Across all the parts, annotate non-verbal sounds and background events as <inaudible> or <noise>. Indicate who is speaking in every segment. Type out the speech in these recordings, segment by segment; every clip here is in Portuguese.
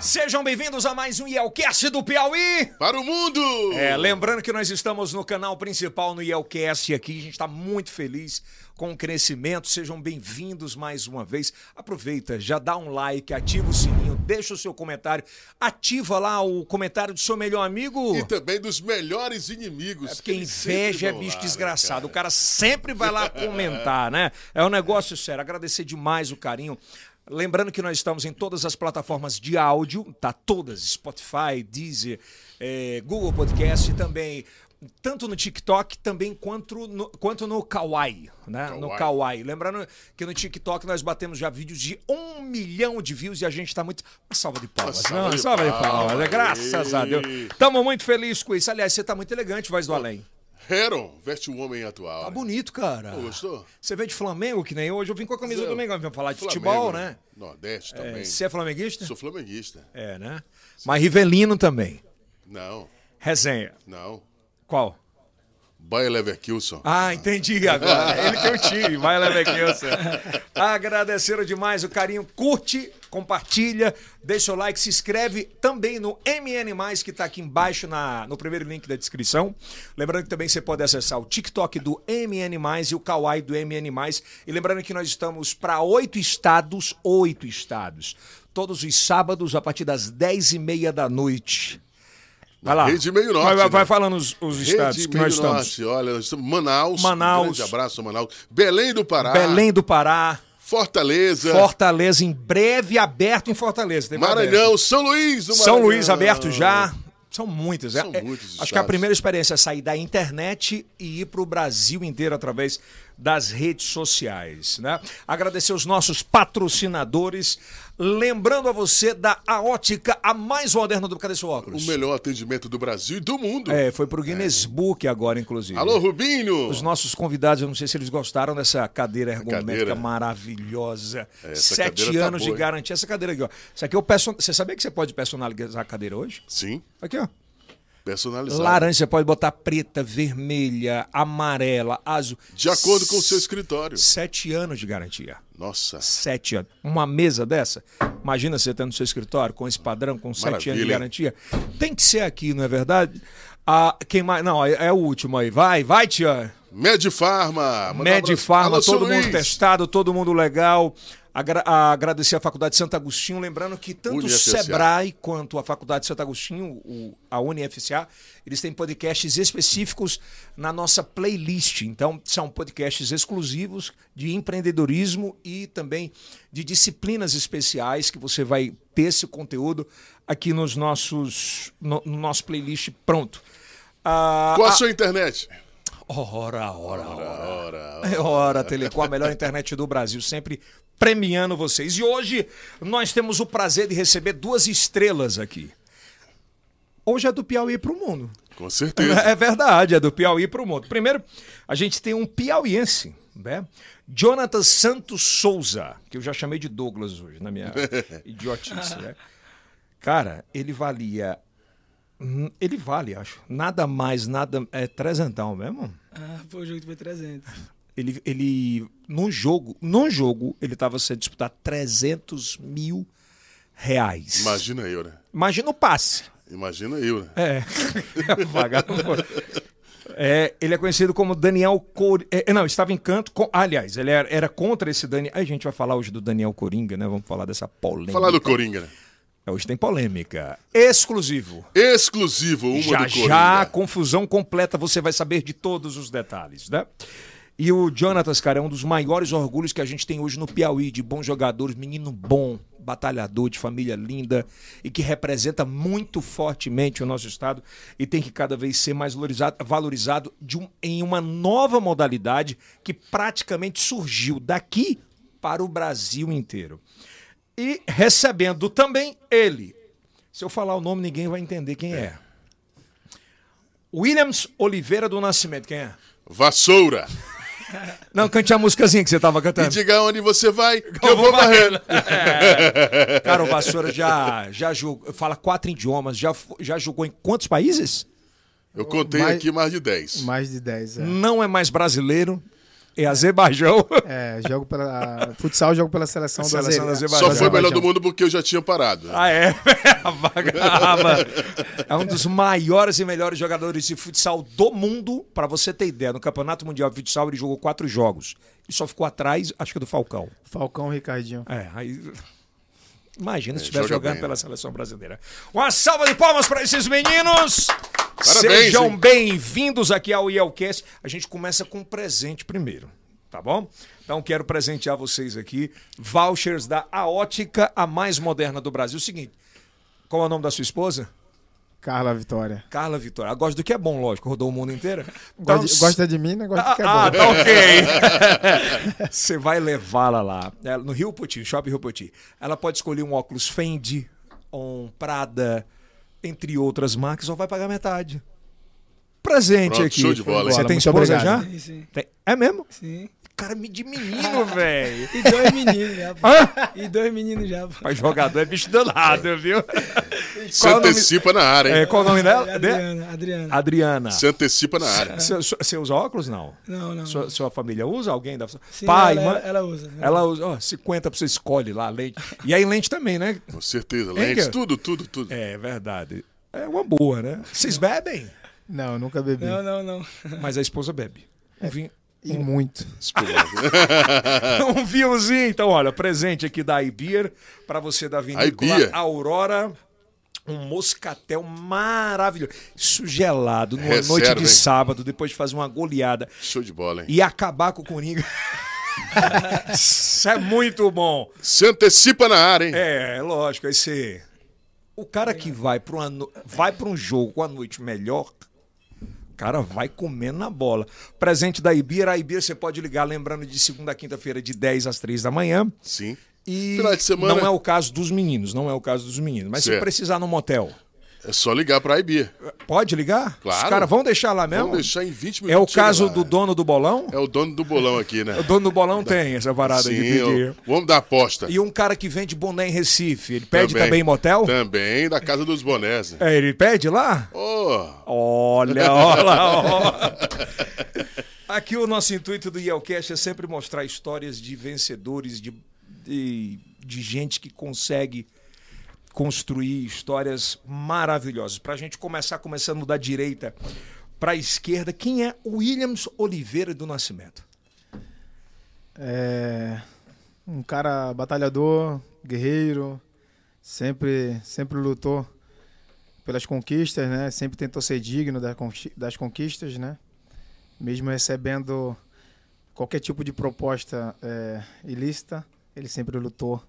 Speaker 1: Sejam bem-vindos a mais um Yelcast do Piauí.
Speaker 2: Para o mundo!
Speaker 1: É, lembrando que nós estamos no canal principal no Yelcast aqui, a gente está muito feliz com o crescimento. Sejam bem-vindos mais uma vez. Aproveita, já dá um like, ativa o sininho, deixa o seu comentário, ativa lá o comentário do seu melhor amigo.
Speaker 2: E também dos melhores inimigos.
Speaker 1: É porque
Speaker 2: eles sempre
Speaker 1: inveja é
Speaker 2: vão
Speaker 1: bicho
Speaker 2: lá, né,
Speaker 1: desgraçado.
Speaker 2: cara?
Speaker 1: O cara sempre vai lá comentar, né? É um negócio sério. Agradecer demais o carinho. Lembrando que nós estamos em todas as plataformas de áudio, tá? Todas, Spotify, Deezer, eh, Google Podcast e também. Tanto no TikTok também quanto no, quanto no Kawaii, né? No
Speaker 2: Kawaii.
Speaker 1: Kawaii. Lembrando que no TikTok nós batemos já vídeos de um milhão de views e a gente tá muito. Uma salva de palmas.
Speaker 2: Uma salva
Speaker 1: não, é
Speaker 2: de
Speaker 1: salva de palmas.
Speaker 2: palmas.
Speaker 1: Graças a Deus.
Speaker 2: Ei.
Speaker 1: Tamo muito feliz com isso. Aliás, você tá muito elegante, voz do além.
Speaker 2: Heron veste o homem atual.
Speaker 1: Tá
Speaker 2: né?
Speaker 1: bonito, cara.
Speaker 2: Pô, Gostou?
Speaker 1: Você veio de Flamengo, que nem eu. hoje. Eu vim com a camisa do
Speaker 2: Eu-
Speaker 1: Flamengo. Vamos falar de
Speaker 2: Flamengo,
Speaker 1: futebol, né?
Speaker 2: Nordeste
Speaker 1: É,
Speaker 2: também.
Speaker 1: Você é flamenguista?
Speaker 2: Sou flamenguista.
Speaker 1: É, né? Mas Rivelino também.
Speaker 2: Não,
Speaker 1: Resenha.
Speaker 2: não.
Speaker 1: Qual?
Speaker 2: Bayer Leverkusen.
Speaker 1: Ah, entendi agora.
Speaker 2: <laughs>
Speaker 1: Ele tem o time. Vai, Leverkusen. Agradeceram demais o carinho. Curte, compartilha, deixa o like, se inscreve também no MN+, que tá aqui embaixo na, no primeiro link da descrição. Lembrando que também você pode acessar o TikTok do MN+, e o Kawaii do MN+. E lembrando que nós estamos para oito estados, oito estados. Todos os sábados, a partir das dez e meia da noite. Vai lá.
Speaker 2: Rede Meio Norte,
Speaker 1: Vai, vai,
Speaker 2: né?
Speaker 1: vai falando os, os estados
Speaker 2: Rede
Speaker 1: que nós
Speaker 2: Meio
Speaker 1: estamos.
Speaker 2: Norte, olha, nós estamos Manaus.
Speaker 1: Manaus.
Speaker 2: Um grande abraço, Manaus. Belém do Pará.
Speaker 1: Belém do Pará,
Speaker 2: Fortaleza.
Speaker 1: Fortaleza, em breve aberto em Fortaleza. Tem aberto.
Speaker 2: Maranhão. São Luís do
Speaker 1: São
Speaker 2: Maranhão.
Speaker 1: Luís aberto já. São muitas.
Speaker 2: São
Speaker 1: é,
Speaker 2: muitos
Speaker 1: acho que a
Speaker 2: estados.
Speaker 1: primeira experiência é sair da internet e ir para o Brasil inteiro através das redes sociais. Né? Agradecer os nossos patrocinadores. Lembrando a você da a ótica, a mais moderna do. Cadê seu
Speaker 2: O
Speaker 1: óculos?
Speaker 2: melhor atendimento do Brasil e do mundo.
Speaker 1: É, foi pro Guinness Book agora, inclusive.
Speaker 2: Alô, Rubinho.
Speaker 1: Os nossos convidados, eu não sei se eles gostaram dessa cadeira ergométrica
Speaker 2: Cadeira.
Speaker 1: maravilhosa.
Speaker 2: essa
Speaker 1: Sete
Speaker 2: cadeira tá
Speaker 1: anos
Speaker 2: boa,
Speaker 1: de
Speaker 2: hein?
Speaker 1: garantia. Essa cadeira aqui, ó. Isso aqui eu peço. Você sabia que você pode personalizar a cadeira hoje?
Speaker 2: Sim,
Speaker 1: Aqui, ó.
Speaker 2: personalizado.
Speaker 1: Laranja, você pode botar preta, vermelha, amarela, azul.
Speaker 2: De acordo com o seu escritório.
Speaker 1: Sete anos de garantia.
Speaker 2: Nossa.
Speaker 1: Sete anos. Uma mesa dessa, imagina você tendo no seu escritório com esse padrão, com sete
Speaker 2: Maravilha,
Speaker 1: anos de
Speaker 2: hein?
Speaker 1: garantia. Tem que ser aqui, não é verdade? Ah, quem mais? Não, é é o último aí. Vai, vai, Tian.
Speaker 2: Medifarma. Manda um
Speaker 1: Med
Speaker 2: abraço.
Speaker 1: Farma,
Speaker 2: Alô, São
Speaker 1: todo mundo
Speaker 2: Luís.
Speaker 1: testado, todo mundo legal. Agra- a- agradecer à Faculdade Santo Agostinho, lembrando que tanto o
Speaker 2: UniFSA.
Speaker 1: Sebrae quanto a Faculdade Santo Agostinho, o- a UniFSA, eles têm podcasts específicos na nossa playlist. Então, são podcasts exclusivos de empreendedorismo e também de disciplinas especiais que você vai ter esse conteúdo aqui nos nossos no, no nosso playlist pronto. Ah,
Speaker 2: Qual a sua internet?
Speaker 1: ora, ora, ora.
Speaker 2: Ora,
Speaker 1: É hora, Telecom, a melhor internet do Brasil, sempre premiando vocês. E hoje nós temos o prazer de receber duas estrelas aqui. Hoje é do Piauí para o mundo.
Speaker 2: com certeza.
Speaker 1: É verdade, é do Piauí para o mundo. Primeiro, a gente tem um piauiense, né? Jonathan Santos Souza, que eu já chamei de Douglas hoje, na <laughs> minha idiotice, né? Cara, ele valia. hum, Ele vale, acho. Nada mais, nada. É trezentão mesmo?
Speaker 3: Ah, pô, o jogo foi 300.
Speaker 1: Ele, ele num jogo, num jogo, ele tava sendo disputado 300 mil reais.
Speaker 2: Imagina eu, né?
Speaker 1: Imagina o passe.
Speaker 2: Imagina eu, né?
Speaker 1: É. <laughs> Vagabundo. É, ele é conhecido como Daniel Coringa. não, estava em canto. com- aliás, ele era, era contra esse Daniel. A gente vai falar hoje do Daniel Coringa, né? Vamos falar dessa polêmica.
Speaker 2: Falar do Coringa, né?
Speaker 1: É, Hoje tem polêmica. Exclusivo.
Speaker 2: Exclusivo, uma
Speaker 1: já
Speaker 2: do Coringa.
Speaker 1: já, confusão completa, você vai saber de todos os detalhes, né? E o Jonatas, cara, é um dos maiores orgulhos que a gente tem hoje no Piauí, de bons jogadores, menino bom, batalhador, de família linda e que representa muito fortemente o nosso estado e tem que cada vez ser mais valorizado, valorizado de um- em uma nova modalidade que praticamente surgiu daqui para o Brasil inteiro. E recebendo também ele. Se eu falar o nome, ninguém vai entender quem é. Williams Oliveira do Nascimento, quem é?
Speaker 2: Vassoura.
Speaker 1: Não, cante a músicazinha que você tava
Speaker 2: E
Speaker 1: cantando.
Speaker 2: diga onde você vai, que eu vou
Speaker 1: varrendo. <laughs>
Speaker 2: varrendo.
Speaker 1: Cara, o Vassoura já, já jogou, fala quatro idiomas, já, fo- já jogou em quantos países?
Speaker 2: Eu contei
Speaker 4: Mas-
Speaker 2: aqui mais de 10.
Speaker 4: Mais de 10, é.
Speaker 1: Não é mais brasileiro, É Azerbaijão.
Speaker 4: É, jogo pela. <laughs> Futsal, jogo pela seleção,
Speaker 1: Seleção
Speaker 4: do
Speaker 1: do
Speaker 4: Azerbaijão.
Speaker 1: Azerbaijão.
Speaker 2: Só foi
Speaker 1: Azerbaijão.
Speaker 2: melhor do mundo porque eu já tinha parado.
Speaker 1: Ah, é? <laughs> Vagaba. É um dos maiores e melhores jogadores de futsal do mundo. Pra você ter ideia, no Campeonato Mundial de Futsal ele jogou quatro jogos. Ele só ficou atrás, acho que é do Falcão.
Speaker 4: Falcão, Ricardinho.
Speaker 1: É, aí. Imagina se
Speaker 2: joga
Speaker 1: estivesse jogando
Speaker 2: bem,
Speaker 1: pela
Speaker 2: né?
Speaker 1: seleção brasileira. Uma salva de palmas para esses meninos!
Speaker 2: Parabéns,
Speaker 1: Sejam
Speaker 2: hein?
Speaker 1: bem-vindos aqui ao IELCast. A gente começa com um presente primeiro, tá bom? Então quero presentear vocês aqui vouchers da Aótica, a mais moderna do Brasil. Seguinte, qual é o nome da sua esposa?
Speaker 4: Carla Vitória.
Speaker 1: Carla Vitória. Ela gosta do que é bom, lógico, rodou o mundo inteiro. Então,
Speaker 4: Gosta, gosta de mim, né? Gosta de que é
Speaker 1: ah, ah,
Speaker 4: bom.
Speaker 1: tá ok. Você vai levá-la lá, é, no Rio Poti, Shopping Rio Poti. Ela pode escolher um óculos Fendi, um Prada, entre outras marcas, só vai pagar metade. Presente
Speaker 2: Pronto,
Speaker 1: aqui.
Speaker 2: show de bola, hein?
Speaker 1: Você tem
Speaker 4: Muito
Speaker 1: esposa
Speaker 4: obrigado.
Speaker 1: já?
Speaker 3: Sim, sim.
Speaker 1: Tem- É mesmo?
Speaker 3: sim.
Speaker 1: Cara, me de menino, velho.
Speaker 3: E dois meninos já. pô.
Speaker 1: Hã?
Speaker 3: E dois meninos já. pô.
Speaker 1: Mas jogador é bicho danado, viu?
Speaker 2: Se
Speaker 1: Qual é o nome-
Speaker 2: antecipa na área,
Speaker 1: É,
Speaker 2: hein?
Speaker 1: qual é? o nome dela? De-
Speaker 3: Adriana, Adriana.
Speaker 1: Adriana.
Speaker 2: Se antecipa na área.
Speaker 1: Seu- seu- Você usa óculos, não?
Speaker 3: Não, não.
Speaker 1: Sua, sua família usa? Alguém da
Speaker 3: Sim,
Speaker 1: Pai,
Speaker 3: ela,
Speaker 1: mãe?
Speaker 3: ela usa.
Speaker 1: Ela usa, ó, 50 pra você escolhe lá, lente. E aí lente também, né?
Speaker 2: Com certeza. Lentes,
Speaker 1: que-
Speaker 2: tudo, tudo, tudo.
Speaker 1: É verdade. É uma boa, né? Vocês bebem,
Speaker 4: Não, eu nunca bebi.
Speaker 3: Não, não, não. <laughs>
Speaker 1: mas a esposa bebe. Um, vinho,
Speaker 4: E muito.
Speaker 1: <laughs> um vinhozinho. Então, olha, presente aqui da iBeer pra você da vinícola
Speaker 2: iBeer.
Speaker 1: Aurora. Um moscatel maravilhoso. Isso gelado numa
Speaker 2: Reserva,
Speaker 1: noite de
Speaker 2: hein?
Speaker 1: sábado, depois de fazer uma goleada.
Speaker 2: <laughs> Show de bola, hein?
Speaker 1: E acabar com o Coringa. <laughs> Isso é muito bom.
Speaker 2: Se antecipa na área, hein?
Speaker 1: É, lógico, aí você. O cara
Speaker 2: É.
Speaker 1: que vai para vai pra um jogo com a noite melhor, o cara vai comendo na bola. Presente da Ibira, a Ibira você pode ligar, lembrando de segunda a quinta-feira, de 10 às 3 da manhã.
Speaker 2: Sim.
Speaker 1: E
Speaker 2: Final de semana-
Speaker 1: não é o caso dos meninos, não é o caso dos meninos. Mas se
Speaker 2: Certo.
Speaker 1: precisar no motel,
Speaker 2: É só ligar pra Ibir.
Speaker 1: pode ligar?
Speaker 2: Claro.
Speaker 1: Os caras vão deixar lá mesmo?
Speaker 2: Vamos deixar em 20 minutos.
Speaker 1: É o
Speaker 2: chega
Speaker 1: caso
Speaker 2: lá.
Speaker 1: do dono do bolão?
Speaker 2: É o dono do bolão
Speaker 1: <laughs>
Speaker 2: aqui, né?
Speaker 1: O dono do bolão tem essa parada de
Speaker 2: Sim,
Speaker 1: pedir.
Speaker 2: o... o homem da aposta.
Speaker 1: E um cara que vende boné em Recife, ele pede também, em motel?
Speaker 2: Também da casa dos bonés, né?
Speaker 1: <laughs> É, ele pede lá?
Speaker 2: Ô,
Speaker 1: <laughs> Olha, olha, olha. Aqui o nosso intuito do Yelcast é sempre mostrar histórias de vencedores, de, de, de gente que consegue construir histórias maravilhosas. Para a gente começar, começando da direita para a esquerda, quem é Williams Oliveira do Nascimento?
Speaker 4: É, um cara batalhador, guerreiro, sempre, sempre lutou pelas conquistas, né? Sempre tentou ser digno da conqui- das conquistas, né? Mesmo recebendo qualquer tipo de proposta é, ilícita, ele sempre lutou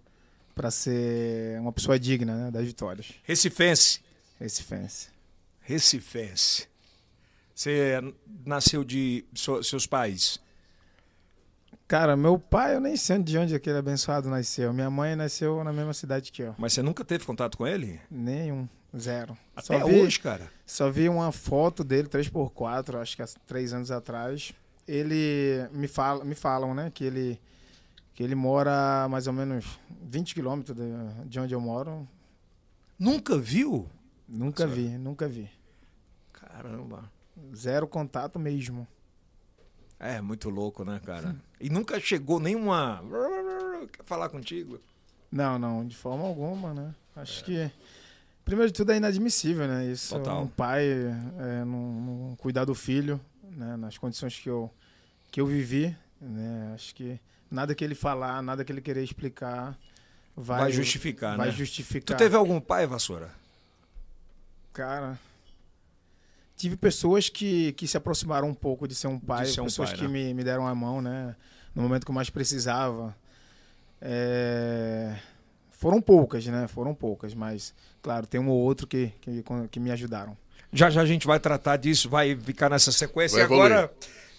Speaker 4: para ser uma pessoa digna né? das vitórias.
Speaker 1: Recifense.
Speaker 4: Esse fence.
Speaker 1: Recifense. Você nasceu de so- seus pais.
Speaker 4: Cara, meu pai, eu nem sei de onde é aquele abençoado nasceu. Minha mãe nasceu na mesma cidade que eu.
Speaker 1: Mas você nunca teve contato com ele?
Speaker 4: Nenhum, zero.
Speaker 1: Até
Speaker 4: vi-
Speaker 1: hoje, cara.
Speaker 4: Só vi uma foto dele, 3x4, acho que há três anos atrás. Ele me fala, me falam, né, que ele que ele mora a mais ou menos 20 quilômetros de, de onde eu moro.
Speaker 1: Nunca viu?
Speaker 4: Nunca vi, nunca vi.
Speaker 1: Caramba.
Speaker 4: Zero contato mesmo.
Speaker 1: É, muito louco, né, cara? E nunca chegou nenhuma. Quer falar contigo?
Speaker 4: Não, não, de forma alguma, né? Acho que primeiro de tudo é inadmissível, né? Isso
Speaker 1: Total.
Speaker 4: um pai é, não, não cuidar do filho, né? Nas condições que eu que eu vivi, né? Acho que nada que ele falar, nada que ele querer explicar vai,
Speaker 1: Vai, justificar,
Speaker 4: vai
Speaker 1: né? Tu
Speaker 4: justificar.
Speaker 1: teve algum pai, Vassoura?
Speaker 4: Cara, tive pessoas que, que se aproximaram um pouco de ser um pai,
Speaker 1: ser um
Speaker 4: pessoas
Speaker 1: pai,
Speaker 4: que
Speaker 1: né?
Speaker 4: me, me deram a mão, né? No momento que eu mais precisava. É, Foram poucas, né? Foram poucas, mas, claro, tem um ou outro que, que, que me ajudaram.
Speaker 1: Já já a gente vai tratar disso, vai ficar nessa sequência.
Speaker 2: Vai
Speaker 1: e agora,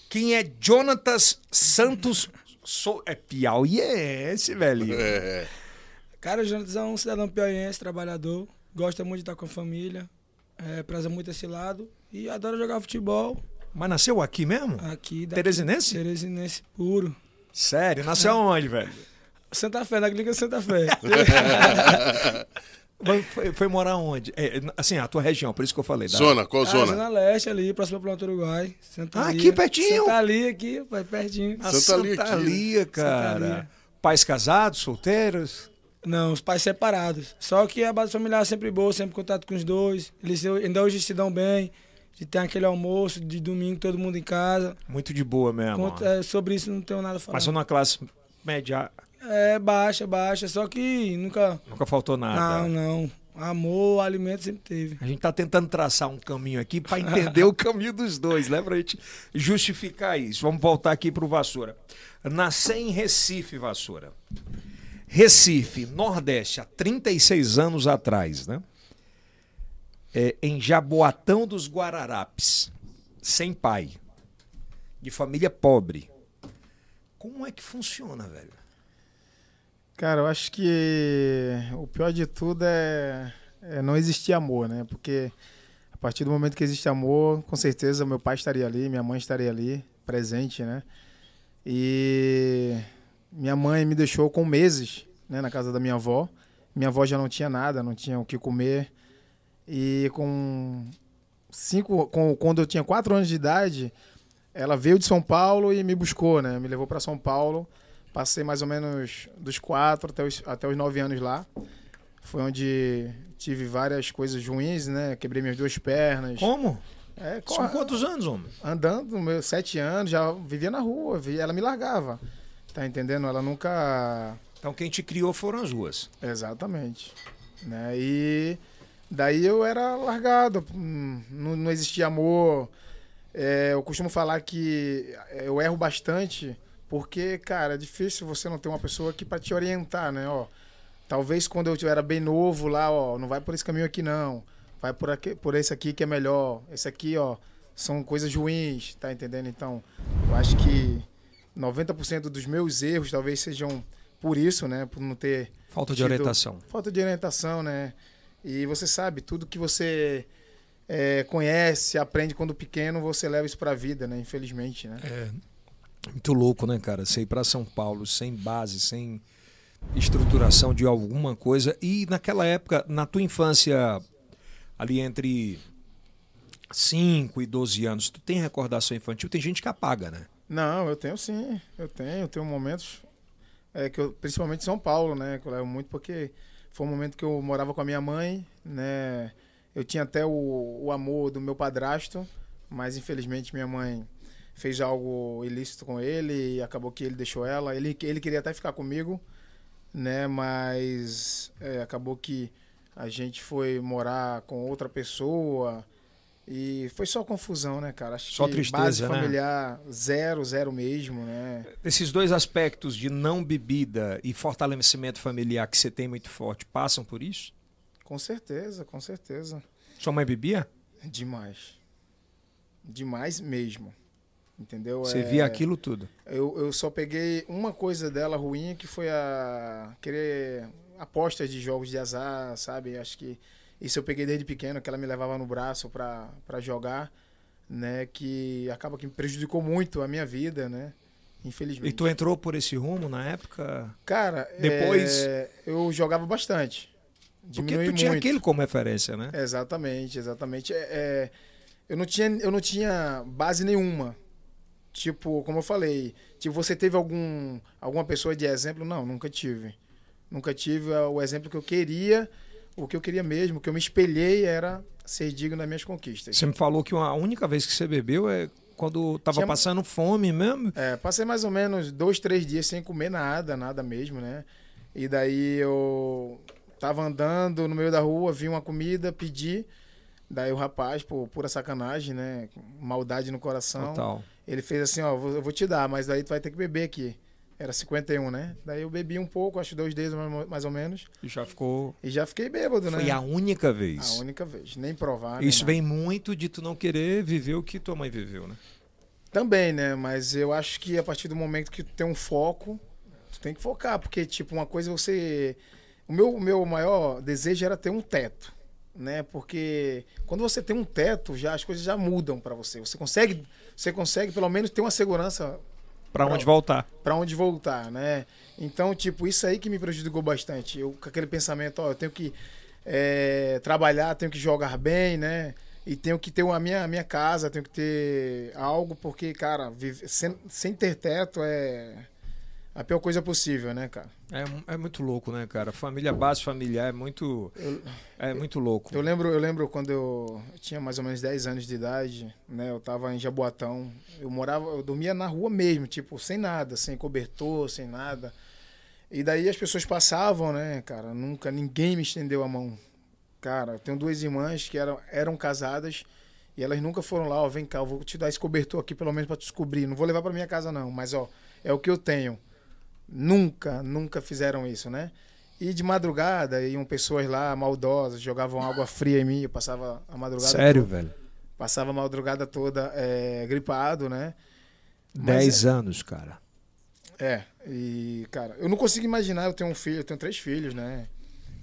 Speaker 1: quem é Jonatas Santos. So... É Piauí, é esse, velho.
Speaker 2: é,
Speaker 3: Cara, o Jonas é um cidadão piauiense, trabalhador, gosta muito de estar com a família, é, preza muito esse lado e adora jogar futebol
Speaker 1: Mas nasceu aqui mesmo?
Speaker 3: aqui. Ah, daqui.
Speaker 1: Teresinense?
Speaker 3: Teresinense puro.
Speaker 1: Sério, nasceu onde, velho?
Speaker 3: Santa Fé, na clínica Santa Fé.
Speaker 1: Mas Foi, foi morar onde? É, assim, a tua região, por isso que eu falei. da-
Speaker 2: Zona, qual
Speaker 3: Ah,
Speaker 2: zona?
Speaker 3: Zona Leste ali, próximo ao Planeta Uruguai. Santa
Speaker 1: Ah,
Speaker 3: Lia.
Speaker 1: aqui pertinho?
Speaker 3: Santa ali, aqui, vai pertinho.
Speaker 1: A
Speaker 2: Santa Lia aqui, né?
Speaker 1: Ah, Lia, cara.
Speaker 3: Santa Lia.
Speaker 1: Pais casados, solteiros?
Speaker 3: Não, os pais separados. Só que a base familiar é sempre boa, sempre contato com os dois. Eles eu- ainda hoje se dão bem. De ter aquele almoço de domingo, todo mundo em casa.
Speaker 1: Muito de boa mesmo.
Speaker 3: Conta-
Speaker 1: ó.
Speaker 3: é, sobre isso não tenho nada a falar.
Speaker 1: Passou numa classe média,
Speaker 3: É, baixa, baixa. Só que nunca.
Speaker 1: nunca faltou nada.
Speaker 3: Ah, não, não. Amor, alimento sempre teve.
Speaker 1: A gente tá tentando traçar um caminho aqui para entender
Speaker 3: <laughs>
Speaker 1: o caminho dos dois, né? Pra gente justificar isso. Vamos voltar aqui pro Vassoura. Nascer em Recife, Vassoura. Recife, Nordeste, há 36 anos atrás, né? É, em Jaboatão dos Guararapes, sem pai, de família pobre. Como é que funciona, velho?
Speaker 4: Cara, eu acho que o pior de tudo é, é não existir amor, né? Porque a partir do momento que existe amor, com certeza meu pai estaria ali, minha mãe estaria ali, presente, né? E minha mãe me deixou com meses, né, na casa da minha avó. Minha avó já não tinha nada, não tinha o que comer. E com cinco, com, quando eu tinha quatro anos de idade, ela veio de São Paulo e me buscou, né? Me levou para São Paulo. Passei mais ou menos dos quatro até os, até os nove anos lá. Foi onde tive várias coisas ruins, né? Quebrei minhas duas pernas.
Speaker 1: Como?
Speaker 4: É,
Speaker 1: São
Speaker 4: corre-
Speaker 1: quantos anos, homem?
Speaker 4: andando, meus sete anos, já vivia na rua, vi- ela me largava. Tá entendendo? Ela nunca.
Speaker 1: Então quem te criou foram as ruas.
Speaker 4: Exatamente. Né? E daí eu era largado, hum, não, não existia amor. É, eu costumo falar que é, eu erro bastante, porque, cara, é difícil você não ter uma pessoa aqui para te orientar, né? Ó, talvez quando eu era bem novo lá, ó, não vai por esse caminho aqui não, vai por, aqui, por esse aqui que é melhor, esse aqui, ó, são coisas ruins, tá entendendo? Então, eu acho que 90% dos meus erros talvez sejam por isso, né? Por não ter
Speaker 1: Falta de
Speaker 4: Tido.
Speaker 1: orientação.
Speaker 4: falta de orientação, né? E você sabe, tudo que você é, conhece, aprende quando pequeno, você leva isso pra vida, né? Infelizmente, né?
Speaker 1: Muito louco, né, cara? Você ir pra São Paulo sem base, sem estruturação de alguma coisa. E naquela época, na tua infância, ali entre 5 e 12 anos, tu tem recordação infantil? Tem gente que apaga, né?
Speaker 4: Não, eu tenho sim, eu tenho, eu tenho momentos, é, que eu, principalmente em São Paulo, né? Que eu levo muito porque foi um momento que eu morava com a minha mãe, né? Eu tinha até o, o amor do meu padrasto, mas infelizmente minha mãe fez algo ilícito com ele e acabou que ele deixou ela. Ele, ele queria até ficar comigo, né? Mas é, acabou que a gente foi morar com outra pessoa e foi só confusão, né, cara? Acho
Speaker 1: Só
Speaker 4: que
Speaker 1: tristeza,
Speaker 4: base
Speaker 1: né?
Speaker 4: familiar zero, zero mesmo, né?
Speaker 1: Esses dois aspectos de não bebida e fortalecimento familiar que você tem muito forte passam por isso?
Speaker 4: Com certeza, com certeza.
Speaker 1: Sua mãe bebia?
Speaker 4: Demais. Demais mesmo. Entendeu?
Speaker 1: Você
Speaker 4: É,
Speaker 1: via aquilo tudo.
Speaker 4: Eu, eu só peguei uma coisa dela ruim, que foi a querer apostas de jogos de azar, sabe? Acho que isso eu peguei desde pequeno, que ela me levava no braço pra pra jogar, né? Que acaba que me prejudicou muito a minha vida, né?
Speaker 1: E
Speaker 4: Infelizmente.
Speaker 1: tu entrou por esse rumo na época?
Speaker 4: Cara,
Speaker 1: Depois-
Speaker 4: é, eu jogava bastante.
Speaker 1: Porque
Speaker 4: Diminui
Speaker 1: tu tinha
Speaker 4: muito. É.
Speaker 1: aquele como referência, né?
Speaker 4: Exatamente, exatamente. É, é, eu, não tinha, eu não tinha base nenhuma. Tipo, como eu falei, tipo, você teve algum, alguma pessoa de exemplo? Não, nunca tive. Nunca tive ah, o exemplo que eu queria, o que eu queria mesmo, o que eu me espelhei era ser digno das minhas conquistas.
Speaker 1: Você me falou que uma- a única vez que você bebeu é quando tava
Speaker 4: Tinha-
Speaker 1: passando fome mesmo.
Speaker 4: É, passei mais ou menos dois, três dias sem comer nada, nada mesmo, né? E daí eu tava andando no meio da rua, vi uma comida, pedi. Daí o rapaz, por pura sacanagem, né? com Maldade no coração.
Speaker 1: Total.
Speaker 4: Ele fez assim, ó, vou- eu vou te dar, mas daí tu vai ter que beber aqui. Era 51, né? Daí eu bebi um pouco, acho dois dedos mais- mais ou menos.
Speaker 1: E já ficou.
Speaker 4: E já fiquei bêbado, né?
Speaker 1: Foi a única
Speaker 4: A
Speaker 1: vez.
Speaker 4: única né? vez. Nem provar. nem
Speaker 1: Isso
Speaker 4: nada.
Speaker 1: vem muito de tu não querer viver o que tua mãe viveu, né?
Speaker 4: Também, né? Mas eu acho que a partir do momento que tu tem um foco, tu tem que focar, porque, tipo, uma coisa você. O meu, o meu maior desejo era ter um teto, né? Porque quando você tem um teto, já as coisas já mudam pra você. Você consegue, você consegue pelo menos ter uma segurança
Speaker 1: Pra
Speaker 4: Pra-
Speaker 1: onde voltar?
Speaker 4: pra onde voltar, né? Então, tipo, isso aí que me prejudicou bastante. Eu com aquele pensamento, ó, eu tenho que é, trabalhar, tenho que jogar bem, né? E tenho que ter a minha, a minha casa, tenho que ter algo, porque, cara, vive- sem, sem ter teto é a pior coisa possível, né, cara?
Speaker 1: É, é muito louco, né, cara? Família base familiar é muito. É muito louco.
Speaker 4: Eu lembro, eu lembro quando eu tinha mais ou menos 10 anos de idade, né? Eu tava em Jaboatão. Eu morava, eu dormia na rua mesmo, tipo, sem nada, sem cobertor, sem nada. E daí as pessoas passavam, né, cara? Nunca ninguém me estendeu a mão. Cara, eu tenho duas irmãs que eram, eram casadas e elas nunca foram lá, ó, vem cá, eu vou te dar esse cobertor aqui pelo menos pra te descobrir. Não vou levar pra minha casa não, mas ó, é o que eu tenho. Nunca, nunca fizeram isso, né? E de madrugada iam pessoas lá maldosas, jogavam água fria em mim, eu passava a madrugada
Speaker 1: Sério, velho.
Speaker 4: toda, passava a madrugada toda é, gripado, né? Mas
Speaker 1: Dez anos, cara.
Speaker 4: É, e, cara, eu não consigo imaginar, eu tenho um filho, eu tenho três filhos, né?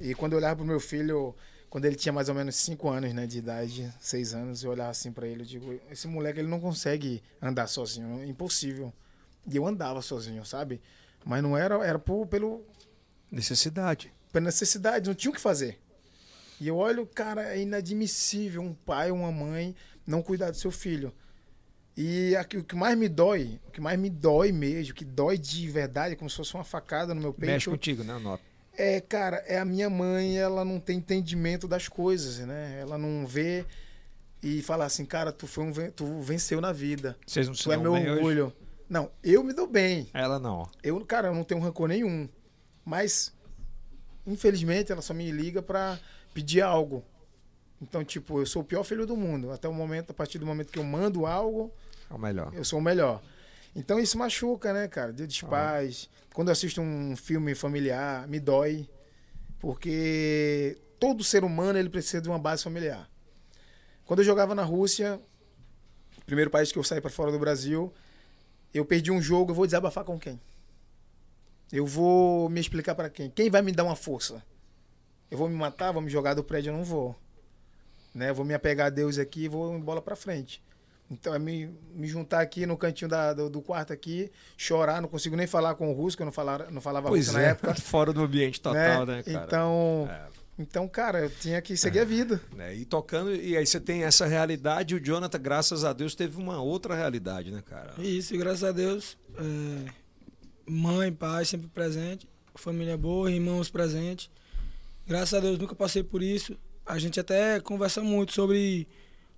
Speaker 4: E quando eu olhava pro meu filho, quando ele tinha mais ou menos cinco anos, né, de idade, seis anos, eu olhava assim pra ele, eu digo, esse moleque, ele não consegue andar sozinho, é impossível. E eu andava sozinho, sabe? Mas não era, era por, pelo,
Speaker 1: Necessidade.
Speaker 4: pela necessidade, não tinha o que fazer. E eu olho, cara, é inadmissível um pai, uma mãe não cuidar do seu filho. E aqui, o que mais me dói, o que mais me dói mesmo, que dói de verdade, é como se fosse uma facada no meu peito,
Speaker 1: Mexe contigo, né, Nota?
Speaker 4: é, cara, é a minha mãe, ela não tem entendimento das coisas, né? Ela não vê e fala assim, cara, tu foi um, ven- tu venceu na vida.
Speaker 1: Vocês não se
Speaker 4: Tu é
Speaker 1: dão
Speaker 4: meu
Speaker 1: bem hoje?
Speaker 4: orgulho. Não, eu me dou bem.
Speaker 1: Ela não.
Speaker 4: Eu, cara, eu não tenho rancor nenhum. Mas, infelizmente, ela só me liga pra pedir algo. Então, tipo, eu sou o pior filho do mundo. Até o momento, a partir do momento que eu mando algo,
Speaker 1: É o melhor.
Speaker 4: eu sou o melhor. Então isso machuca, né, cara? Dia dos pais. Quando eu assisto um filme familiar, me dói. Porque todo ser humano ele precisa de uma base familiar. Quando eu jogava na Rússia, primeiro país que eu saí para fora do Brasil, eu perdi um jogo, eu vou desabafar com quem? Eu vou me explicar para quem? Quem vai me dar uma força? Eu vou me matar, vou me jogar do prédio, eu não vou. Né? Eu vou me apegar a Deus aqui e vou em bola para frente. Então é me, me juntar aqui no cantinho da- do, do quarto aqui, chorar, não consigo nem falar com o russo, que eu não, falar, não falava
Speaker 1: Pois
Speaker 4: russo
Speaker 1: é,
Speaker 4: na época.
Speaker 1: fora do ambiente <laughs> total, né, cara?
Speaker 4: Então,
Speaker 1: É.
Speaker 4: então, cara, eu tinha que seguir
Speaker 1: <laughs>
Speaker 4: a vida.
Speaker 1: né? E tocando, e aí você tem essa realidade, e o Jonathan, graças a Deus, teve uma outra realidade, né, cara?
Speaker 3: E Isso, e graças a Deus, é, mãe, pai sempre presente, família boa, irmãos presentes. Graças a Deus nunca passei por isso. A gente até conversa muito sobre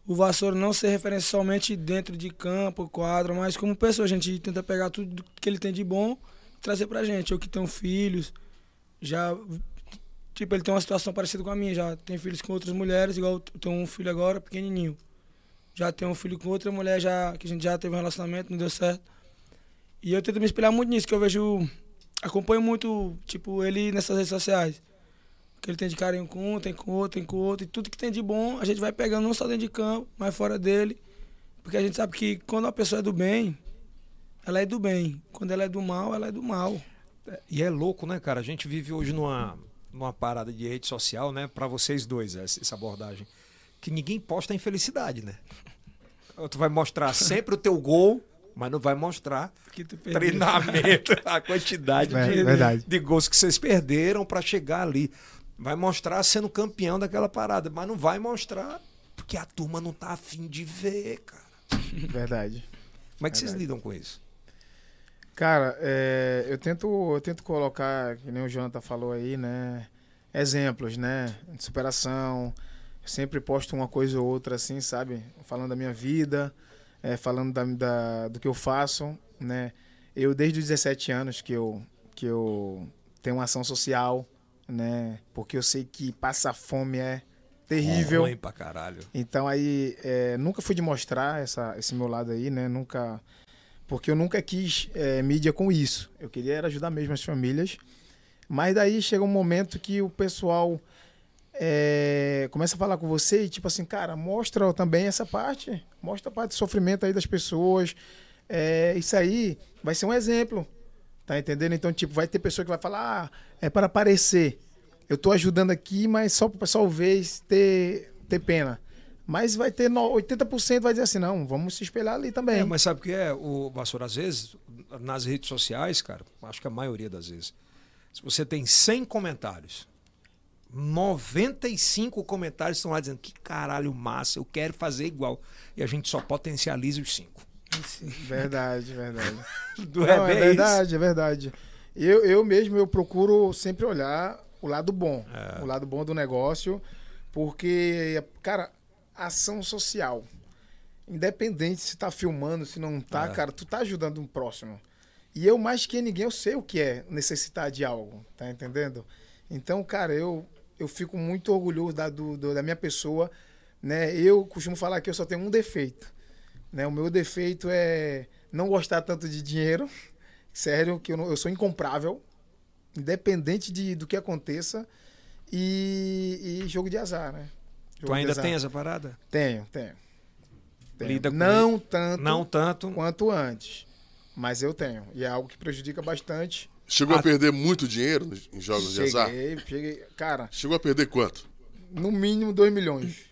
Speaker 3: o Vassoura não ser referência somente dentro de campo, quadro, mas como pessoa. A gente tenta pegar tudo que ele tem de bom e trazer pra gente. Eu que tenho filhos, já. Tipo, ele tem uma situação parecida com a minha, já tem filhos com outras mulheres, igual eu tenho um filho agora, pequenininho já tenho um filho com outra mulher já que a gente já teve um relacionamento, não deu certo. E eu tento me espelhar muito nisso, que eu vejo acompanho muito, tipo, ele nessas redes sociais. O Que ele tem de carinho com um, tem com outro, tem com outro, e tudo que tem de bom, a gente vai pegando não só dentro de campo, mas fora dele. Porque a gente sabe que quando a pessoa é do bem, ela é do bem. Quando ela é do mal, ela é do mal.
Speaker 1: E é louco, né, cara? A gente vive hoje numa, numa parada de rede social, né? Pra vocês dois, essa essa abordagem. Que ninguém posta a infelicidade, né? Tu vai mostrar sempre o teu gol, mas não vai mostrar
Speaker 3: Que tu perdeu.
Speaker 1: <laughs> treinamento, a quantidade
Speaker 4: É,
Speaker 1: de,
Speaker 4: verdade.
Speaker 1: de gols que vocês perderam pra chegar ali. Vai mostrar sendo campeão daquela parada, mas não vai mostrar porque a turma não tá afim de ver, cara.
Speaker 4: Verdade.
Speaker 1: Como é que vocês lidam com isso?
Speaker 4: Cara, é, eu, tento, eu tento colocar, que nem o Jonathan falou aí, né? Exemplos, né? De superação. Eu sempre posto uma coisa ou outra, assim, sabe? Falando da minha vida, é, falando da, da- do que eu faço, né? Eu, desde os 17 anos, que eu, que eu tenho uma ação social, né? Porque eu sei que passar fome é terrível.
Speaker 1: É Ruim pra caralho.
Speaker 4: Então aí é, nunca fui de mostrar essa, esse meu lado aí, né? Nunca. Porque eu nunca quis é, mídia com isso. Eu queria era ajudar mesmo as famílias. Mas daí chega um momento que o pessoal é, começa a falar com você e tipo assim, cara, mostra também essa parte. Mostra a parte do sofrimento aí das pessoas. É, isso aí vai ser um exemplo. Tá entendendo? Então, tipo, vai ter pessoa que vai falar, ah, é para aparecer. Eu tô ajudando aqui, mas só pro pessoal ver e ter, ter pena. Mas vai ter no- 80% vai dizer assim, não, vamos se espelhar ali também.
Speaker 1: É, mas sabe o que é, o Vassoura? Às vezes, nas redes sociais, cara, acho que a maioria das vezes, se você tem 100 comentários, 95 comentários estão lá dizendo que caralho massa, eu quero fazer igual. E a gente só potencializa os cinco.
Speaker 4: Verdade, verdade.
Speaker 1: Do
Speaker 4: <laughs> Não, é
Speaker 1: bem
Speaker 4: verdade, é verdade. Eu, eu mesmo eu procuro sempre olhar o lado bom, o lado bom do negócio, porque, cara, ação social. Independente se tá filmando, se não tá, cara, tu tá ajudando um próximo. E eu, mais que ninguém, eu sei o que é necessitar de algo, tá entendendo? Então, cara, eu, eu fico muito orgulhoso da, do- do- da minha pessoa, né? Eu costumo falar que eu só tenho um defeito, né? O meu defeito é não gostar tanto de dinheiro, sério, que eu, não- eu sou incomprável, independente de, do que aconteça, e, e jogo de azar, né?
Speaker 1: isso. Tu
Speaker 4: Jogo de
Speaker 1: ainda
Speaker 4: azar.
Speaker 1: tem essa parada?
Speaker 4: Tenho, tenho. Tenho.
Speaker 1: Lida com
Speaker 4: não tanto
Speaker 1: Não tanto.
Speaker 4: quanto antes. Mas eu tenho. E é algo que prejudica bastante.
Speaker 2: Chegou
Speaker 1: Ah.
Speaker 2: a perder muito dinheiro nos- em jogos de azar?
Speaker 4: cheguei, cheguei. Cara,
Speaker 2: Chegou a perder quanto?
Speaker 4: no mínimo 2 milhões.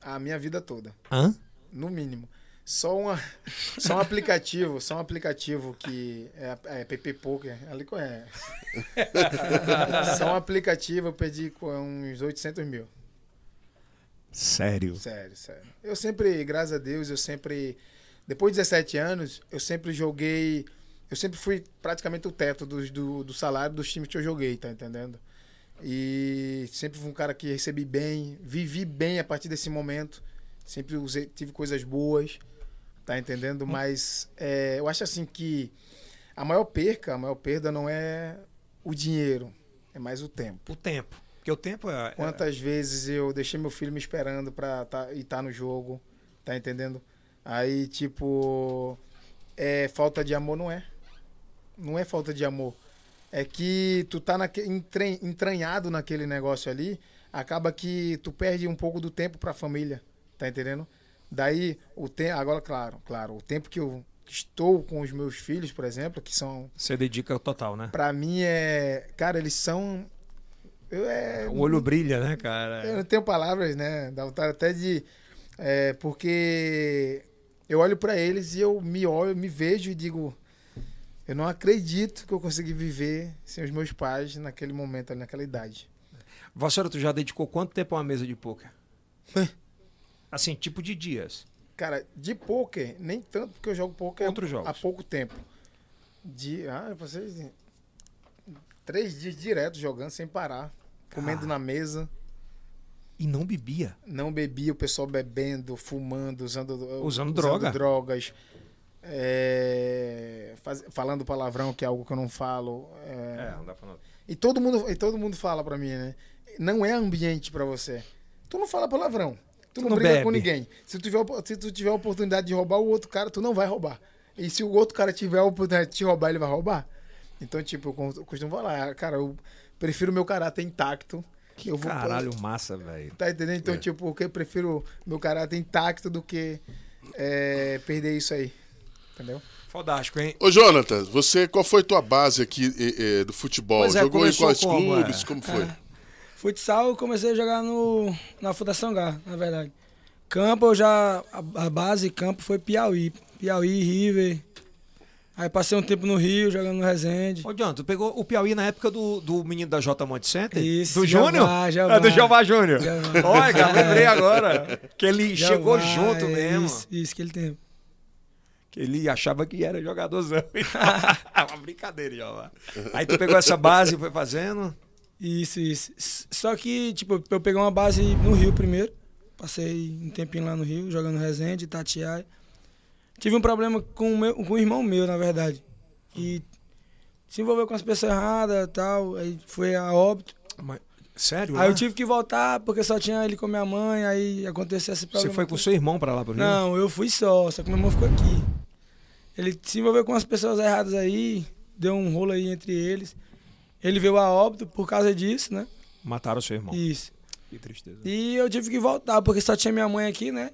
Speaker 4: A minha vida toda.
Speaker 1: Hã?
Speaker 4: No mínimo. Só, uma, <laughs> só um aplicativo, só um aplicativo que é, é PP Poker, ali conhece. <laughs> só um aplicativo eu perdi com uns 800 mil.
Speaker 1: Sério.
Speaker 4: Sério, sério. Eu sempre, graças a Deus, eu sempre. Depois de 17 anos, eu sempre joguei. Eu sempre fui praticamente o teto dos- do, do, salário dos times que eu joguei, tá entendendo? E sempre fui um cara que recebi bem, vivi bem a partir desse momento. Sempre usei- tive coisas boas, tá entendendo? Mas é, eu acho assim que a maior perca, a maior perda não é o dinheiro, é mais o tempo.
Speaker 1: O tempo. Porque o tempo é. é-
Speaker 4: Quantas vezes eu deixei meu filho me esperando pra tá, estar no jogo, tá entendendo? Aí, tipo, é falta de amor, não é. Não é falta de amor. É que tu tá naque, entran- entranhado naquele negócio ali, acaba que tu perde um pouco do tempo pra família, tá entendendo? Daí, o tempo. Agora, claro, claro, o tempo que eu estou com os meus filhos, por exemplo, que são
Speaker 1: Você dedica o total, né?
Speaker 4: Pra mim é. Cara, eles são. Eu, é,
Speaker 1: O olho brilha, né, cara?
Speaker 4: eu não tenho palavras, né? Dá vontade até de. é, porque eu olho pra eles e eu me olho, me vejo e digo. Eu não acredito que eu consegui viver sem os meus pais naquele momento, ali, naquela idade.
Speaker 1: Vassoura, tu já dedicou quanto tempo a uma mesa de poker? assim, tipo de dias.
Speaker 4: Cara, de poker, nem tanto, porque eu jogo poker
Speaker 1: Outros jogos.
Speaker 4: há pouco tempo. De. Ah, vocês. Três dias direto jogando sem parar. Comendo
Speaker 1: Cara.
Speaker 4: na mesa.
Speaker 1: E não bebia.
Speaker 4: não bebia, o pessoal bebendo, fumando, usando,
Speaker 1: Usando droga.
Speaker 4: drogas, é, faz- falando palavrão, que é algo que eu não falo. é.
Speaker 1: não dá pra não.
Speaker 4: E, todo mundo, e todo mundo fala pra mim, né? Não é ambiente pra você. Tu não fala palavrão. Tu, não,
Speaker 1: não
Speaker 4: briga
Speaker 1: bebe.
Speaker 4: com ninguém. Se tu, tiver, op- se tu tiver a oportunidade de roubar o outro cara, tu não vai roubar. E se o outro cara tiver a oportunidade de te roubar, ele vai roubar. Então, tipo, eu con- eu costumo falar, cara, eu prefiro meu caráter intacto. eu vou
Speaker 1: Caralho, massa, velho.
Speaker 4: Tá entendendo? Então,
Speaker 2: É.
Speaker 4: tipo, porque eu prefiro meu caráter intacto do que é, perder isso aí. Entendeu?
Speaker 1: Fodástico, hein?
Speaker 2: Ô, Jonathan, você, qual foi tua base aqui eh, eh, do futebol?
Speaker 1: Pois é,
Speaker 2: Jogou em
Speaker 1: começou
Speaker 2: quais
Speaker 1: como,
Speaker 2: clubes?
Speaker 1: é?
Speaker 2: Como foi?
Speaker 3: Futsal eu comecei a jogar no, na Fundação Gá, na verdade. Campo eu já. A, a base campo foi Piauí. Piauí, River. Aí passei um tempo no Rio, jogando no Resende.
Speaker 1: Ô, John, tu pegou o Piauí na época do, do menino da J Monte Center?
Speaker 3: Isso,
Speaker 1: Do
Speaker 3: Jeová,
Speaker 1: Júnior?
Speaker 3: Jeová.
Speaker 1: É do Jeová Júnior.
Speaker 3: Jeová.
Speaker 1: Olha, cara, lembrei agora.
Speaker 3: <laughs>
Speaker 1: Que ele
Speaker 3: Já
Speaker 1: chegou
Speaker 3: vai,
Speaker 1: junto mesmo.
Speaker 3: é, Isso, isso, aquele tempo.
Speaker 1: Que ele achava que era jogadorzão. <laughs> É Uma brincadeira, Jeová. Aí tu pegou essa base e foi fazendo.
Speaker 3: Isso, isso. S- Só que, tipo, eu peguei uma base no Rio primeiro. Passei um tempinho lá no Rio, jogando Resende, Itatiaia. Tive um problema com o, meu, com o irmão meu, na verdade. E se envolveu com as pessoas erradas e tal. Aí foi a óbito.
Speaker 1: Mas, sério?
Speaker 3: Aí eu
Speaker 1: né?
Speaker 3: tive que voltar porque só tinha ele com minha mãe. Aí aconteceu esse
Speaker 1: Você
Speaker 3: problema.
Speaker 1: foi com seu irmão pra lá, pro Rio?
Speaker 3: Não, eu fui só, só que meu irmão ficou aqui. Ele se envolveu com as pessoas erradas aí, deu um rolo aí entre eles. Ele veio a óbito por causa disso, né?
Speaker 1: Mataram seu irmão.
Speaker 3: Isso.
Speaker 1: Que tristeza.
Speaker 3: E eu tive que voltar, porque só tinha minha mãe aqui, né?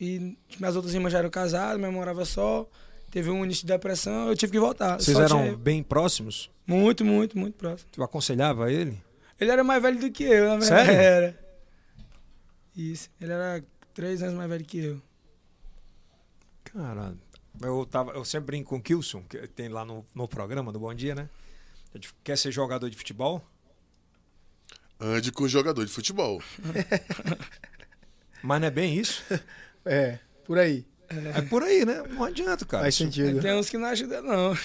Speaker 3: E minhas outras irmãs já eram casadas, minha mãe morava só. Teve um início de depressão, eu tive que voltar.
Speaker 1: Vocês
Speaker 3: Só
Speaker 1: eram
Speaker 3: tinha-
Speaker 1: bem próximos?
Speaker 3: Muito, muito, muito próximo.
Speaker 1: Tu aconselhava ele?
Speaker 3: Ele era mais velho do que eu, na verdade.
Speaker 1: Sério?
Speaker 3: Era. Isso. Ele era três anos mais velho que eu.
Speaker 1: Caralho. Eu, tava, eu sempre brinco com o Kilson, que tem lá no, no programa do Bom Dia, né? Eu digo, Quer ser jogador de futebol?
Speaker 2: Ande com jogador de futebol.
Speaker 1: Mas não é bem
Speaker 3: <laughs>
Speaker 1: isso?
Speaker 4: É, por aí.
Speaker 1: É por aí, né? Não adianta, cara.
Speaker 4: Faz
Speaker 1: Isso-
Speaker 4: sentido.
Speaker 3: Tem uns que não ajudam, não.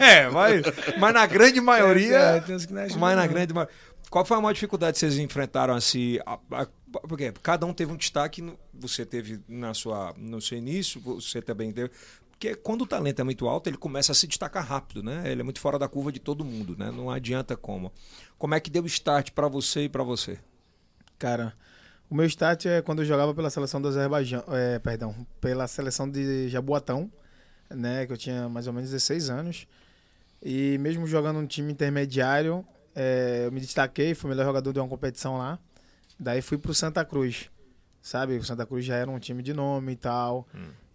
Speaker 1: <laughs> É, mas, mas na grande maioria.
Speaker 3: É, tem uns que não ajudam,
Speaker 1: mas na
Speaker 3: não.
Speaker 1: grande maioria. Qual foi a maior dificuldade que vocês enfrentaram assim? a- a- porque cada um teve um destaque, no- você teve na sua, no seu início, você também teve. Porque quando o talento é muito alto, ele começa a se destacar rápido, né? Ele é muito fora da curva de todo mundo, né? Não adianta como. Como é que deu o start pra você e pra você?
Speaker 4: Cara, o meu start é quando eu jogava pela seleção do Azerbaijão, é, perdão, pela seleção de Jaboatão, né, que eu tinha mais ou menos 16 anos. E mesmo jogando um time intermediário, é, eu me destaquei, fui o melhor jogador de uma competição lá. Daí fui pro Santa Cruz, sabe? O Santa Cruz já era um time de nome e tal.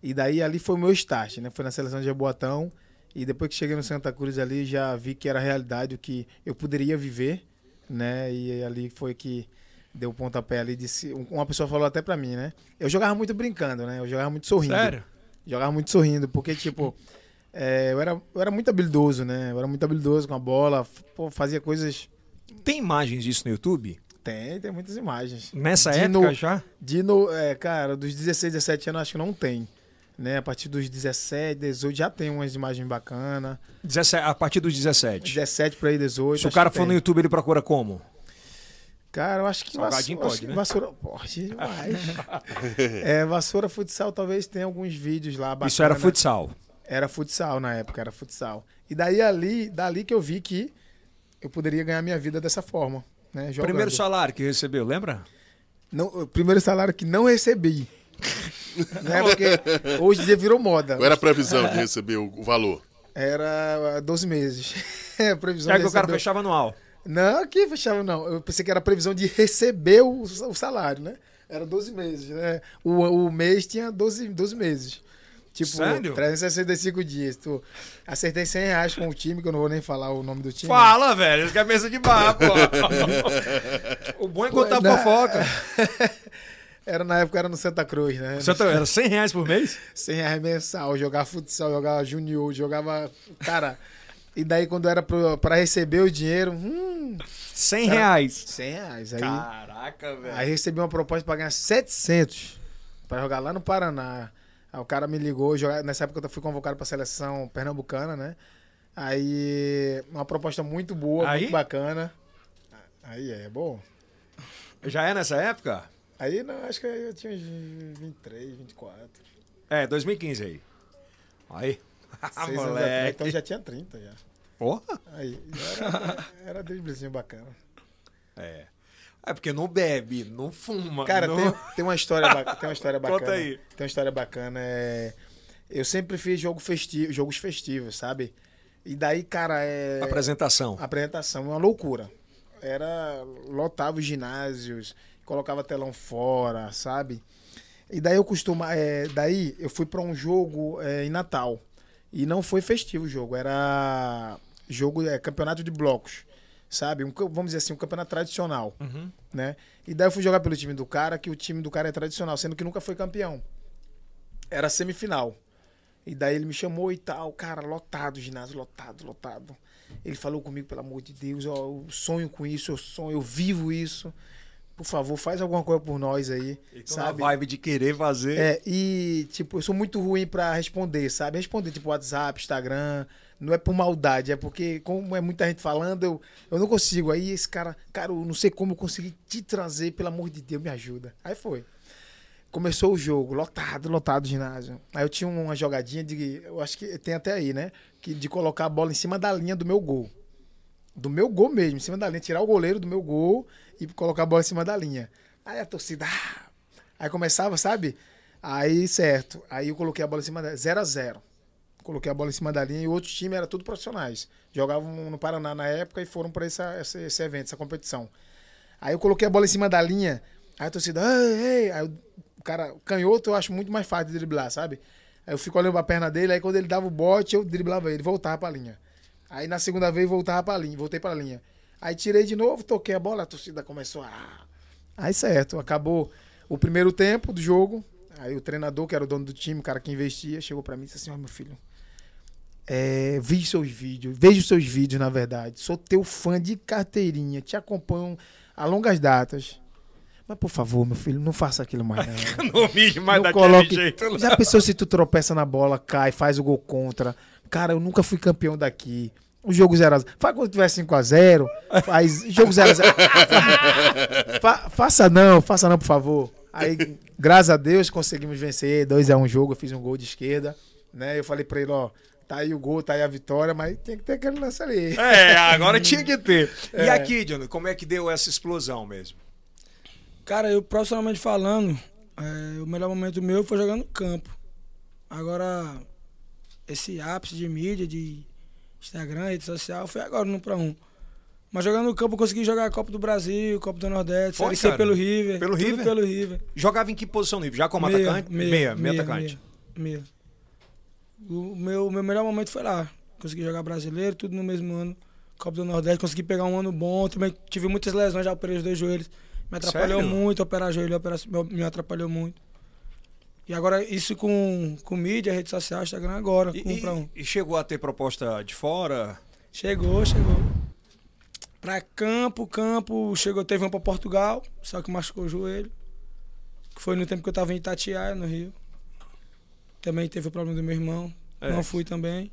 Speaker 4: E daí ali foi o meu start, né? Foi na seleção de Jaboatão. E depois que cheguei no Santa Cruz ali, já vi que era realidade o que eu poderia viver, né? E ali foi que deu o pontapé ali. Disse, uma pessoa falou até pra mim, né? Eu jogava muito brincando, né? Eu jogava muito sorrindo. Jogava muito sorrindo, porque, tipo, é, eu, era, eu era muito habilidoso, né? Eu era muito habilidoso com a bola, f- pô, fazia coisas.
Speaker 1: Tem imagens disso no YouTube?
Speaker 4: Tem, tem muitas imagens.
Speaker 1: Nessa
Speaker 4: De
Speaker 1: época
Speaker 4: novo.
Speaker 1: já?
Speaker 4: De no, é, cara, dos 16, 17 anos, acho que não tem. Né? A partir dos 17, 18, já tem umas imagens bacanas.
Speaker 1: 17, a partir dos 17.
Speaker 4: 17 pra aí, 18.
Speaker 1: Se o
Speaker 4: acho
Speaker 1: cara
Speaker 4: que
Speaker 1: for no
Speaker 4: tem.
Speaker 1: YouTube, ele procura como?
Speaker 4: Cara, eu acho que
Speaker 1: Salgadinho
Speaker 4: vassoura,
Speaker 1: pode,
Speaker 4: acho que
Speaker 1: né?
Speaker 4: vassoura pode demais.
Speaker 1: <laughs>
Speaker 4: é, vassoura futsal talvez tenha alguns vídeos lá bacanas.
Speaker 1: Isso era futsal.
Speaker 4: Era futsal na época, era futsal. E daí ali, dali que eu vi que eu poderia ganhar minha vida dessa forma, né? jogando.
Speaker 1: Primeiro salário que recebeu, lembra?
Speaker 4: Não, o primeiro salário que não
Speaker 1: <laughs>
Speaker 4: recebi. né? Porque hoje em dia virou moda.
Speaker 2: Qual era a previsão
Speaker 1: É.
Speaker 2: de receber o o valor?
Speaker 4: Era ah, 12 meses. <laughs> É, previsão
Speaker 1: Já
Speaker 4: de
Speaker 1: que o cara
Speaker 4: receber-
Speaker 1: fechava anual.
Speaker 4: Não, que fechava não. Eu pensei que era a previsão de receber o, o salário, né? Era 12 meses, né? O, o mês tinha 12, 12 meses. Tipo,
Speaker 1: Sério?
Speaker 4: 365 dias. Tu, acertei 100 reais com o time, que eu não vou nem falar o nome do time. né?
Speaker 1: Fala, velho. Cabeça de barro,
Speaker 4: <laughs>
Speaker 1: o bom é contar
Speaker 4: Não.
Speaker 1: fofoca.
Speaker 4: né? Era na época, era no Santa Cruz, né?
Speaker 1: Você tá- era 100 reais por mês?
Speaker 4: 100 reais mensal, jogava futsal, jogava junior, jogava... Cara, e daí quando era pro- pra receber o dinheiro, hum,
Speaker 1: 100 reais.
Speaker 4: 100 reais. Aí...
Speaker 1: Caraca,
Speaker 4: Aí recebi uma proposta pra ganhar 700 pra jogar lá no Paraná. Aí o cara me ligou, jogar, nessa época eu fui convocado pra seleção pernambucana, né? Aí uma proposta muito boa,
Speaker 1: Aí?
Speaker 4: muito bacana. Aí é bom.
Speaker 1: Já é nessa época?
Speaker 4: Aí não, acho que eu tinha uns 23, 24.
Speaker 1: É, 2015 aí. Aí. <laughs> Ah,
Speaker 4: seis anos atrás, então já tinha 30 já.
Speaker 1: Porra.
Speaker 4: Aí, já era, era
Speaker 1: <laughs>
Speaker 4: driblezinho bacana.
Speaker 1: É. É porque não bebe, não fuma.
Speaker 4: Cara,
Speaker 1: não...
Speaker 4: tem, tem uma história, ba- tem uma
Speaker 1: <laughs>
Speaker 4: história
Speaker 1: Conta
Speaker 4: bacana.
Speaker 1: aí.
Speaker 4: Tem uma história bacana. é, Eu sempre fiz jogo festivo, jogos festivos, sabe? E daí, cara, é.
Speaker 1: Apresentação.
Speaker 4: A apresentação é uma loucura. Era lotava os ginásios, colocava telão fora, sabe? E daí eu costumo, é, daí eu fui pra um jogo é, em Natal e não foi festivo o jogo, era jogo é, campeonato de blocos, sabe? Um, ca- vamos dizer assim, um campeonato tradicional, né? E daí eu fui jogar pelo time do cara, que o time do cara é tradicional, sendo que nunca foi campeão. Era semifinal. E daí ele me chamou e tal, cara, lotado, ginásio, lotado, lotado. Ele falou comigo, pelo amor de Deus, ó, eu sonho com isso, eu sonho, eu vivo isso. Por favor, faz alguma coisa por nós aí,
Speaker 1: Então, na
Speaker 4: sabe?
Speaker 1: vibe de querer fazer.
Speaker 4: É, e, tipo, eu sou muito ruim pra responder, sabe? Responder, tipo, WhatsApp, Instagram. Não é por maldade, é porque, como é muita gente falando, eu, eu não consigo. Aí esse cara, cara, eu não sei como eu consegui te trazer, pelo amor de Deus, me ajuda. Aí foi. Começou o jogo, lotado, lotado o ginásio. Aí eu tinha uma jogadinha de. Eu acho que tem até aí, né? Que de colocar a bola em cima da linha do meu gol. Do meu gol mesmo, em cima da linha. Tirar o goleiro do meu gol e colocar a bola em cima da linha. Aí a torcida. ah! Aí começava, sabe? Aí, certo. Aí eu coloquei a bola em cima da. 0 a 0 Coloquei a bola em cima da linha e o outro time era tudo profissionais. Jogavam no Paraná na época e foram para essa, essa- esse evento, essa competição. Aí eu coloquei a bola em cima da linha, aí a torcida, ei, ei. Aí o cara, canhoto eu acho muito mais fácil de driblar, sabe? Aí eu fico olhando pra perna dele, aí quando ele dava o bote, eu driblava ele, voltava pra linha. Aí na segunda vez voltava pra linha, voltei pra linha. Aí tirei de novo, toquei a bola, a torcida começou a. Aí certo, acabou o primeiro tempo do jogo. Aí o treinador, que era o dono do time, o cara que investia, chegou pra mim e disse assim: Ó, meu filho, é, vi seus vídeos, vejo seus vídeos, na verdade. Sou teu fã de carteirinha, te acompanho a longas datas. Mas, por favor, meu filho, não faça aquilo mais. não.
Speaker 1: <laughs> Não mije mais
Speaker 4: Não
Speaker 1: daquele
Speaker 4: coloque-
Speaker 1: jeito. não.
Speaker 4: Já pensou se tu tropeça na bola, cai, faz o gol contra? Cara, eu nunca fui campeão daqui. O jogo 0x0. Faz quando tiver 5x0. Faz jogo 0x0.
Speaker 1: <laughs>
Speaker 4: faça não, faça não, por favor. Aí, graças a Deus, conseguimos vencer 2x1 jogo. Eu fiz um gol de esquerda. Né? Eu falei pra ele, ó, tá aí o gol, tá aí a vitória, mas tem que ter aquele lance ali.
Speaker 1: É, agora tinha que ter. E aqui, Jonathan, como é que deu essa explosão mesmo?
Speaker 3: Cara, eu profissionalmente falando, é, o melhor momento meu foi jogando no campo. Agora, esse ápice de mídia, de Instagram, rede social, foi agora no pra um. Mas jogando no campo, eu consegui jogar a Copa do Brasil, Copa do Nordeste,
Speaker 1: Foi,
Speaker 3: Série C
Speaker 1: cara?
Speaker 3: pelo River.
Speaker 1: Pelo
Speaker 3: tudo
Speaker 1: River?
Speaker 3: Pelo River.
Speaker 1: Jogava em que posição nível? Já como atacante? meia, atacante.
Speaker 3: Meia. O meu, meu melhor momento foi lá. Consegui jogar brasileiro, tudo no mesmo ano. Copa do Nordeste, consegui pegar um ano bom. Também tive muitas lesões, já operei os dois joelhos. Me atrapalhou
Speaker 1: Sério?
Speaker 3: muito, operar joelho operar, me me atrapalhou muito. E agora isso com, com mídia, rede social, Instagram agora,
Speaker 1: E-
Speaker 3: com um pra um.
Speaker 1: E, e chegou a ter proposta de fora?
Speaker 3: Chegou, chegou. Pra campo, campo, chegou, teve um pra Portugal, só que machucou o joelho. Que foi no tempo que eu tava em Itatiaia, no Rio. Também teve o problema do meu irmão.
Speaker 1: É.
Speaker 3: Não fui também.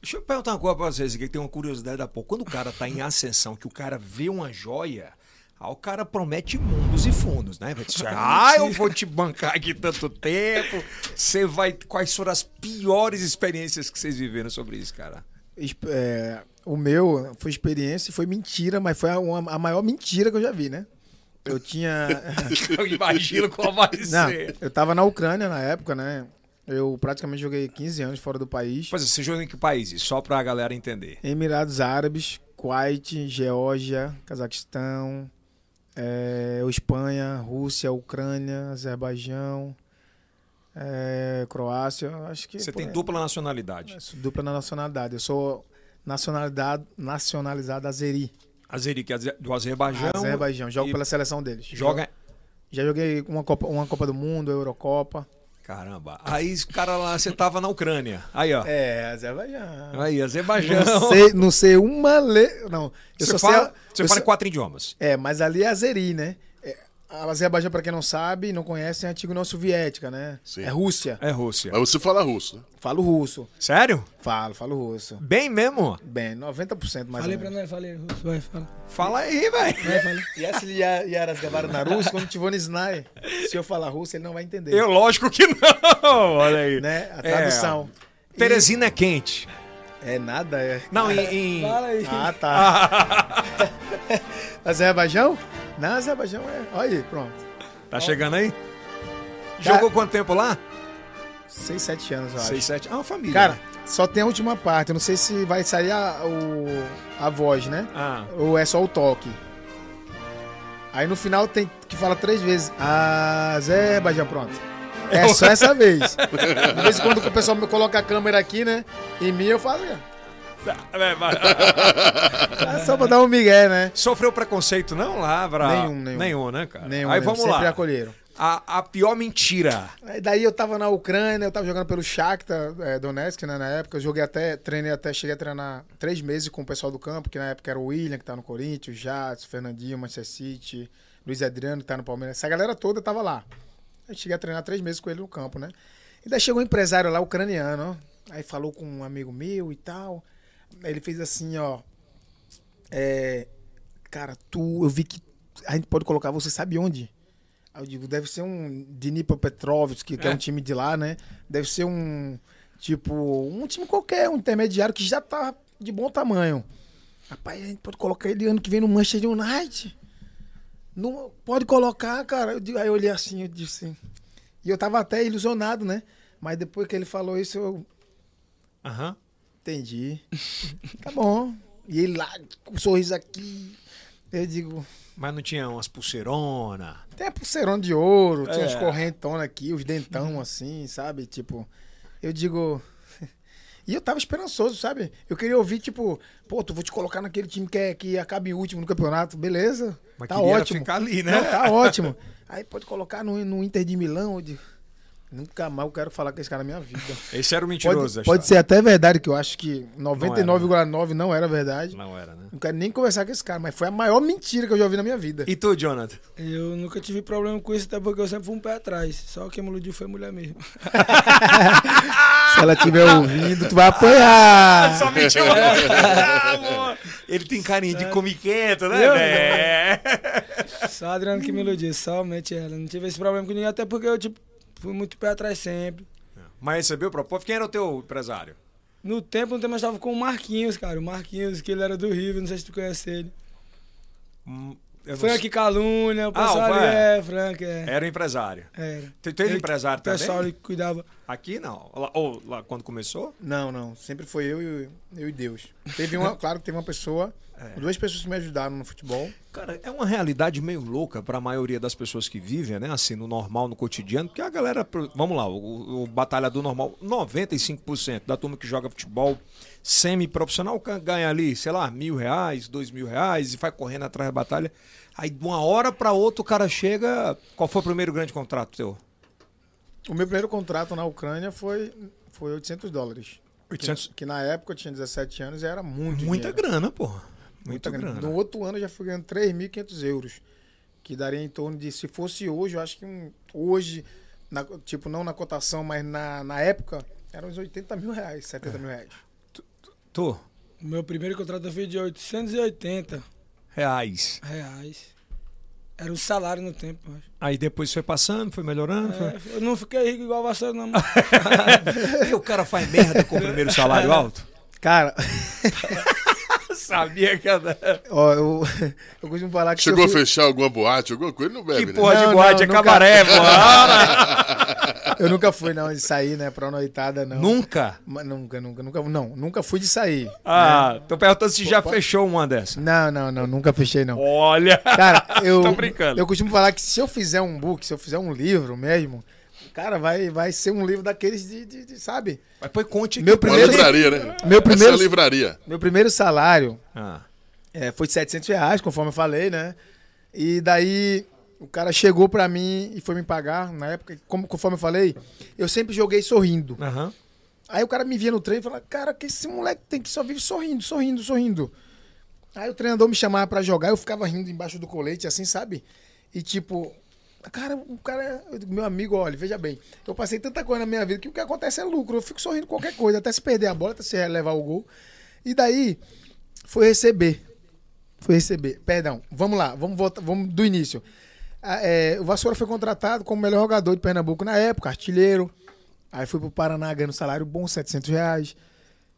Speaker 1: Deixa eu perguntar uma coisa pra vocês aqui, que tem uma curiosidade da pouco. Quando o cara tá em ascensão, que o cara vê uma joia, aí o cara promete mundos e fundos, né? Vai dizer, ah, eu vou te bancar aqui tanto tempo. Você vai. Quais foram as piores experiências que vocês viveram sobre isso, cara? <laughs>
Speaker 4: Exp- é, o meu foi experiência, e foi mentira, mas foi a, uma- a maior mentira que eu já vi, né? Eu tinha.
Speaker 1: <laughs> Eu imagino qual vai
Speaker 4: Não,
Speaker 1: ser.
Speaker 4: eu tava na Ucrânia na época, né? Eu praticamente joguei 15 anos fora do país.
Speaker 1: Pois é, você jogou em que países? Só pra galera entender.
Speaker 4: Emirados Árabes, Kuwait, Geórgia, Cazaquistão, eh, Espanha, Rússia, Ucrânia, Azerbaijão, eh, Croácia. eu Acho que
Speaker 1: Você
Speaker 4: pô,
Speaker 1: tem
Speaker 4: é-
Speaker 1: dupla nacionalidade.
Speaker 4: é su- dupla na nacionalidade. Eu sou nacionalidade nacionalizado azeri.
Speaker 1: Azeri, que é do Azerbaijão.
Speaker 4: Azerbaijão. Jogo
Speaker 1: e-
Speaker 4: pela seleção deles.
Speaker 1: Joga.
Speaker 4: Já joguei uma Copa, uma Copa do Mundo, Eurocopa.
Speaker 1: Caramba. Aí, esse cara lá, você tava na Ucrânia. Aí, ó.
Speaker 4: É, Azerbaijão.
Speaker 1: Aí, Azerbaijão.
Speaker 4: Não
Speaker 1: <laughs>
Speaker 4: sei, <laughs> não sei uma le... Não, eu
Speaker 1: você
Speaker 4: só
Speaker 1: fala,
Speaker 4: sei.
Speaker 1: você
Speaker 4: eu
Speaker 1: fala
Speaker 4: só-
Speaker 1: em quatro idiomas.
Speaker 4: É, mas ali é Azeri, né? É, a Azerbaijão, pra quem não sabe, não conhece, é antigo União Soviética, né?
Speaker 2: Sim.
Speaker 4: É Rússia.
Speaker 1: É Rússia.
Speaker 2: Mas você fala russo, né?
Speaker 4: Falo russo.
Speaker 1: Sério?
Speaker 4: Falo, falo russo.
Speaker 1: Bem mesmo?
Speaker 4: Bem, 90% mais
Speaker 3: falei
Speaker 4: ou
Speaker 3: pra
Speaker 4: menos.
Speaker 3: nós, falei, Russo, vai, fala.
Speaker 1: Fala aí, velho.
Speaker 3: Vai, fala.
Speaker 4: Если я, я разговариваю на русском, ничего не знаю. Se eu falar russo, ele não vai entender.
Speaker 1: Eu, lógico que não. <laughs> Olha aí.
Speaker 4: Né? A tradução.
Speaker 1: É, Teresina é quente.
Speaker 4: É nada, é...
Speaker 1: Não, em. em-
Speaker 3: Fala aí.
Speaker 4: Ah, tá. Ah. Azerbaijão? Não, Azerbaijão é... Olha aí, pronto.
Speaker 1: <laughs> Tá chegando aí?
Speaker 4: Tá.
Speaker 1: Jogou quanto tempo lá?
Speaker 4: 6, 7 anos, eu acho.
Speaker 1: Seis, sete. Ah, uma família.
Speaker 4: Cara, só tem a última parte. Eu não sei se vai sair a, o- a voz, né?
Speaker 1: Ah.
Speaker 4: Ou é só o toque. Aí no final tem que falar três vezes. Azerbaijão, pronto. É
Speaker 1: <laughs>
Speaker 4: só essa vez. De vez em quando que o pessoal me coloca a câmera aqui, né? Em mim eu falo. "É, É só pra dar um migué, né?
Speaker 1: Sofreu preconceito não lá, pra...
Speaker 4: Nenhum, nenhum.
Speaker 1: né, cara?
Speaker 4: Nenhum,
Speaker 1: aí
Speaker 4: nenhum.
Speaker 1: vamos
Speaker 4: Sempre
Speaker 1: lá.
Speaker 4: acolheram.
Speaker 1: A, a pior mentira.
Speaker 4: Aí É, daí eu tava na Ucrânia, eu tava jogando pelo Shakhtar é, Donetsk, né, na época. Eu joguei até, treinei até, cheguei a treinar três meses com o pessoal do campo, que na época era o William, que tá no Corinthians, o Jadson, Fernandinho, Manchester City, Luiz Adriano, que tá no Palmeiras. Essa galera toda tava lá. Eu cheguei a treinar três meses com ele no campo, né? E daí chegou um empresário lá, ucraniano, ó. Aí falou com um amigo meu e tal. Aí ele fez assim, ó. É, cara, tu, eu vi que a gente pode colocar, você sabe onde? Aí eu digo, deve ser um Dnipro Petrovsk, que é. um time de lá, né? Deve ser um, tipo, um time qualquer, um intermediário que já tá de bom tamanho. Rapaz, a gente pode colocar ele ano que vem no Manchester United. Não, pode colocar, cara. Eu digo- aí eu olhei assim, eu disse... E eu tava até ilusionado, né? Mas depois que ele falou isso, eu
Speaker 1: Aham.
Speaker 4: entendi. tá bom. E ele lá, com um sorriso aqui. Eu digo...
Speaker 1: Mas não tinha umas pulseironas.
Speaker 4: Tem a pulseirona de ouro, tinha uns
Speaker 1: É.
Speaker 4: correntona aqui,
Speaker 1: <laughs>
Speaker 4: os dentão assim, sabe? Tipo, eu digo. <laughs> E eu tava esperançoso, sabe? Eu queria ouvir, tipo, pô, tu vou te colocar naquele time que, é, que acabe em último no campeonato, beleza?
Speaker 1: Mas
Speaker 4: tá
Speaker 1: queria era
Speaker 4: ótimo.
Speaker 1: <laughs> ficar ali, né?
Speaker 4: Não, tá ótimo. Aí pode colocar no, no Inter de Milão. Eu digo, Nunca mais eu quero falar com esse cara na minha
Speaker 1: <laughs>
Speaker 4: vida.
Speaker 1: Esse era o mentiroso,
Speaker 4: Pode, pode
Speaker 1: acho.
Speaker 4: ser até verdade, que eu acho que 99,9 não era verdade.
Speaker 1: né? Não era, né?
Speaker 4: Não quero nem conversar com esse cara, mas foi a maior mentira que eu já ouvi na minha vida.
Speaker 1: E tu,
Speaker 4: <laughs>
Speaker 1: Jonathan?
Speaker 3: Eu nunca tive problema com isso, até porque eu sempre fui um pé atrás. Só quem me iludiu foi mulher mesmo.
Speaker 4: <laughs> Se ela tiver ouvindo, tu vai apanhar.
Speaker 1: Só mentiroso. Ah, boa. Ele tem carinha
Speaker 4: É.
Speaker 1: de comiquento, né,
Speaker 3: Eu?
Speaker 1: velho? É.
Speaker 3: Só a Adriana que me iludiu, somente ela. Não tive esse problema com ninguém, até porque eu tipo, fui muito pé atrás sempre.
Speaker 1: Mas recebeu proposta. Quem era o teu empresário?
Speaker 3: No tempo, no tempo, eu estava com o Marquinhos, cara. O Marquinhos, que ele era do River, não sei se tu conhece ele.
Speaker 1: Hum, eu não sei.
Speaker 3: Frank Calúnia, o pessoal
Speaker 1: Ah, o
Speaker 3: ali
Speaker 1: Fran.
Speaker 3: é, Frank, é.
Speaker 1: Era o empresário.
Speaker 3: Era.
Speaker 1: Tu teve
Speaker 3: Ele-
Speaker 1: empresário
Speaker 3: O pessoal
Speaker 1: também?
Speaker 3: ali que cuidava.
Speaker 1: Aqui não. Lá- Ou lá quando começou?
Speaker 4: Não, não. Sempre foi eu e, eu e Deus. Teve uma, claro que teve uma pessoa, duas pessoas que me ajudaram no futebol.
Speaker 1: Cara, é uma realidade meio louca para a maioria das pessoas que vivem, né? Assim, no normal, no cotidiano, porque a galera, pro- vamos lá, o, o batalhador normal, 95% da turma que joga futebol semi-profissional ca- ganha ali, sei lá, mil reais, dois mil reais e vai correndo atrás da batalha. Aí de uma hora para outra o cara chega. Qual foi o primeiro grande contrato teu?
Speaker 4: O meu primeiro contrato na Ucrânia foi, foi 800 dólares.
Speaker 1: 800?
Speaker 4: Que, que na época eu tinha 17 anos e era muito
Speaker 1: Muita
Speaker 4: dinheiro.
Speaker 1: grana, porra. Muita, grana.
Speaker 4: No outro ano eu já fui ganhando 3.500 euros. Que daria em torno de, se fosse hoje, eu acho que um- hoje, na- tipo, não na cotação, mas na, na época, eram uns 80 mil reais, 70 mil reais.
Speaker 1: Tu,
Speaker 3: Meu primeiro contrato foi de 880
Speaker 1: reais.
Speaker 3: reais. Era o salário no tempo,
Speaker 1: <laughs>
Speaker 3: eu acho.
Speaker 1: Aí depois foi passando, foi melhorando. foi-
Speaker 3: É, eu não fiquei rico igual a vassoura, não. mas
Speaker 1: Aí o cara faz merda com o primeiro <laughs> salário alto?
Speaker 4: Cara,
Speaker 1: Sabia que era.
Speaker 4: ó, eu, <laughs> eu costumo falar que. se
Speaker 2: Chegou a
Speaker 4: eu fui-
Speaker 2: fechar alguma boate, alguma coisa, não bebe,
Speaker 1: Que
Speaker 2: né?
Speaker 1: porra de
Speaker 4: Não,
Speaker 1: boate, é
Speaker 4: não, nunca- <laughs>
Speaker 1: cabaré, porra.
Speaker 4: Eu nunca fui, não, de sair, né, pra noitada, não.
Speaker 1: Nunca?
Speaker 4: Mas Nunca, nunca, nunca. Não, nunca fui de sair.
Speaker 1: Ah,
Speaker 4: Né?
Speaker 1: tô perguntando se já fechou uma dessa.
Speaker 4: Não, não, não, nunca fechei, não.
Speaker 1: Olha.
Speaker 4: Cara, eu.
Speaker 1: <laughs> Tô brincando.
Speaker 4: Eu costumo falar que se eu fizer um book, se eu fizer um livro mesmo, cara, vai, vai ser um livro daqueles de. de- de- sabe?
Speaker 1: Mas põe conte aqui.
Speaker 4: Meu
Speaker 2: Uma
Speaker 4: primeiro-
Speaker 2: livraria, né?
Speaker 4: Meu primeiro-
Speaker 2: Essa é a livraria.
Speaker 4: Meu primeiro salário
Speaker 1: Ah,
Speaker 4: é, foi de 700 reais, conforme eu falei, né? E daí o cara chegou pra mim e foi me pagar. Na época, como, conforme eu falei, eu sempre joguei sorrindo.
Speaker 1: aham.
Speaker 4: Aí o cara me via no treino e falava, cara, que esse moleque tem que só vive sorrindo, sorrindo, sorrindo. Aí o treinador me chamava pra jogar, eu ficava rindo embaixo do colete, assim, sabe? E tipo, cara, o cara, eu digo, meu amigo, olha, veja bem, eu passei tanta coisa na minha vida que o que acontece é lucro, eu fico sorrindo qualquer coisa, até se perder a bola, até se levar o gol. E daí, foi receber. Foi receber. Perdão, vamos lá, vamos voltar, vamos do início. Ah, é, o Vassoura foi contratado como melhor jogador de Pernambuco na época, artilheiro. Aí fui pro Paraná ganhando salário bom, 700 reais.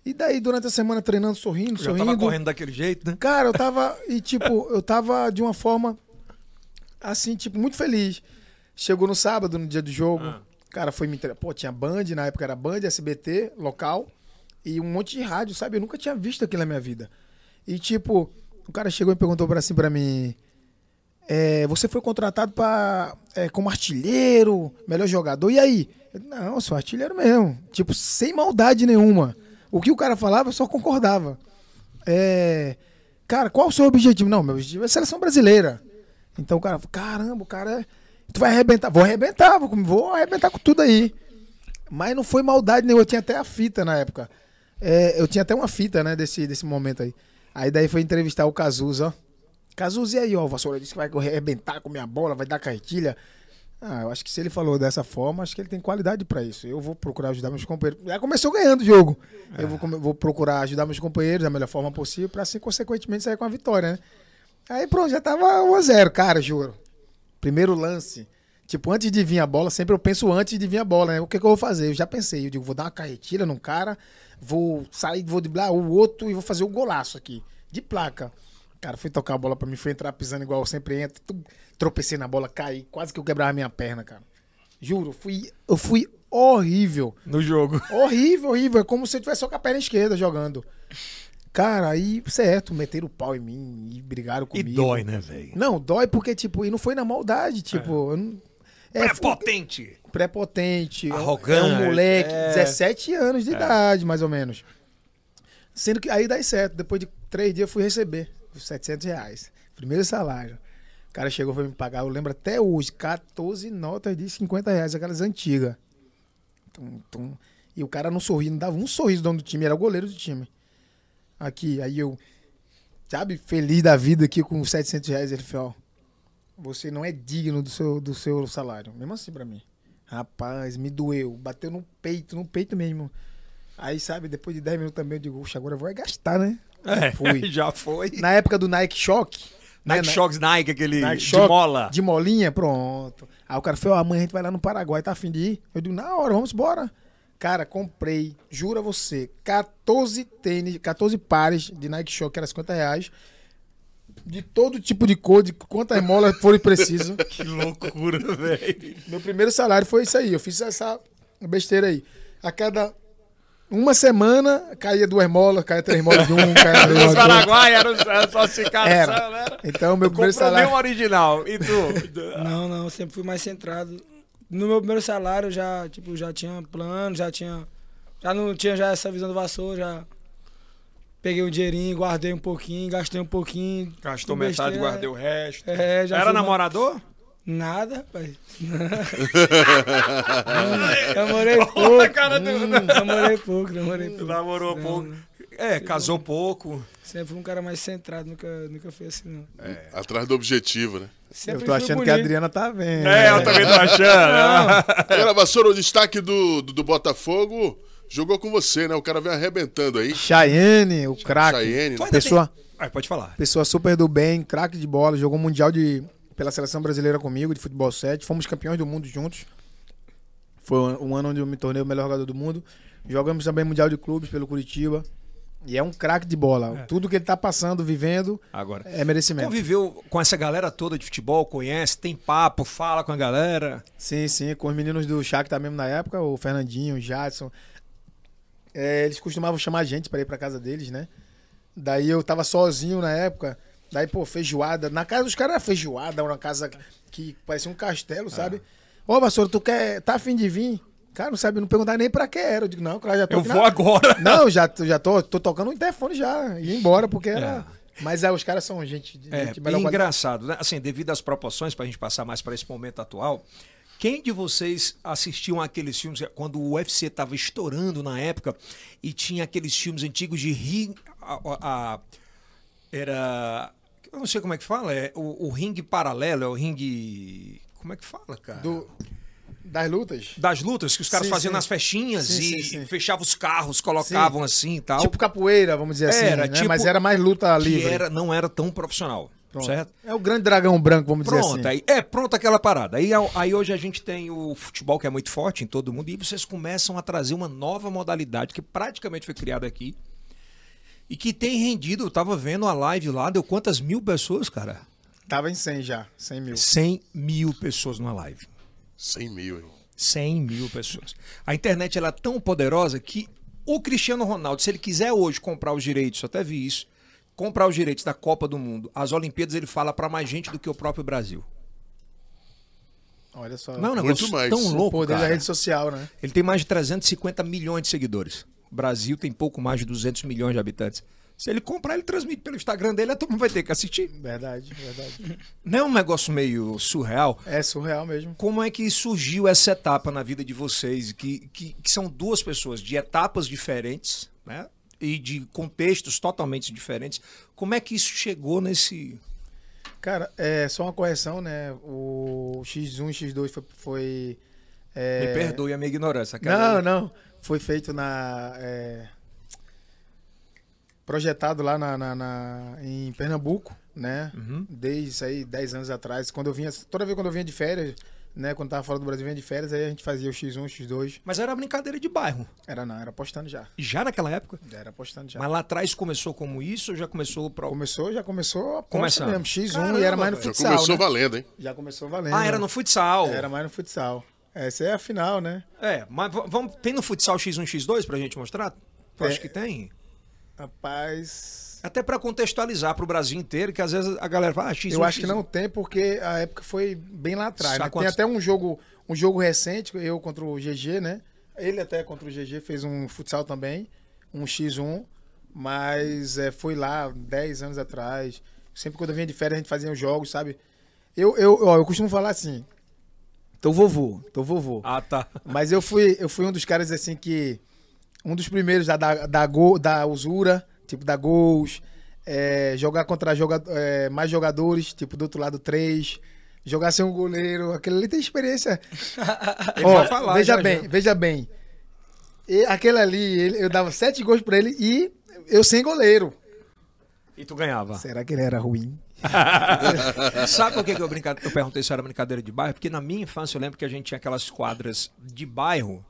Speaker 4: E daí, durante a semana, treinando, sorrindo,
Speaker 1: Já
Speaker 4: sorrindo.
Speaker 1: tava correndo daquele jeito, né?
Speaker 4: Cara, eu tava. E tipo, eu tava de uma forma. Assim, tipo, muito feliz. Chegou no sábado, no dia do jogo. Cara, foi me entre... Pô, tinha Band, na época era Band, SBT, local. E um monte de rádio, sabe? Eu nunca tinha visto aquilo na minha vida. E tipo, o cara chegou e perguntou pra- assim pra mim. É, você foi contratado pra, é, como artilheiro, melhor jogador, e aí? Eu, não, eu sou artilheiro mesmo. Tipo, sem maldade nenhuma. O que o cara falava, eu só concordava. É, cara, qual o seu objetivo? Não, meu objetivo é seleção brasileira. Então o cara fala, caramba, o cara, é- tu vai arrebentar. Vou arrebentar, vou, vou arrebentar com tudo aí. Mas não foi maldade nenhuma, eu tinha até a fita na época. É, eu tinha até uma fita, né, desse, desse momento aí. Aí daí foi entrevistar o Cazuza, ó. Cazuza, e aí, ó, o Vassoura disse que vai arrebentar com minha bola, vai dar cartilha. Ah, eu acho que se ele falou dessa forma, acho que ele tem qualidade pra isso. Eu vou procurar ajudar meus companheiros. Já começou ganhando o jogo. Eu vou, come- vou procurar ajudar meus companheiros da melhor forma possível, pra assim, consequentemente, sair com a vitória, né? Aí pronto, já tava 1x0, cara, juro. Primeiro lance. Tipo, antes de vir a bola, sempre eu penso antes de vir a bola, né? O que, que eu vou fazer? Eu já pensei, eu digo, vou dar uma carretilha num cara, vou sair, vou driblar o outro e vou fazer o golaço aqui, de placa. Cara, fui tocar a bola pra mim, fui entrar pisando igual eu sempre entro, tum, tropecei na bola, caí, quase que eu quebrava a minha perna, cara. Juro, fui, eu fui horrível.
Speaker 1: No jogo.
Speaker 4: Horrível, horrível. É como se eu tivesse só com a perna esquerda jogando. Cara, aí, certo, meteram o pau em mim e brigaram
Speaker 1: E
Speaker 4: comigo.
Speaker 1: dói, né, velho?
Speaker 4: Não, dói porque, tipo, e não foi na maldade, tipo. eu não- É,
Speaker 1: É
Speaker 4: fu-
Speaker 1: potente.
Speaker 4: prepotente, é um-
Speaker 1: Arrogante,
Speaker 4: É um moleque,
Speaker 1: é.
Speaker 4: 17 anos de idade, mais ou menos. Sendo que aí dá certo. Depois de três dias eu fui receber os 700 reais. Primeiro salário. O cara chegou pra me pagar, eu lembro até hoje, 14 notas de 50 reais, aquelas antigas. tum, tum. E o cara não sorria, não dava um sorriso, o dono do time, era o goleiro do time. Aqui, aí eu, sabe, feliz da vida aqui com 700 reais, ele falou, ó, você não é digno do seu, do seu salário. Mesmo assim pra mim. Rapaz, me doeu, bateu no peito, no peito mesmo. Aí, sabe, depois de 10 minutos também eu digo, "Oxe, agora eu vou é
Speaker 1: <laughs>
Speaker 4: gastar, né?
Speaker 1: É,
Speaker 4: <laughs> Fui.
Speaker 1: já foi.
Speaker 4: Na época do Nike Shock, né,
Speaker 1: Nike
Speaker 4: na-
Speaker 1: Shocks, Nike, aquele
Speaker 4: Nike
Speaker 1: de
Speaker 4: Shock,
Speaker 1: mola.
Speaker 4: De molinha, pronto. Aí o cara falou, ó, amanhã a gente vai lá no Paraguai, tá afim de ir? Eu digo, na hora, vamos embora. Cara, comprei, jura você, 14 tênis, 14 pares de Nike Shock, que era 50 reais. De todo tipo de cor, de quantas molas forem
Speaker 1: <laughs>
Speaker 4: preciso.
Speaker 1: Que loucura, <laughs> velho.
Speaker 4: Meu primeiro salário foi isso aí. Eu fiz essa besteira aí. A cada uma semana, caía duas molas, caía três molas de
Speaker 1: <laughs>
Speaker 4: um, caía três molas
Speaker 1: Os né?
Speaker 4: de outro.
Speaker 1: Paraguai eram era só cicação,
Speaker 4: Era.
Speaker 1: era.
Speaker 4: Então, meu
Speaker 1: Comprou
Speaker 4: primeiro salário...
Speaker 1: nenhum original. E
Speaker 4: <laughs>
Speaker 1: tu?
Speaker 3: Não, não, eu sempre fui mais centrado. No meu primeiro salário eu já, tipo, já tinha plano, já tinha. Já não tinha já essa visão do vassoura, já peguei um dinheirinho, guardei um pouquinho, gastei um pouquinho.
Speaker 1: Gastou
Speaker 3: Com besteira,
Speaker 1: metade, guardei um- o resto.
Speaker 3: É, já
Speaker 1: Era
Speaker 4: né?
Speaker 3: fui-
Speaker 1: namorador?
Speaker 3: Nada, pai.
Speaker 1: <laughs>
Speaker 3: namorei pouco.
Speaker 1: a cara do- Hum, tá
Speaker 3: Namorei pouco, namorei pouco.
Speaker 1: Namorou
Speaker 3: Não,
Speaker 1: pouco.
Speaker 3: não.
Speaker 1: É, casou pouco.
Speaker 3: Sempre fui um cara mais centrado, nunca, nunca fui assim, não.
Speaker 2: Atrás do objetivo, né?
Speaker 4: Eu
Speaker 3: Sempre
Speaker 4: tô
Speaker 3: fui
Speaker 4: achando que
Speaker 3: bonito.
Speaker 4: a Adriana tá vendo.
Speaker 1: É, eu também tô achando. Ah.
Speaker 2: Agora, Vassoura, o destaque do, do, do Botafogo jogou com você, né? O cara vem arrebentando aí.
Speaker 4: Cheyenne, o craque.
Speaker 2: Chayenne, né?
Speaker 1: Ainda
Speaker 4: Pessoa...
Speaker 1: Ah, pode falar.
Speaker 4: Pessoa super do bem, craque de bola, jogou mundial de pela seleção brasileira comigo de futebol 7, fomos campeões do mundo juntos. Foi um- um ano onde eu me tornei o melhor jogador do mundo. Jogamos também mundial de clubes pelo Curitiba. E é um craque de bola. Tudo que ele tá passando, vivendo,
Speaker 1: Agora.
Speaker 4: é merecimento.
Speaker 1: Conviveu com essa galera toda de futebol, conhece, tem papo, fala com a galera.
Speaker 4: Sim, sim, com os meninos do Shakhtar mesmo na época, o Fernandinho, o Jadson. É, eles costumavam chamar a gente pra ir pra casa deles, né? Daí eu tava sozinho na época. Daí, pô, feijoada. Na casa dos caras era feijoada, era uma casa que parecia um castelo, sabe?
Speaker 1: Ah.
Speaker 4: Ô, Vassoura, tu quer. Tá afim de vir? Cara, não sabe, não perguntar nem pra que era. Eu digo, não, cara, já tô
Speaker 1: Eu
Speaker 4: aqui
Speaker 1: vou
Speaker 4: na-
Speaker 1: agora.
Speaker 4: Não, já, tô- já tô, tô tocando o interfone já. E embora, porque era. Mas é, os caras são gente de
Speaker 1: É,
Speaker 4: gente de melhor
Speaker 1: e
Speaker 4: qualidade.
Speaker 1: engraçado, né? Assim, devido às proporções, pra gente passar mais pra esse momento atual, quem de vocês assistiu aqueles filmes quando o UFC tava estourando na época e tinha aqueles filmes antigos de ring. a- a- a- era. Eu não sei como é que fala, é o, o ringue paralelo, é o ringue. Como é que fala, cara?
Speaker 4: Do- das lutas.
Speaker 1: Das lutas que os caras
Speaker 4: Sim,
Speaker 1: faziam
Speaker 4: sim.
Speaker 1: nas festinhas
Speaker 4: Sim,
Speaker 1: e
Speaker 4: sim, sim.
Speaker 1: fechavam os carros, colocavam assim e tal.
Speaker 4: Tipo capoeira, vamos dizer assim,
Speaker 1: Era,
Speaker 4: né?
Speaker 1: tipo-
Speaker 4: Mas era mais luta
Speaker 1: que
Speaker 4: livre.
Speaker 1: era, não era tão profissional,
Speaker 4: Pronto.
Speaker 1: certo?
Speaker 4: É o grande dragão branco, vamos
Speaker 1: Pronto,
Speaker 4: dizer assim.
Speaker 1: aí, é, pronto aquela parada. Aí, ao- aí hoje a gente tem o futebol que é muito forte em todo mundo e vocês começam a trazer uma nova modalidade que praticamente foi criada aqui e que tem rendido. Eu tava vendo a live lá, deu quantas mil pessoas, cara?
Speaker 4: Tava em 100 já, 100 mil.
Speaker 1: 100 mil pessoas numa live.
Speaker 2: 100 mil, hein?
Speaker 1: 100 mil pessoas. A internet ela é tão poderosa que o Cristiano Ronaldo, se ele quiser hoje comprar os direitos, eu até vi isso, comprar os direitos da Copa do Mundo, as Olimpíadas, ele fala pra mais gente do que o próprio Brasil.
Speaker 4: Olha só.
Speaker 1: Não, é um
Speaker 2: Muito
Speaker 1: negócio
Speaker 2: mais.
Speaker 1: tão
Speaker 2: O
Speaker 4: o
Speaker 1: louco,
Speaker 4: poder da
Speaker 1: cara.
Speaker 4: rede social, né?
Speaker 1: Ele tem mais de 350 milhões de seguidores. O Brasil tem pouco mais de 200 milhões de habitantes. Se ele comprar, ele transmite pelo Instagram dele, a turma vai ter que assistir.
Speaker 4: Verdade, verdade.
Speaker 1: Não é um negócio meio surreal?
Speaker 4: É surreal mesmo.
Speaker 1: Como é que surgiu essa etapa na vida de vocês, que, que, que são duas pessoas de etapas diferentes, né? E de contextos totalmente diferentes. Como é que isso chegou nesse...
Speaker 4: Cara, é só uma correção, né? O X1 e X2 foi. foi, é,
Speaker 1: Me perdoe a minha ignorância.
Speaker 4: Não,
Speaker 1: aquela-
Speaker 4: não. Foi feito na. é, projetado lá na, na- na- em Pernambuco, né?
Speaker 1: Uhum.
Speaker 4: Desde isso aí, 10 anos atrás. Quando eu vinha, toda vez quando eu vinha de férias, né? Quando tava fora do Brasil, eu vinha de férias, aí a gente fazia o X1, o X2.
Speaker 1: Mas era brincadeira de bairro.
Speaker 4: Era não, era postando já.
Speaker 1: Já naquela época?
Speaker 4: Já Era postando já.
Speaker 1: Mas lá atrás começou como isso ou já começou... Pra...
Speaker 4: Começou, já começou a posta
Speaker 1: Começando.
Speaker 4: mesmo, X1
Speaker 1: Caramba,
Speaker 4: e era mais no
Speaker 1: velho.
Speaker 2: Já
Speaker 4: futsal.
Speaker 2: começou
Speaker 4: né?
Speaker 2: valendo, hein?
Speaker 4: Já começou valendo.
Speaker 1: Ah, era no futsal.
Speaker 4: Era mais no futsal. Essa é a final, né?
Speaker 1: É, mas v- vamos, tem no futsal X1 X2 pra gente mostrar? Eu
Speaker 4: É.
Speaker 1: acho que tem.
Speaker 4: Rapaz.
Speaker 1: Até pra contextualizar pro Brasil inteiro, que às vezes a galera fala, ah, X1
Speaker 4: Eu acho que
Speaker 1: X1.
Speaker 4: não tem, porque a época foi bem lá atrás.
Speaker 1: Sabe
Speaker 4: Né? Tem
Speaker 1: quantos-
Speaker 4: até um jogo, um jogo recente, eu contra o GG, né? Ele até contra o GG fez um futsal também, um X1, mas é, foi lá 10 anos atrás. Sempre quando eu vinha de férias, a gente fazia os jogos, sabe? Eu, eu, ó, eu costumo falar assim: Tô vovô, tô vovô.
Speaker 1: Ah, tá.
Speaker 4: Mas eu fui, eu fui um dos caras assim que. Um dos primeiros da, da, da, go- da usura, tipo, da gols. é, jogar contra joga, é, mais jogadores, tipo, do outro lado três. Jogar sem um goleiro. Aquele ali tem experiência.
Speaker 1: <laughs> Ele
Speaker 4: Ó,
Speaker 1: vai falar,
Speaker 4: veja
Speaker 1: já,
Speaker 4: bem,
Speaker 1: já.
Speaker 4: veja bem. E, aquele ali, ele- eu dava sete gols pra ele e eu sem goleiro.
Speaker 1: E tu ganhava.
Speaker 4: Será que ele era ruim?
Speaker 1: <laughs> Sabe por que que eu, brinca... eu perguntei se era brincadeira de bairro? Porque na minha infância eu lembro que a gente tinha aquelas quadras de bairro,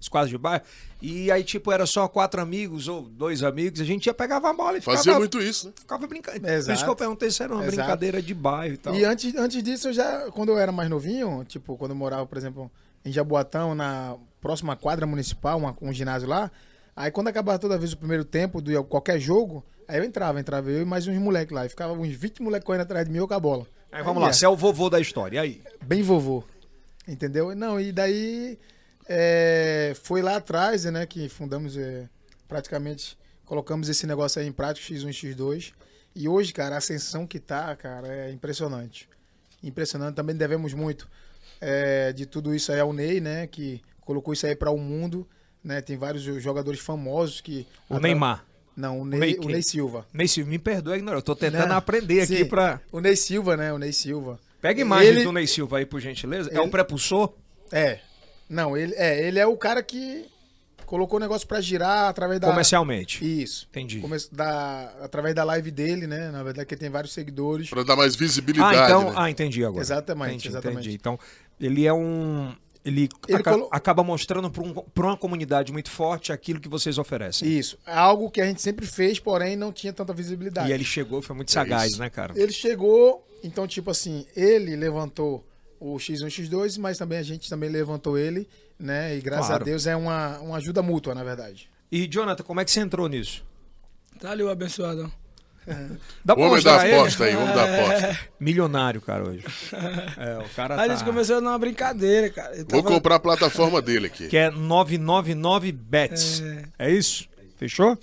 Speaker 1: as quadras de bairro, e aí, tipo, era só quatro amigos ou dois amigos, a gente ia pegava a bola e ficava,
Speaker 2: Fazia muito isso, né?
Speaker 1: ficava brincando. Por isso
Speaker 4: Exato.
Speaker 1: que eu perguntei se era uma
Speaker 4: Exato.
Speaker 1: brincadeira de bairro e tal.
Speaker 4: E antes, antes disso, eu já, quando eu era mais novinho, tipo, quando eu morava, por exemplo, em Jaboatão, na próxima quadra municipal, uma- um ginásio lá, aí quando acabava toda vez o primeiro tempo de qualquer jogo, aí eu entrava, entrava eu e mais uns moleques lá, e ficava uns 20 moleques correndo atrás de mim eu com a bola.
Speaker 1: Aí vamos lá,
Speaker 4: é,
Speaker 1: você é o vovô da história, e aí?
Speaker 4: Bem vovô, entendeu? E Não, e daí é, foi lá atrás, né, que fundamos é, praticamente, colocamos esse negócio aí em prática, X1 e X2, e hoje, cara, a ascensão que tá, cara, é impressionante impressionante. Também devemos muito eh, de tudo isso aí ao Ney, né? Que colocou isso aí para o mundo. Né? Tem vários jogadores famosos que.
Speaker 1: O Neymar.
Speaker 4: Não, o
Speaker 1: Ney
Speaker 4: Ney, o
Speaker 1: quem?
Speaker 4: Ney Silva.
Speaker 1: Ney Silva, me perdoe, não, eu tô tentando
Speaker 4: Né?
Speaker 1: aprender aqui
Speaker 4: Sim.
Speaker 1: pra...
Speaker 4: O Ney Silva, né? O Ney Silva.
Speaker 1: Pega imagens
Speaker 4: Ele-
Speaker 1: do Ney Silva aí, por gentileza. É
Speaker 4: ele-
Speaker 1: o prepulsor?
Speaker 4: É. Não, ele é, ele é o cara que colocou o negócio para girar através da.
Speaker 1: Comercialmente.
Speaker 4: Isso.
Speaker 1: Entendi.
Speaker 4: Começo da, através da live dele, né? Na verdade, que tem vários seguidores.
Speaker 2: Pra dar mais
Speaker 1: Ah,
Speaker 2: visibilidade,
Speaker 1: então.
Speaker 2: né?
Speaker 1: Ah, entendi agora.
Speaker 4: Exatamente,
Speaker 1: entendi,
Speaker 4: exatamente.
Speaker 1: entendi. Então, ele é um. Ele,
Speaker 4: Ele
Speaker 1: aca-
Speaker 4: colo-
Speaker 1: acaba mostrando para uma comunidade muito forte aquilo que vocês oferecem.
Speaker 4: Isso. É Algo que a gente sempre fez, porém não tinha tanta visibilidade.
Speaker 1: E ele chegou, foi muito sagaz,
Speaker 2: É isso.
Speaker 1: né, cara?
Speaker 4: Ele chegou, então, tipo assim, ele levantou o X1 e X2, mas também a gente também levantou ele, né? E graças
Speaker 1: Claro.
Speaker 4: a Deus é uma, uma ajuda mútua, na verdade.
Speaker 1: E, Jonathan, como é que você entrou nisso?
Speaker 3: Tá ali o abençoadão.
Speaker 1: Dá pra
Speaker 2: O homem
Speaker 1: mostrar
Speaker 2: da
Speaker 1: ele?
Speaker 2: aposta aí, o homem da
Speaker 1: É,
Speaker 2: aposta.
Speaker 1: Milionário, cara, hoje. <laughs> É, o cara
Speaker 3: Aí
Speaker 1: tá...
Speaker 3: a gente começou numa brincadeira, cara. Eu
Speaker 2: Vou
Speaker 3: tava-
Speaker 2: comprar a plataforma dele aqui.
Speaker 1: Que é 999 bets. É, isso? Fechou?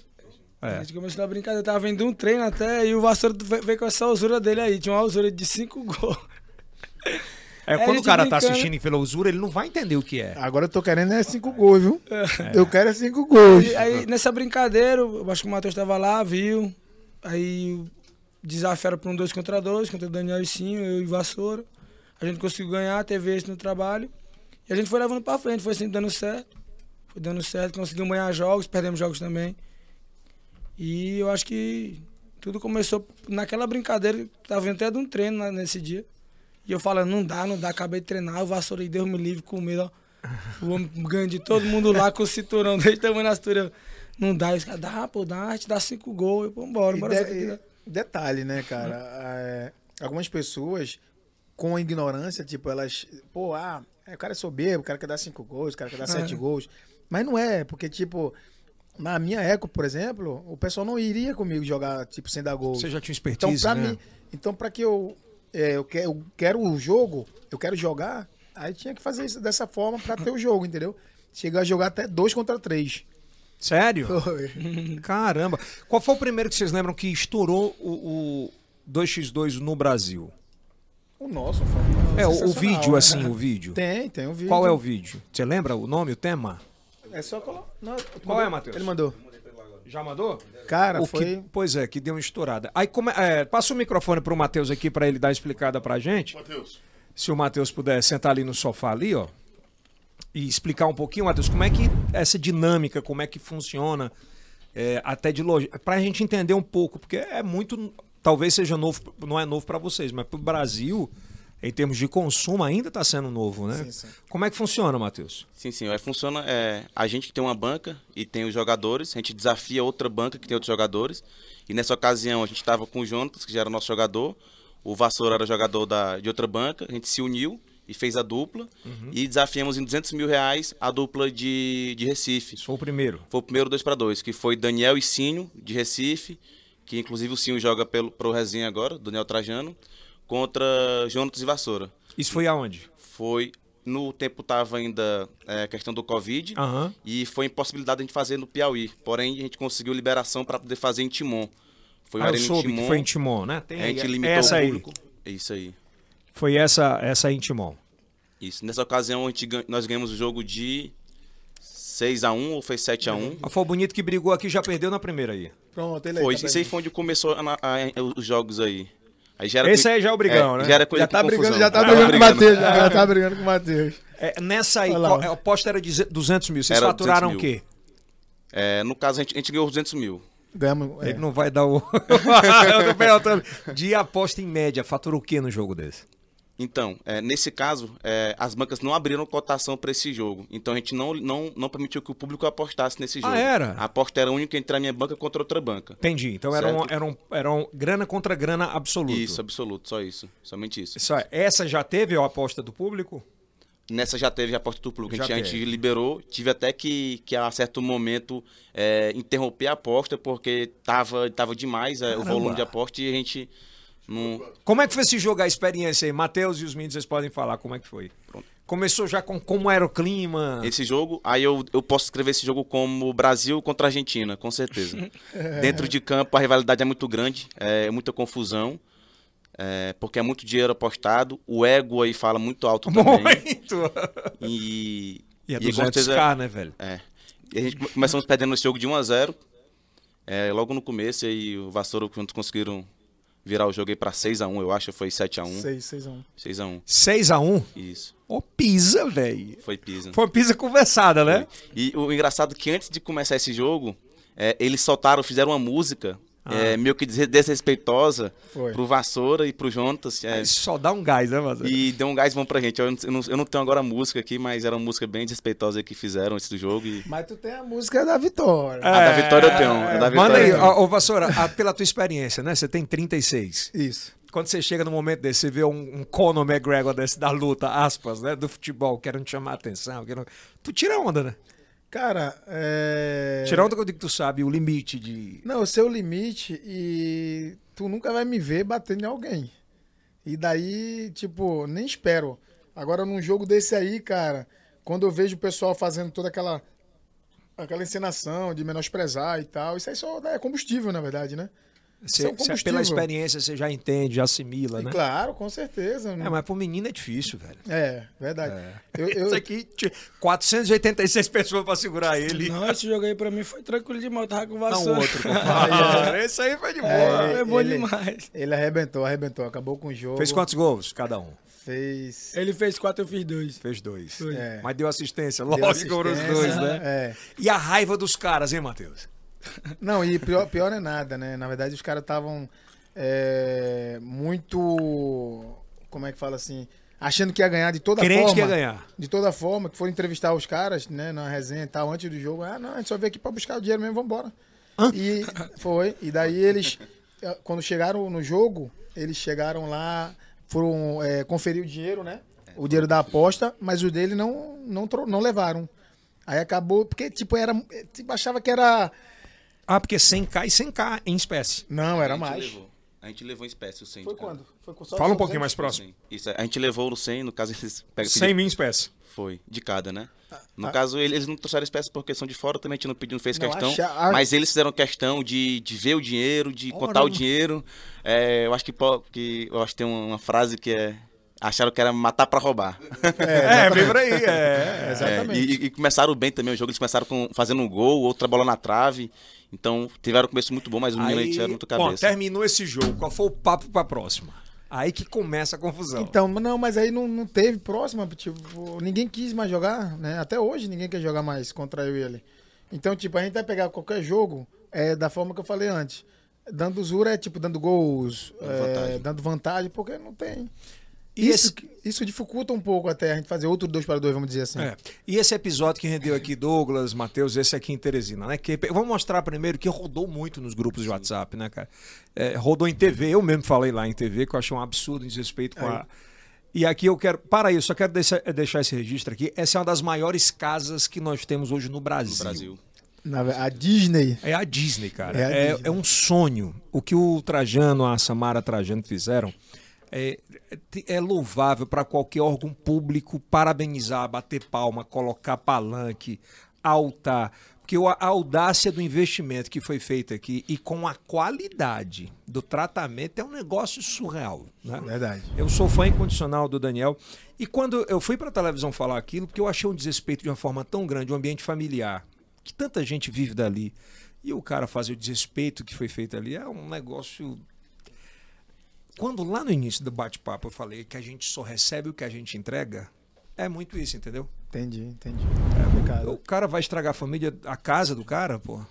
Speaker 3: A gente começou na brincadeira, eu tava vendo um treino até e o Vassoura ve- veio com essa usura dele aí. Tinha uma usura de 5 gols.
Speaker 1: É,
Speaker 3: É, a
Speaker 1: quando o
Speaker 3: gente
Speaker 1: cara tá
Speaker 3: brincando.
Speaker 1: assistindo em Felosura, ele não vai entender o que é.
Speaker 4: Agora eu tô querendo é cinco
Speaker 1: <laughs>
Speaker 4: gols, viu? Eu quero é cinco gols.
Speaker 3: E aí nessa brincadeira, eu acho que o Matheus tava lá, viu. Aí o desafio era pra um 2 contra 2, contra o Daniel e Cinho, eu e o Vassoura. A gente conseguiu ganhar, teve esse no trabalho. E a gente foi levando pra frente, foi sempre dando certo. Foi dando certo, conseguimos ganhar jogos, perdemos jogos também. E eu acho que tudo começou naquela brincadeira, que tava vendo até de um treino na- nesse dia. E eu falando, não dá, não dá, acabei de treinar, o vassoura e Deus me livre com medo, ó. O homem ganha de todo mundo lá com o cinturão, desse <laughs> tamanho na cintura. Eu, Não dá, os caras, dá, pô, dá, te dá cinco gols, eu, pô, bora,
Speaker 4: E
Speaker 3: bora.
Speaker 4: de-
Speaker 3: isso aqui,
Speaker 4: e
Speaker 3: né?
Speaker 4: detalhe, né, cara? É, algumas pessoas com ignorância, tipo, elas. Pô, ah, é, o cara é soberbo, o cara quer dar cinco gols, o cara quer dar
Speaker 1: É.
Speaker 4: sete gols. Mas não é, porque, tipo, na minha eco, por exemplo, o pessoal não iria comigo jogar, tipo, sem dar gols.
Speaker 1: Você já tinha
Speaker 4: Então,
Speaker 1: expertise,
Speaker 4: pra
Speaker 1: né?
Speaker 4: mim, então pra que eu, é, eu, que- eu quero o jogo, eu quero jogar, aí tinha que fazer isso dessa forma pra ter o jogo, entendeu? Chegar a jogar até dois contra três.
Speaker 1: Sério?
Speaker 4: Uhum.
Speaker 1: Caramba. Qual foi o primeiro que vocês lembram que estourou o, o 2x2 no Brasil?
Speaker 4: O nosso, foi
Speaker 1: É, o, o
Speaker 4: sensacional,
Speaker 1: vídeo,
Speaker 4: né?
Speaker 1: assim, o vídeo.
Speaker 4: Tem, tem o vídeo.
Speaker 1: Qual é o vídeo? Você lembra o nome, o tema?
Speaker 4: É só colocar.
Speaker 1: Qual é, Matheus?
Speaker 4: Ele mandou.
Speaker 1: Já mandou?
Speaker 4: Cara,
Speaker 1: o
Speaker 4: foi.
Speaker 1: que, pois é, que deu uma estourada. Aí come, é, passa o microfone pro Matheus aqui pra ele dar uma explicada pra gente.
Speaker 2: Matheus.
Speaker 1: Se o Matheus puder sentar ali no sofá ali, ó. E explicar um pouquinho, Matheus, como é que essa dinâmica, como é que funciona, é, até de loja. Pra gente entender um pouco, porque é muito. Talvez seja novo, não é novo pra vocês, mas pro Brasil, em termos de consumo, ainda tá sendo novo, né?
Speaker 4: sim.
Speaker 1: Como é que funciona, Matheus?
Speaker 5: Sim, sim. Aí funciona. É, a gente que tem uma banca e tem os jogadores, a gente desafia outra banca que tem outros jogadores. E nessa ocasião a gente estava com o Jonatas, que já era nosso jogador. O Vassoura era jogador da, de outra banca. A gente se uniu e fez a dupla. E desafiamos em 200 mil reais a dupla de, de Recife.
Speaker 1: Sou o primeiro.
Speaker 5: Foi o primeiro 2 para 2 que foi Daniel e Sinho, de Recife, que inclusive o Sinho joga pelo, pro Resenha agora, Daniel Trajano, contra Jonatas e Vassoura.
Speaker 1: Isso foi aonde?
Speaker 5: Foi. No tempo tava ainda é, a questão do Covid.
Speaker 1: Aham.
Speaker 5: E foi impossibilidade de a gente fazer no Piauí. Porém, a gente conseguiu liberação para poder fazer em Timon. Foi
Speaker 1: Ah,
Speaker 5: uma
Speaker 1: eu
Speaker 5: arena em
Speaker 1: soube
Speaker 5: Timon. É,
Speaker 1: que foi em Timon, né? Tem
Speaker 5: A gente
Speaker 1: aí,
Speaker 5: limitou
Speaker 1: essa
Speaker 5: o
Speaker 1: aí.
Speaker 5: público. É Isso aí.
Speaker 1: Foi essa, essa em Timon.
Speaker 5: Isso. Nessa ocasião, a gente gan- nós ganhamos o jogo de 6x1 ou foi 7x1.
Speaker 1: A Fal Bonito que brigou aqui já perdeu na primeira aí.
Speaker 4: Pronto, ele aí.
Speaker 5: Foi.
Speaker 4: tá
Speaker 5: Isso aí foi onde começou a- a- os jogos aí. aí já
Speaker 1: Esse
Speaker 5: coi-
Speaker 1: aí já é o brigão, né?
Speaker 5: Já era coisa
Speaker 4: já tá
Speaker 5: com
Speaker 4: brigando,
Speaker 5: confusão.
Speaker 4: já tá
Speaker 5: Já
Speaker 4: brigando com o Matheus.
Speaker 5: brigando.
Speaker 4: Já, já tá brigando com o Matheus.
Speaker 1: É, nessa aí,
Speaker 4: Olha lá,
Speaker 1: qual-
Speaker 4: ó.
Speaker 1: a aposta era de 200 mil. Vocês
Speaker 5: Era
Speaker 1: faturaram o
Speaker 5: 200 mil.
Speaker 1: quê?
Speaker 5: É, no caso, a gente, a gente ganhou 200 mil.
Speaker 4: Ganhamos. é.
Speaker 1: Ele não vai dar o. <laughs> Eu tô perguntando. De aposta em média, fatura o quê no jogo desse?
Speaker 5: Então, é, nesse caso, é, as bancas não abriram cotação para esse jogo. Então a gente não, não, não permitiu que o público apostasse nesse
Speaker 1: Ah,
Speaker 5: jogo.
Speaker 1: era?
Speaker 5: A aposta era única entre a minha banca contra outra banca.
Speaker 1: Entendi. Então era um,
Speaker 5: Certo.
Speaker 1: era um, era um grana contra grana absoluto.
Speaker 5: Isso, absoluto, só isso. Somente isso.
Speaker 1: Só- essa já teve a aposta do público?
Speaker 5: Nessa já teve a aposta do público. A
Speaker 1: Já
Speaker 5: gente, a gente
Speaker 1: teve.
Speaker 5: liberou. Tive até que, que a certo momento, é, interromper a aposta, porque tava, tava demais é, o
Speaker 1: Caramba.
Speaker 5: volume de aposta e a gente não.
Speaker 1: Como é que foi esse jogo, a experiência aí? Matheus e os meninos, vocês podem falar como é que foi. Começou já com como era o clima. <laughs>
Speaker 5: Ah. Esse jogo, aí eu, eu posso escrever esse jogo como Brasil contra Argentina, com certeza.
Speaker 1: <laughs>
Speaker 5: Dentro de campo a rivalidade é muito grande, é muita confusão, é, porque é muito dinheiro apostado, o ego aí fala muito alto também.
Speaker 1: Muito.
Speaker 5: E,
Speaker 1: E é
Speaker 5: com
Speaker 1: 200k, né, velho?
Speaker 5: é. E a gente come- começamos perdendo esse jogo de 1 a 0 é, logo no começo, aí o Vassoura juntos conseguiram virar o jogo aí pra 6 a 1 eu acho, foi 7 a 1
Speaker 4: 6, 6 a 1.
Speaker 5: 6 a 1
Speaker 1: 6x1?
Speaker 5: isso.
Speaker 1: Ô, pisa, velho.
Speaker 5: Foi Pisa.
Speaker 1: Foi uma pisa conversada, né?
Speaker 5: E o engraçado é que antes de começar esse jogo, é, eles soltaram, fizeram uma música é, meio que des- desrespeitosa
Speaker 4: Foi.
Speaker 5: pro Vassoura e pro Jontas. é,
Speaker 1: Isso Só dá um gás, né, Matheus?
Speaker 5: e deu um gás bom pra gente. Eu não, eu não- eu não tenho agora a música aqui, mas era uma música bem desrespeitosa que fizeram antes do jogo. e-
Speaker 4: Mas tu tem a música da
Speaker 1: É.
Speaker 4: vitória.
Speaker 5: A da vitória eu tenho. A da vitória
Speaker 1: Manda aí,
Speaker 4: é
Speaker 5: eu tenho.
Speaker 1: ô, ô, Vassoura, a- pela tua experiência, né? Você tem 36.
Speaker 4: Isso.
Speaker 1: Quando você chega no momento desse, você vê um, um Conor McGregor desse da luta, aspas, né? Do futebol, querendo chamar a atenção. Querendo... Tu tira onda, né?
Speaker 4: Cara, é.
Speaker 1: Tira onda que eu digo que tu sabe o limite de.
Speaker 4: Não, o seu limite e tu nunca vai me ver batendo em alguém. E daí, tipo, nem espero. Agora num jogo desse aí, cara, quando eu vejo o pessoal fazendo toda aquela aquela encenação de menosprezar e tal, isso aí só é combustível, na verdade, né?
Speaker 1: Você,
Speaker 4: é um
Speaker 1: você-
Speaker 4: combustível.
Speaker 1: pela experiência, você já entende, já assimila,
Speaker 4: E
Speaker 1: né?
Speaker 4: claro, com certeza.
Speaker 1: É, mas pro menino é difícil, velho.
Speaker 4: É, verdade. Eu, eu-
Speaker 1: Isso aqui, t- 486 pessoas pra segurar ele.
Speaker 3: Não, esse jogo aí pra mim foi tranquilo demais. Eu tava com vassoura.
Speaker 1: Não, <laughs> outro.
Speaker 4: Ah,
Speaker 1: Esse aí foi de boa.
Speaker 3: <laughs> É,
Speaker 4: ele-
Speaker 3: é bom
Speaker 4: ele-
Speaker 3: demais.
Speaker 4: Ele arrebentou, arrebentou, acabou com o jogo.
Speaker 1: Fez quantos gols cada um?
Speaker 4: Fez.
Speaker 3: Ele fez quatro, eu fiz dois.
Speaker 1: Fez dois.
Speaker 3: Foi.
Speaker 4: É.
Speaker 1: Mas deu assistência,
Speaker 4: deu
Speaker 1: lógico, foram os dois,
Speaker 4: assistência,
Speaker 1: né?
Speaker 4: É.
Speaker 1: E a raiva dos caras, hein, Matheus?
Speaker 4: Não, e pior, pior é nada, né? Na verdade, os caras estavam é, muito. Como é que fala assim? Achando que ia ganhar de toda
Speaker 1: Crente
Speaker 4: forma.
Speaker 1: que ia ganhar.
Speaker 4: De toda forma, que foram entrevistar os caras, né, na resenha e tal, antes do jogo. Ah, não, a gente só veio aqui pra buscar o dinheiro mesmo, vambora. E foi. E daí eles, eh, quando chegaram no jogo, eles chegaram lá, foram eh, conferir o dinheiro, né? O dinheiro da aposta, mas o dele não, não, tro- não levaram. Aí acabou, porque, tipo, era. eh, Tipo, achava que era.
Speaker 1: Ah, porque 100k e 100k em espécie.
Speaker 4: Não, era
Speaker 5: A gente
Speaker 4: mais.
Speaker 5: levou. A gente levou em espécie o 100.
Speaker 4: Foi
Speaker 5: cara.
Speaker 4: quando? Foi com só
Speaker 1: Fala um
Speaker 4: só
Speaker 1: pouquinho mais
Speaker 4: 200?
Speaker 1: próximo.
Speaker 5: Isso, a gente levou o 100, no caso eles pegam
Speaker 1: 100 mil em espécie.
Speaker 5: Foi, de cada, né? No caso, ele- eles não trouxeram espécie porque são de fora, também a gente não pediu, não fez
Speaker 4: Não,
Speaker 5: questão.
Speaker 4: acha- a-
Speaker 5: Mas eles fizeram questão de, de ver o dinheiro, de contar o dinheiro. É, eu acho que, po- que eu acho que tem uma frase que é. Acharam que era matar pra roubar.
Speaker 1: É, vem por
Speaker 4: <laughs>
Speaker 1: aí. É.
Speaker 4: Exatamente.
Speaker 5: <laughs> É, e, e começaram bem também o jogo, eles começaram com, fazendo um gol, outra bola na trave. Então, tiveram um começo muito bom, mas o menino aí
Speaker 1: Aí,
Speaker 5: tiveram muito
Speaker 1: bom,
Speaker 5: cabeça.
Speaker 1: terminou esse jogo. Qual foi o papo pra próxima? Aí que começa a confusão.
Speaker 4: Então, não, mas aí não, não teve próxima, tipo, ninguém quis mais jogar, né? Até hoje ninguém quer jogar mais contra eu e ele. Então, tipo, a gente vai pegar qualquer jogo é, da forma que eu falei antes. Dando zura é tipo dando gols,
Speaker 5: Dando
Speaker 4: é,
Speaker 5: vantagem.
Speaker 4: dando vantagem, porque não tem.
Speaker 1: E esse-
Speaker 4: Isso, que- isso dificulta um pouco até a gente fazer outro dois para dois, vamos dizer assim.
Speaker 1: É. E esse episódio que rendeu aqui Douglas, Matheus, esse aqui em Teresina, né? Que, vamos mostrar primeiro que rodou muito nos grupos de WhatsApp, né, cara? É, rodou em TV, eu mesmo falei lá em TV, que eu achei um absurdo em desrespeito com a. E aqui eu quero. Para aí, eu só quero deixar, deixar esse registro aqui. Essa é uma das maiores casas que nós temos hoje no Brasil.
Speaker 5: No Brasil.
Speaker 4: Na ve- a Disney.
Speaker 1: É a Disney, cara.
Speaker 4: É a
Speaker 1: É,
Speaker 4: Disney.
Speaker 1: é um sonho. O que o Trajano, a Samara Trajano fizeram é, é louvável para qualquer órgão público parabenizar, bater palma, colocar palanque, alta. Porque o- a audácia do investimento que foi feito aqui e com a qualidade do tratamento é um negócio surreal. Né?
Speaker 4: Verdade.
Speaker 1: Eu sou fã incondicional do Daniel. E quando eu fui para a televisão falar aquilo, porque eu achei um desrespeito de uma forma tão grande, um ambiente familiar, que tanta gente vive dali. E o cara fazer o desrespeito que foi feito ali é um negócio. Quando lá no início do bate-papo eu falei que a gente só recebe o que a gente entrega, é muito isso, entendeu?
Speaker 4: Entendi, entendi. É complicado.
Speaker 1: O cara vai estragar a família, a casa do cara, pô.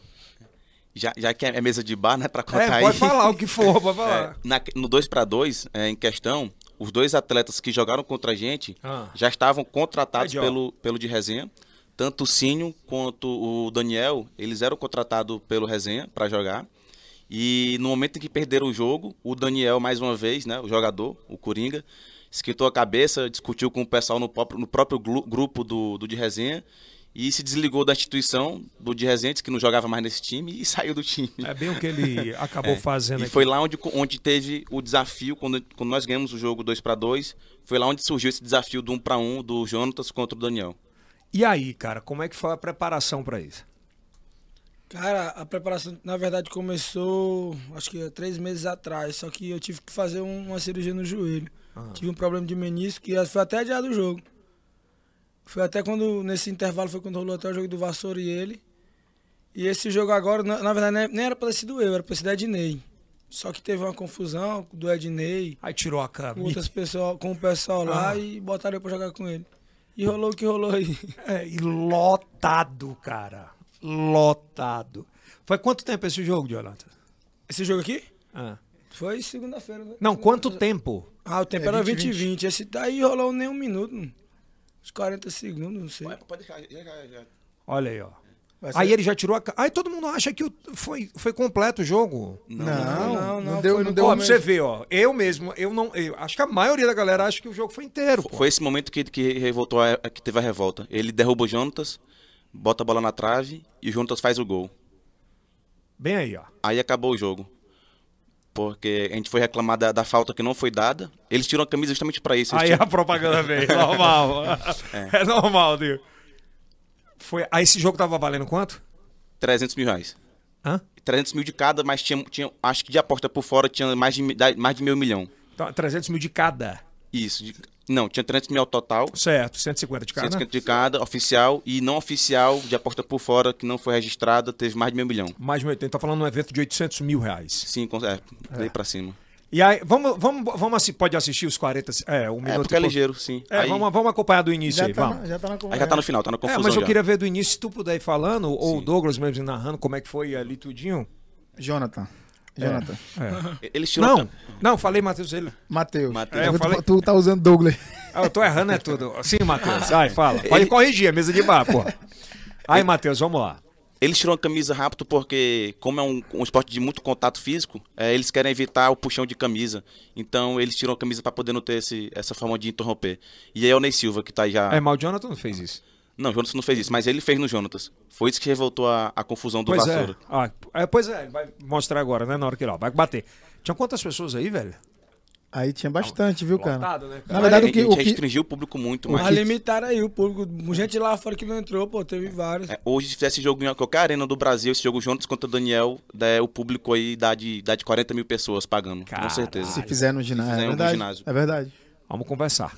Speaker 5: Já, já que é mesa de bar, né? Pra contar
Speaker 1: É,
Speaker 5: aí.
Speaker 1: pode falar o que for,
Speaker 5: <laughs>
Speaker 1: pode falar.
Speaker 5: É, na- no 2 para 2, é, em questão, os dois atletas que jogaram contra a gente
Speaker 1: Ah.
Speaker 5: já estavam contratados
Speaker 1: Aí, ó.
Speaker 5: pelo, pelo de resenha. Tanto o Cínio quanto o Daniel, eles eram contratados pelo resenha para jogar. E no momento em que perderam o jogo, o Daniel, mais uma vez, né, o jogador, o Coringa, esquentou a cabeça, discutiu com o pessoal no próprio, no próprio glu- grupo do, do de resenha e se desligou da instituição do de resenha, disse que não jogava mais nesse time e <laughs> saiu do time.
Speaker 1: É bem o que ele acabou
Speaker 5: <laughs> É.
Speaker 1: fazendo
Speaker 5: E
Speaker 1: aqui.
Speaker 5: foi lá onde, onde teve o desafio, quando, quando nós ganhamos o jogo 2 para 2 foi lá onde surgiu esse desafio do 1 para 1 do Jonatas contra o Daniel.
Speaker 1: E aí, cara, como é que foi a preparação para isso?
Speaker 3: Cara, a preparação, na verdade, começou acho que há três meses atrás, só que eu tive que fazer um- uma cirurgia no joelho. Tive um problema de menisco que foi até adiado o jogo. Foi até quando, nesse intervalo, foi quando rolou até o jogo do Vassoura e ele. E esse jogo agora, na, na verdade, né, nem era pra ter sido eu, era pra ser do Ednei. Só que teve uma confusão do Ednei
Speaker 1: Aí tirou a
Speaker 3: com,
Speaker 1: camisa.
Speaker 3: outras pessoa, com o pessoal lá
Speaker 1: Ah.
Speaker 3: e botaram eu pra jogar com ele. E rolou o que rolou aí.
Speaker 1: É, e lotado, cara. Lotado. Foi quanto tempo esse jogo, Jonathan?
Speaker 3: Esse jogo aqui?
Speaker 1: Ah.
Speaker 3: Foi segunda-feira, né?
Speaker 1: Não, quanto tempo?
Speaker 3: Ah, o tempo
Speaker 4: É,
Speaker 3: era
Speaker 4: 20,
Speaker 3: 20 e 20. Esse daí rolou nem um minuto. mano. Uns 40 segundos, não sei.
Speaker 5: Pode deixar,
Speaker 1: Olha aí, ó.
Speaker 4: Vai ser-
Speaker 1: Aí ele já tirou a. ca- Aí todo mundo acha que o- foi, foi completo o jogo.
Speaker 4: Não,
Speaker 3: não,
Speaker 4: não,
Speaker 3: não, não,
Speaker 4: deu,
Speaker 3: foi
Speaker 4: não
Speaker 3: no
Speaker 4: deu
Speaker 1: ó, pra
Speaker 4: mesmo.
Speaker 1: você ver, ó. Eu mesmo, eu não. eu- acho que a maioria da galera acha que o jogo foi inteiro. pô.
Speaker 5: Foi esse momento que, que revoltou a- que teve a revolta. Ele derruba o Jonatas, bota a bola na trave e o Jonatas faz o gol.
Speaker 1: Bem aí, ó.
Speaker 5: Aí acabou o jogo. Porque a gente foi reclamar da, da falta que não foi dada. Eles tiram a camisa justamente para isso. Eles
Speaker 1: Aí
Speaker 5: tiram-
Speaker 1: a propaganda <laughs> veio. Normal. É, normal, Dio. Foi. Aí esse jogo tava valendo quanto?
Speaker 5: 300 mil reais.
Speaker 1: Hã?
Speaker 5: 300 mil de cada, mas tinha, tinha acho que de aposta por fora tinha mais de, mi- da- mais de meio milhão.
Speaker 1: Então, 300 mil de cada.
Speaker 5: Isso. de- não, tinha 300 mil ao total.
Speaker 1: Certo, 150 de cada.
Speaker 5: 150 de cada, oficial e não oficial, de aposta por fora, que não foi registrada, teve mais de meio milhão.
Speaker 1: Mais de 80, tá falando de um evento de 800 mil reais.
Speaker 5: Sim, com- é, daí pra cima.
Speaker 1: E aí, vamos, vamos, vamos assi- pode assistir os 40, é, um
Speaker 5: É,
Speaker 1: minuto.
Speaker 5: porque
Speaker 1: e pouco.
Speaker 5: é ligeiro, sim.
Speaker 1: É,
Speaker 5: aí,
Speaker 1: vamos, vamos acompanhar do início
Speaker 4: Já
Speaker 1: aí,
Speaker 4: tá
Speaker 1: vamos.
Speaker 4: na- já tá na
Speaker 5: aí já tá no final, tá na
Speaker 1: É,
Speaker 5: confusão
Speaker 1: mas eu
Speaker 5: já.
Speaker 1: queria ver do início, se tu puder ir falando, ou o
Speaker 5: Sim.
Speaker 1: Douglas mesmo narrando como é que foi ali tudinho.
Speaker 4: Jonathan. Jonathan.
Speaker 5: Eles tiram
Speaker 1: Não, não, falei Matheus ele.
Speaker 4: Matheus.
Speaker 5: Mateus.
Speaker 1: É, eu
Speaker 4: Tu-
Speaker 1: falei-
Speaker 4: Tu tá usando Douglas.
Speaker 1: Ah, eu tô errando é tudo. Sim, Matheus,
Speaker 5: <laughs>
Speaker 1: ai, fala. Pode corrigir, é mesa de bar, pô. Aí, Matheus, vamos lá.
Speaker 5: Eles tiram a camisa rápido porque, como é um, um esporte de muito contato físico, é, eles querem evitar o puxão de camisa. Então, eles tiram a camisa pra poder não ter esse- essa forma de interromper. E aí é o Ney Silva, que tá aí já...
Speaker 1: É, mas o Jonathan não fez isso.
Speaker 5: Não, o Jonas não fez isso, mas ele fez no Jonas. Foi isso que revoltou a, a confusão do
Speaker 1: Pois é.
Speaker 5: Vassoura.
Speaker 1: Ah, é, pois é, ele vai mostrar agora, né, na hora que ele, ó, vai bater. Tinha quantas pessoas aí, velho?
Speaker 4: Aí tinha bastante, viu, cara?
Speaker 1: Lotado, né, cara?
Speaker 4: Na verdade,
Speaker 5: É, a
Speaker 4: o que,
Speaker 5: gente
Speaker 4: o que,
Speaker 5: restringiu o público muito, mas...
Speaker 3: Mas limitaram aí o público. Gente lá fora que não entrou, pô, teve vários.
Speaker 5: É, hoje, se fizesse jogo em qualquer arena do Brasil, esse jogo juntos contra o Daniel, né, o público aí dá de, dá de 40 mil pessoas pagando,
Speaker 1: Caralho.
Speaker 5: com
Speaker 4: se
Speaker 5: certeza.
Speaker 4: fizer no ginásio.
Speaker 5: fizer
Speaker 4: é
Speaker 5: no
Speaker 4: verdade.
Speaker 5: ginásio.
Speaker 4: É verdade.
Speaker 1: Vamos
Speaker 5: <laughs>
Speaker 1: conversar.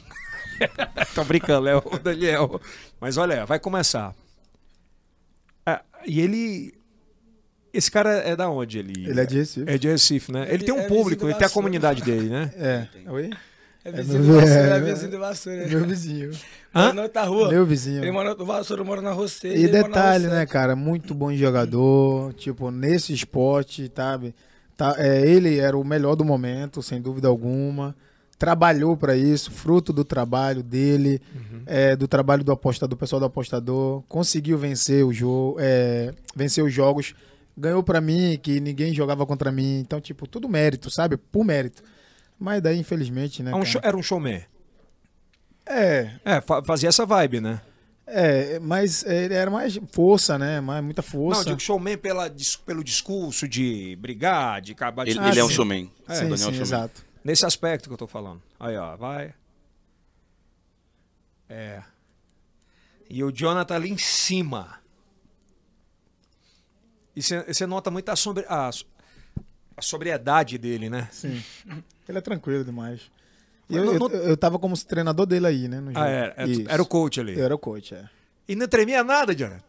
Speaker 1: Tô brincando, é o Daniel. Mas olha, vai começar. Ah, e ele. Esse cara é da onde? Ele,
Speaker 4: Ele é de Recife.
Speaker 1: É de Recife, né? Ele,
Speaker 3: Ele
Speaker 1: tem um
Speaker 3: é
Speaker 1: público,
Speaker 3: vizinho
Speaker 1: ele tem a
Speaker 3: da
Speaker 1: comunidade dele, né?
Speaker 4: É. Oi?
Speaker 3: É vizinho
Speaker 4: meu-
Speaker 3: do Vassoura, é
Speaker 4: é-
Speaker 3: vizinho do Vassoura.
Speaker 4: Meu vizinho.
Speaker 1: Hã?
Speaker 3: Ele mora na rua.
Speaker 4: Meu vizinho.
Speaker 3: Ele mora no Vassoura, mora na Roceira.
Speaker 4: E
Speaker 1: é
Speaker 3: ele mora na
Speaker 4: detalhe,
Speaker 3: Roceira.
Speaker 4: né, cara? Muito bom jogador. Tipo, nesse esporte, sabe? Tá, é, ele era o melhor do momento, sem dúvida alguma. Trabalhou pra isso, fruto do trabalho dele,
Speaker 1: Uhum.
Speaker 4: é, do trabalho do apostador, do pessoal do apostador. Conseguiu vencer o jogo, é, vencer os jogos. Ganhou pra mim, que ninguém jogava contra mim. Então, tipo, tudo mérito, sabe? Por mérito. Mas daí, infelizmente, né?
Speaker 1: É um
Speaker 4: cara?
Speaker 1: show- era um showman.
Speaker 4: É,
Speaker 1: É, fa- fazia essa vibe, né?
Speaker 4: é, mas ele era mais força, né? Mais, muita
Speaker 1: Não,
Speaker 4: força.
Speaker 1: eu digo showman pela, dis- pelo discurso de brigar, de acabar de.
Speaker 5: Ele,
Speaker 4: Ah,
Speaker 5: ele é um
Speaker 4: sim.
Speaker 5: showman. o
Speaker 4: sim,
Speaker 5: Daniel é um
Speaker 4: sim,
Speaker 5: showman.
Speaker 4: exato.
Speaker 1: Nesse aspecto que eu tô falando. Aí, ó, vai. É. E o Jonathan ali em cima. E você nota muito a, sobre, a, a sobriedade dele, né?
Speaker 4: Sim. Ele é tranquilo demais. E
Speaker 1: Mas
Speaker 4: eu,
Speaker 1: não-
Speaker 4: eu, eu tava como treinador dele aí, né? no jogo.
Speaker 1: Ah, era, era-
Speaker 4: Isso.
Speaker 1: era o coach ali.
Speaker 4: Eu era o
Speaker 1: <laughs>
Speaker 4: coach, é.
Speaker 1: E não tremia nada, Jonathan.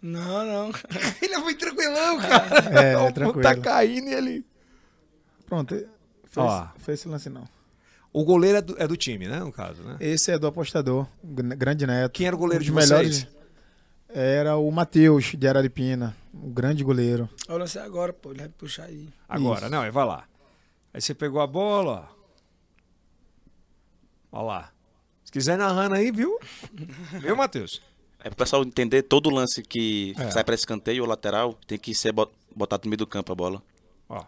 Speaker 3: Não, não.
Speaker 1: Ele é muito tranquilão, cara. <laughs>
Speaker 4: É,
Speaker 1: o mundo tá
Speaker 4: tranquilo.
Speaker 1: caindo e ele.
Speaker 4: Pronto. Foi,
Speaker 1: Ó.
Speaker 4: esse, foi esse lance, não.
Speaker 1: O goleiro é do, é do time, né? No caso, né?
Speaker 4: Esse é do apostador, gr- grande neto.
Speaker 1: Quem era o goleiro
Speaker 4: Um
Speaker 1: de
Speaker 4: dos
Speaker 1: vocês?
Speaker 4: Era o Matheus, de Araripina. Um grande goleiro.
Speaker 3: Eu lancei agora, pô. Ele vai puxar aí.
Speaker 1: Agora,
Speaker 4: Isso.
Speaker 1: não, aí vai lá. Aí você pegou a bola, ó. Olha lá. Se quiser narrando aí,
Speaker 4: <laughs>
Speaker 1: viu? Viu, Matheus?
Speaker 5: É pro pessoal entender todo lance que
Speaker 4: É.
Speaker 5: sai pra escanteio ou lateral, tem que ser bot- botado no meio do campo a bola.
Speaker 1: Ó.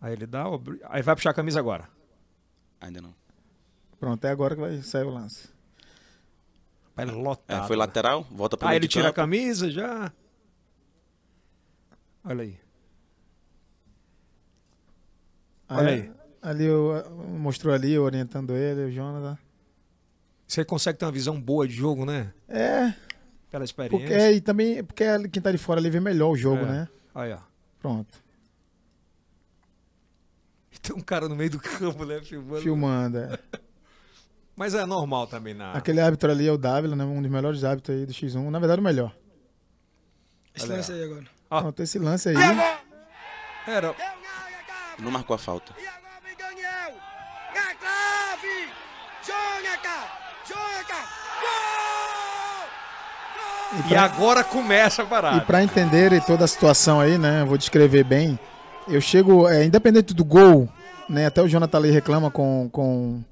Speaker 1: Aí ele dá. o bri- Aí vai puxar a camisa agora.
Speaker 5: Ainda não.
Speaker 4: Pronto, é agora que vai sair o lance.
Speaker 1: Vai
Speaker 5: É,
Speaker 1: lotar.
Speaker 5: foi lateral, volta pro
Speaker 1: Aí Ah, tá. né?
Speaker 5: meio
Speaker 1: ele
Speaker 5: de
Speaker 1: tira a
Speaker 5: campo.
Speaker 1: camisa já. Olha aí.
Speaker 4: Ah,
Speaker 1: Olha
Speaker 4: é?
Speaker 1: aí.
Speaker 4: Ali eu, eh, mostrou ali, eu orientando ele, o Jonathan.
Speaker 1: Você consegue ter uma visão boa de jogo, né?
Speaker 4: É,
Speaker 1: Pela experiência.
Speaker 4: porque, é, e também porque ali quem tá de fora ali vê melhor o jogo,
Speaker 1: É.
Speaker 4: né?
Speaker 1: Aí, ó.
Speaker 4: Pronto.
Speaker 1: E Tem um cara no meio do campo, né? Filmando.
Speaker 4: Filmando. é.
Speaker 1: Mas é normal também na.
Speaker 4: Aquele árbitro ali é o Dávila, né? Um dos melhores árbitros aí do X1. Na verdade, o melhor.
Speaker 3: Esse
Speaker 1: Olha
Speaker 3: lance aí agora.
Speaker 1: Ó.
Speaker 4: Pronto, esse lance aí.
Speaker 1: Era.
Speaker 5: Não marcou a falta.
Speaker 6: E agora vem É Daniel! Na trave! Jonathan! Jonathan! Gol! Gol!
Speaker 1: E agora começa a
Speaker 4: E
Speaker 1: parada.
Speaker 4: para entenderem toda a situação aí, né, eu vou descrever bem. Eu chego, é, independente do gol, né, até o Jonathan ali reclama com com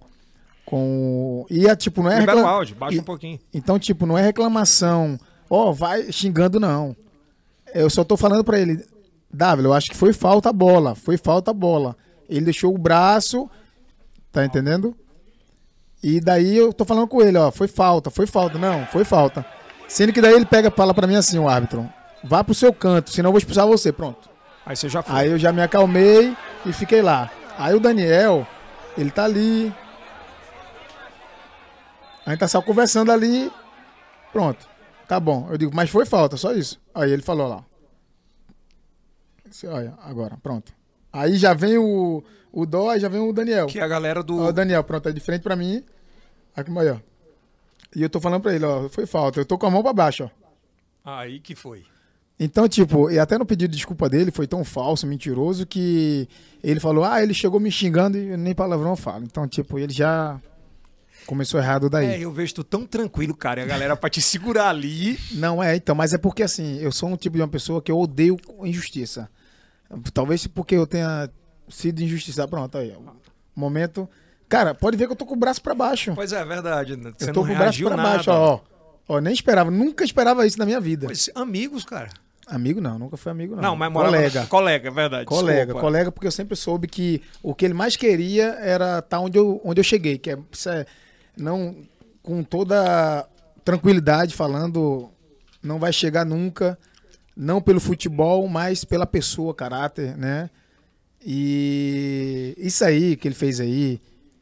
Speaker 4: com e é tipo não é
Speaker 1: Libera o
Speaker 4: recla-
Speaker 1: áudio, baixa
Speaker 4: e-
Speaker 1: um pouquinho.
Speaker 4: Então, tipo, não é reclamação, ó, vai xingando não. Eu só tô falando pra ele, Dávila, eu acho que foi falta a bola, foi falta a bola. Ele deixou o braço, tá entendendo? E daí eu tô falando com ele, ó, foi falta, foi falta, não, foi falta. Sendo que daí ele pega e fala pra mim assim, o árbitro, vá pro seu canto, senão eu vou expulsar você, pronto.
Speaker 1: Aí você já foi.
Speaker 4: Aí eu já me acalmei e fiquei lá. Aí o Daniel, ele tá ali. A gente tá só conversando ali. Pronto. Tá bom. Eu digo, mas foi falta, só isso. Aí ele falou lá. Disse, Olha, agora, pronto. Aí já vem o, o Dó, aí já vem o Daniel.
Speaker 1: Que é a galera do.
Speaker 4: Ó, o Daniel, pronto, aí de frente pra mim. Aí, como aí, ó. E eu tô falando pra ele, ó, foi falta. Eu tô com a mão pra baixo, ó.
Speaker 1: Aí que foi.
Speaker 4: Então, tipo, e até no pedido de desculpa dele foi tão falso, mentiroso, que ele falou, ah, ele chegou me xingando e nem palavrão eu falo. Então, tipo, ele já começou errado
Speaker 1: É,
Speaker 4: daí.
Speaker 1: eu vejo tu tão tranquilo, cara. E a galera pra te segurar ali.
Speaker 4: Não, é, então, mas é porque assim, eu sou um tipo de uma pessoa que eu odeio injustiça. Talvez porque eu tenha sido injustiçado. Pronto, aí, ó. Momento. Cara, pode ver que eu tô com o braço pra baixo.
Speaker 1: Pois é, é verdade. né? Você
Speaker 4: eu tô
Speaker 1: não
Speaker 4: com o braço
Speaker 1: reagiu
Speaker 4: pra
Speaker 1: nada.
Speaker 4: baixo, ó. Ó, nem esperava, nunca esperava isso na minha vida.
Speaker 1: Pois, amigos, cara.
Speaker 4: Amigo não, nunca foi amigo não.
Speaker 1: Não, mas morava-
Speaker 4: Ah, colega.
Speaker 1: Colega, é verdade.
Speaker 4: Colega,
Speaker 1: desculpa.
Speaker 4: colega, porque eu sempre soube que o que ele mais queria era estar onde eu, onde eu cheguei, que é, isso é- não com toda tranquilidade falando, não vai chegar nunca, não pelo futebol, mas pela pessoa, caráter, né? E isso aí que ele fez aí,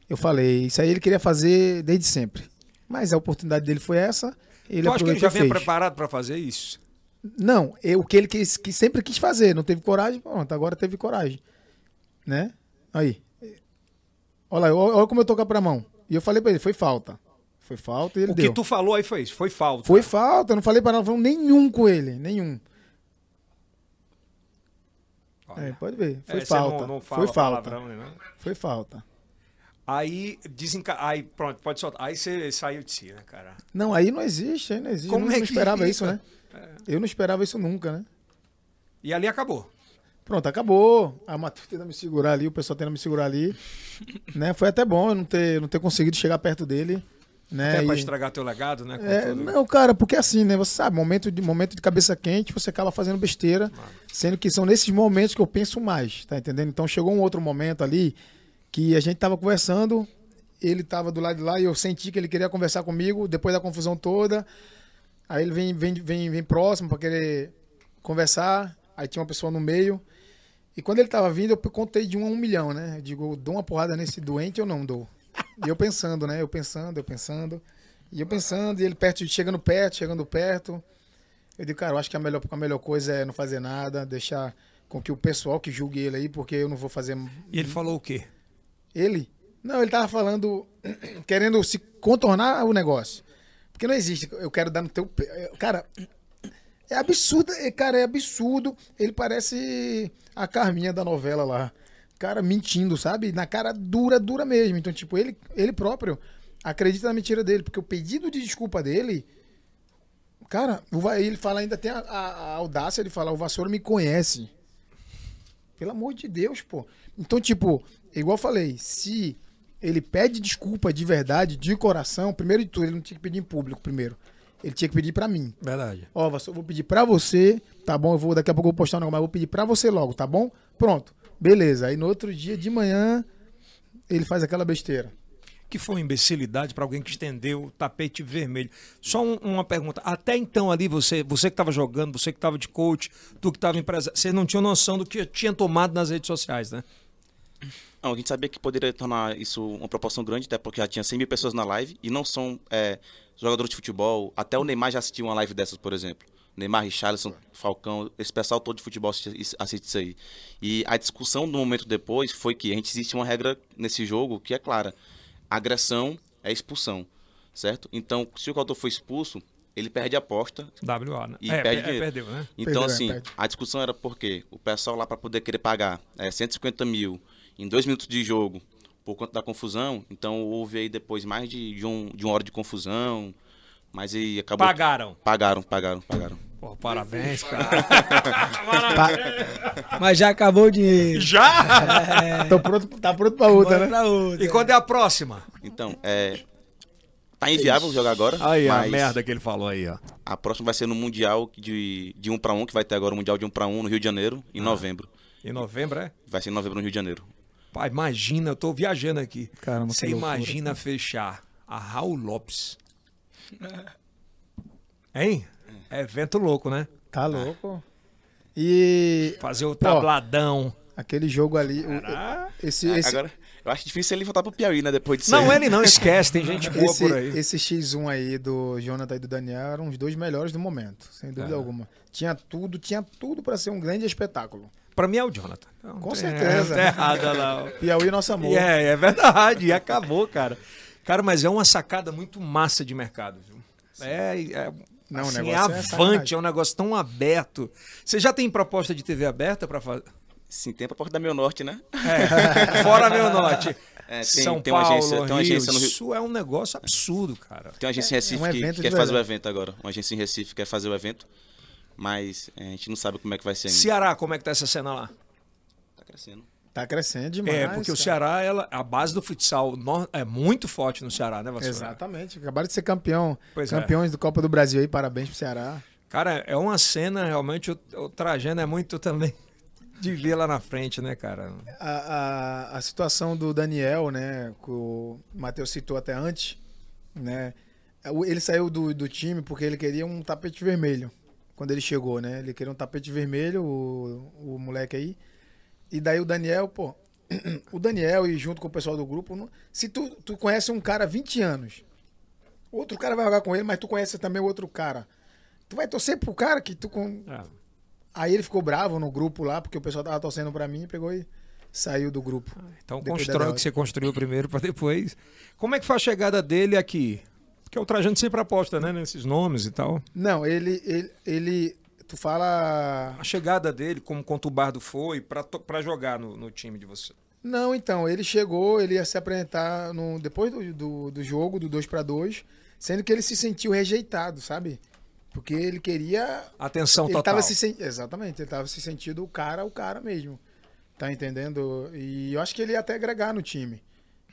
Speaker 4: eu falei, isso aí ele queria fazer desde sempre. Mas a oportunidade dele foi essa, ele
Speaker 1: Tu acha que ele já
Speaker 4: aproveitou e
Speaker 1: vem
Speaker 4: fez.
Speaker 1: preparado pra fazer isso?
Speaker 4: Não, é o que ele quis, que sempre quis fazer, não teve coragem, pronto, agora teve coragem. Né? Aí. Olha lá, olha olha como eu tô com a pra mão. E eu falei pra ele, foi falta. Foi falta e ele
Speaker 1: o
Speaker 4: deu.
Speaker 1: que tu falou aí foi isso. Foi falta.
Speaker 4: Foi falta, eu não falei palavrão nenhum com ele, nenhum.
Speaker 1: Olha.
Speaker 4: É, pode ver,
Speaker 1: É,
Speaker 4: foi
Speaker 1: você
Speaker 4: falta.
Speaker 1: Não, não fala
Speaker 4: foi falta.
Speaker 1: palavrão, né, não?
Speaker 4: Foi falta.
Speaker 1: Aí desenca... Aí pronto, pode soltar. Aí você saiu de si, né, cara?
Speaker 4: Não, aí não existe, aí não existe.
Speaker 1: Como
Speaker 4: eu não,
Speaker 1: é
Speaker 4: não
Speaker 1: que
Speaker 4: esperava
Speaker 1: fica? É.
Speaker 4: isso, né? Eu não esperava isso nunca, né?
Speaker 1: E ali acabou.
Speaker 4: Pronto, acabou. A Matu tenta me segurar ali, o pessoal tenta me
Speaker 1: <laughs>
Speaker 4: segurar ali. né? Foi até bom eu não ter, não ter conseguido chegar perto dele. Né?
Speaker 1: Até pra
Speaker 4: E-
Speaker 1: estragar teu legado, né? com
Speaker 4: É,
Speaker 1: tudo.
Speaker 4: não, cara, porque assim, né? Você sabe, momento de, momento de cabeça quente, você acaba fazendo besteira, sendo que são nesses momentos que eu penso mais, tá entendendo? Então chegou um outro momento ali que a gente tava conversando, ele tava do lado de lá e eu senti que ele queria conversar comigo, depois da confusão toda. Aí ele vem, vem, vem, vem próximo pra querer conversar, aí tinha uma pessoa no meio. E quando ele tava vindo, eu contei de um a um milhão, né? Eu digo, eu dou uma porrada nesse doente ou não dou? E eu pensando, né? Eu pensando, eu pensando. E eu pensando, e ele perto, chegando perto, chegando perto. Eu digo, cara, eu acho que a melhor, a melhor coisa é não fazer nada, deixar com que o pessoal que julgue ele aí, porque eu não vou fazer.
Speaker 1: E ele falou o quê?
Speaker 4: Ele? Não, ele tava falando, <clears throat> querendo se contornar o negócio. Porque não existe, eu quero dar no teu. pe- eh, Cara, é absurdo, é, cara, é absurdo. Ele parece a Carminha da novela lá. Cara, mentindo, sabe? Na cara dura, dura mesmo. Então, tipo, ele, ele próprio acredita na mentira dele, porque o pedido de desculpa dele. Cara, o Va- ele fala ainda tem a, a- a audácia de falar: o Vassoura me conhece. Pelo amor de Deus, pô. Então, tipo, igual eu falei, se ele pede desculpa de verdade, de coração, primeiro de tudo, ele não tinha que pedir em público primeiro. Ele tinha que pedir pra mim.
Speaker 1: Verdade.
Speaker 4: Ó, Vassoura, vou pedir pra você, tá bom? Eu vou, daqui a pouco eu vou postar um negócio, mas eu vou pedir pra você logo, tá bom? Pronto. Beleza. Aí no outro dia de manhã, ele faz aquela besteira.
Speaker 1: Que foi uma imbecilidade para alguém que estendeu o tapete vermelho. Só um- uma pergunta. Até então ali, você, você que estava jogando, você que estava de coach, tu que estava empresário, você não tinha noção do que tinha tomado nas redes sociais, né?
Speaker 5: Não, a gente sabia que poderia tornar isso uma proporção grande, até porque já tinha 100 mil pessoas na live e não são é, jogadores de futebol. Até o Neymar já assistiu uma live dessas, por exemplo. Neymar, Richarlison, Falcão, esse pessoal todo de futebol assiste, isso- assiste isso aí. E a discussão do momento depois foi que a gente existe uma regra nesse jogo que é clara: agressão é expulsão, certo? Então, se o jogador for expulso, ele perde a aposta,
Speaker 1: WA, né?
Speaker 5: e
Speaker 1: é,
Speaker 5: perde
Speaker 1: é,
Speaker 5: dinheiro.
Speaker 1: perdeu, né?
Speaker 5: Então,
Speaker 4: Perdeu, é,
Speaker 5: assim,
Speaker 4: perde.
Speaker 5: a discussão era por quê? O pessoal lá para poder querer pagar é, 150 mil em dois minutos de jogo por conta da confusão, então houve aí depois mais de, de, um, de uma hora de confusão, mas aí acabou...
Speaker 1: Pagaram.
Speaker 5: Pagaram, pagaram, pagaram.
Speaker 1: Pô, parabéns,
Speaker 5: <laughs>
Speaker 1: cara.
Speaker 3: Mas já acabou o
Speaker 1: <laughs>
Speaker 3: dinheiro.
Speaker 1: Já?
Speaker 4: Então pronto, tá pronto pra outra,
Speaker 3: É. Bora
Speaker 4: né?
Speaker 3: pra outra.
Speaker 1: E quando é a próxima?
Speaker 5: Então, é...
Speaker 4: É
Speaker 5: Tá inviável jogar agora, mas
Speaker 1: que ele falou aí, ó.
Speaker 5: a próxima vai ser no Mundial de, de 1 para 1, que vai ter agora o Mundial de 1 para 1 no Rio de Janeiro,
Speaker 1: Ah.
Speaker 5: em novembro.
Speaker 1: Em novembro, é?
Speaker 5: Vai ser em novembro no Rio de Janeiro.
Speaker 1: Pai, imagina, eu tô viajando aqui.
Speaker 4: Caramba,
Speaker 1: Você
Speaker 4: que loucura.
Speaker 1: imagina fechar a Raul Lopes.
Speaker 5: <laughs>
Speaker 1: Hein? É evento louco, né?
Speaker 4: Tá louco. E
Speaker 1: Fazer o tabladão.
Speaker 4: aquele jogo ali, o- esse, esse,
Speaker 5: Agora, eu acho difícil ele voltar pro Piauí, né, depois disso
Speaker 1: Não, é
Speaker 5: aí.
Speaker 1: ele não esquece, tem gente boa
Speaker 4: Esse,
Speaker 1: por aí.
Speaker 4: esse X1 aí do Jonathan e do Daniel eram os dois melhores do momento, sem
Speaker 1: É.
Speaker 4: dúvida alguma. Tinha tudo, tinha tudo pra ser um grande espetáculo.
Speaker 1: Pra mim é o Jonathan. Não,
Speaker 4: Com
Speaker 1: tem-
Speaker 4: certeza.
Speaker 1: Tá errada lá. ó.
Speaker 4: Piauí, nosso amor.
Speaker 1: E é, é verdade, e acabou, cara. Cara, mas é uma sacada muito massa de mercado, viu? É, é,
Speaker 4: Não, o
Speaker 1: assim, é
Speaker 4: negócio é
Speaker 1: avante,
Speaker 4: sacanagem.
Speaker 1: é, um negócio tão aberto. Você já tem proposta de TV aberta pra
Speaker 4: <laughs>
Speaker 1: fazer?
Speaker 5: Sim, tem pra porta da Meu Norte, né? <laughs>
Speaker 1: É, fora meu norte.
Speaker 5: É, tem-
Speaker 1: São
Speaker 5: tem uma
Speaker 1: Paulo,
Speaker 5: agência- tem uma
Speaker 1: Rio,
Speaker 5: agência no Rio.
Speaker 1: Isso é um negócio absurdo, cara.
Speaker 5: Tem uma agência em Recife
Speaker 1: é
Speaker 4: um
Speaker 5: que-
Speaker 4: evento
Speaker 5: que
Speaker 4: de
Speaker 5: quer fazer o
Speaker 4: verdade.
Speaker 5: evento agora. Uma agência em Recife quer fazer o evento, mas é, a gente não sabe como é que vai ser ainda.
Speaker 1: Ceará, como é que tá essa cena lá?
Speaker 5: Tá crescendo.
Speaker 4: Tá crescendo demais.
Speaker 1: É, porque o
Speaker 4: cara.
Speaker 1: Ceará, ela, a base do futsal no- é muito forte no Ceará, né, Vassoura?
Speaker 4: Exatamente, acabaram de ser campeão.
Speaker 1: Pois é.
Speaker 4: Campeões do Copa do Brasil aí, parabéns pro Ceará.
Speaker 1: Cara, é uma cena, realmente, o, o Trajano é muito também <laughs> de ver lá na frente, né, cara?
Speaker 4: a, a, a situação do Daniel, né, que o Matheus citou até antes, né, o- ele saiu do, do time porque ele queria um tapete vermelho, quando ele chegou, né, ele queria um tapete vermelho, o, o moleque aí, e daí o Daniel, pô, <clears throat> o Daniel e junto com o pessoal do grupo, não- se tu, tu conhece um cara há 20 anos, outro cara vai jogar com ele, mas tu conhece também o outro cara, tu vai torcer pro cara que tu con- Aí ele ficou bravo no grupo lá, porque o pessoal tava torcendo pra mim, pegou e saiu do grupo.
Speaker 1: Então
Speaker 4: Depois da
Speaker 1: constrói o
Speaker 4: derrota.
Speaker 1: que você construiu primeiro para depois. Como é que foi a chegada dele aqui? Porque o Trajano sempre aposta, né, nesses nomes e tal.
Speaker 4: Não, ele, ele, ele. Tu fala.
Speaker 1: A chegada dele, como contubardo foi, para jogar no, no time de você.
Speaker 4: Não, então, ele chegou, ele ia se apresentar no, depois do, do, do jogo, do 2 pra 2 sendo que ele se sentiu rejeitado, sabe? Porque ele queria
Speaker 1: Atenção
Speaker 4: ele
Speaker 1: Então, total.
Speaker 4: tava se sen- Exatamente, ele tava se sentindo o cara, o cara mesmo. Tá entendendo? E eu acho que ele ia até agregar no time,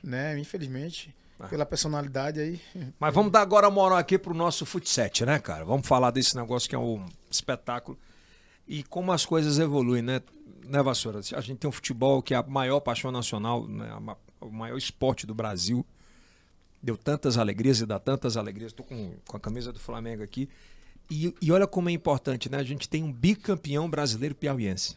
Speaker 4: né? Infelizmente,
Speaker 1: Ah.
Speaker 4: pela personalidade aí. <laughs>
Speaker 1: Mas vamos dar agora a moral aqui pro nosso futset, né, cara? Vamos falar desse negócio que é um espetáculo. E como as coisas evoluem, né? Né, Vassoura? A gente tem um futebol que é a maior paixão nacional, né? A ma- o maior esporte do Brasil. Deu tantas alegrias e dá tantas alegrias. Tô com, com a camisa do Flamengo aqui. E, e olha como é importante, né? A gente tem um bicampeão brasileiro piauiense.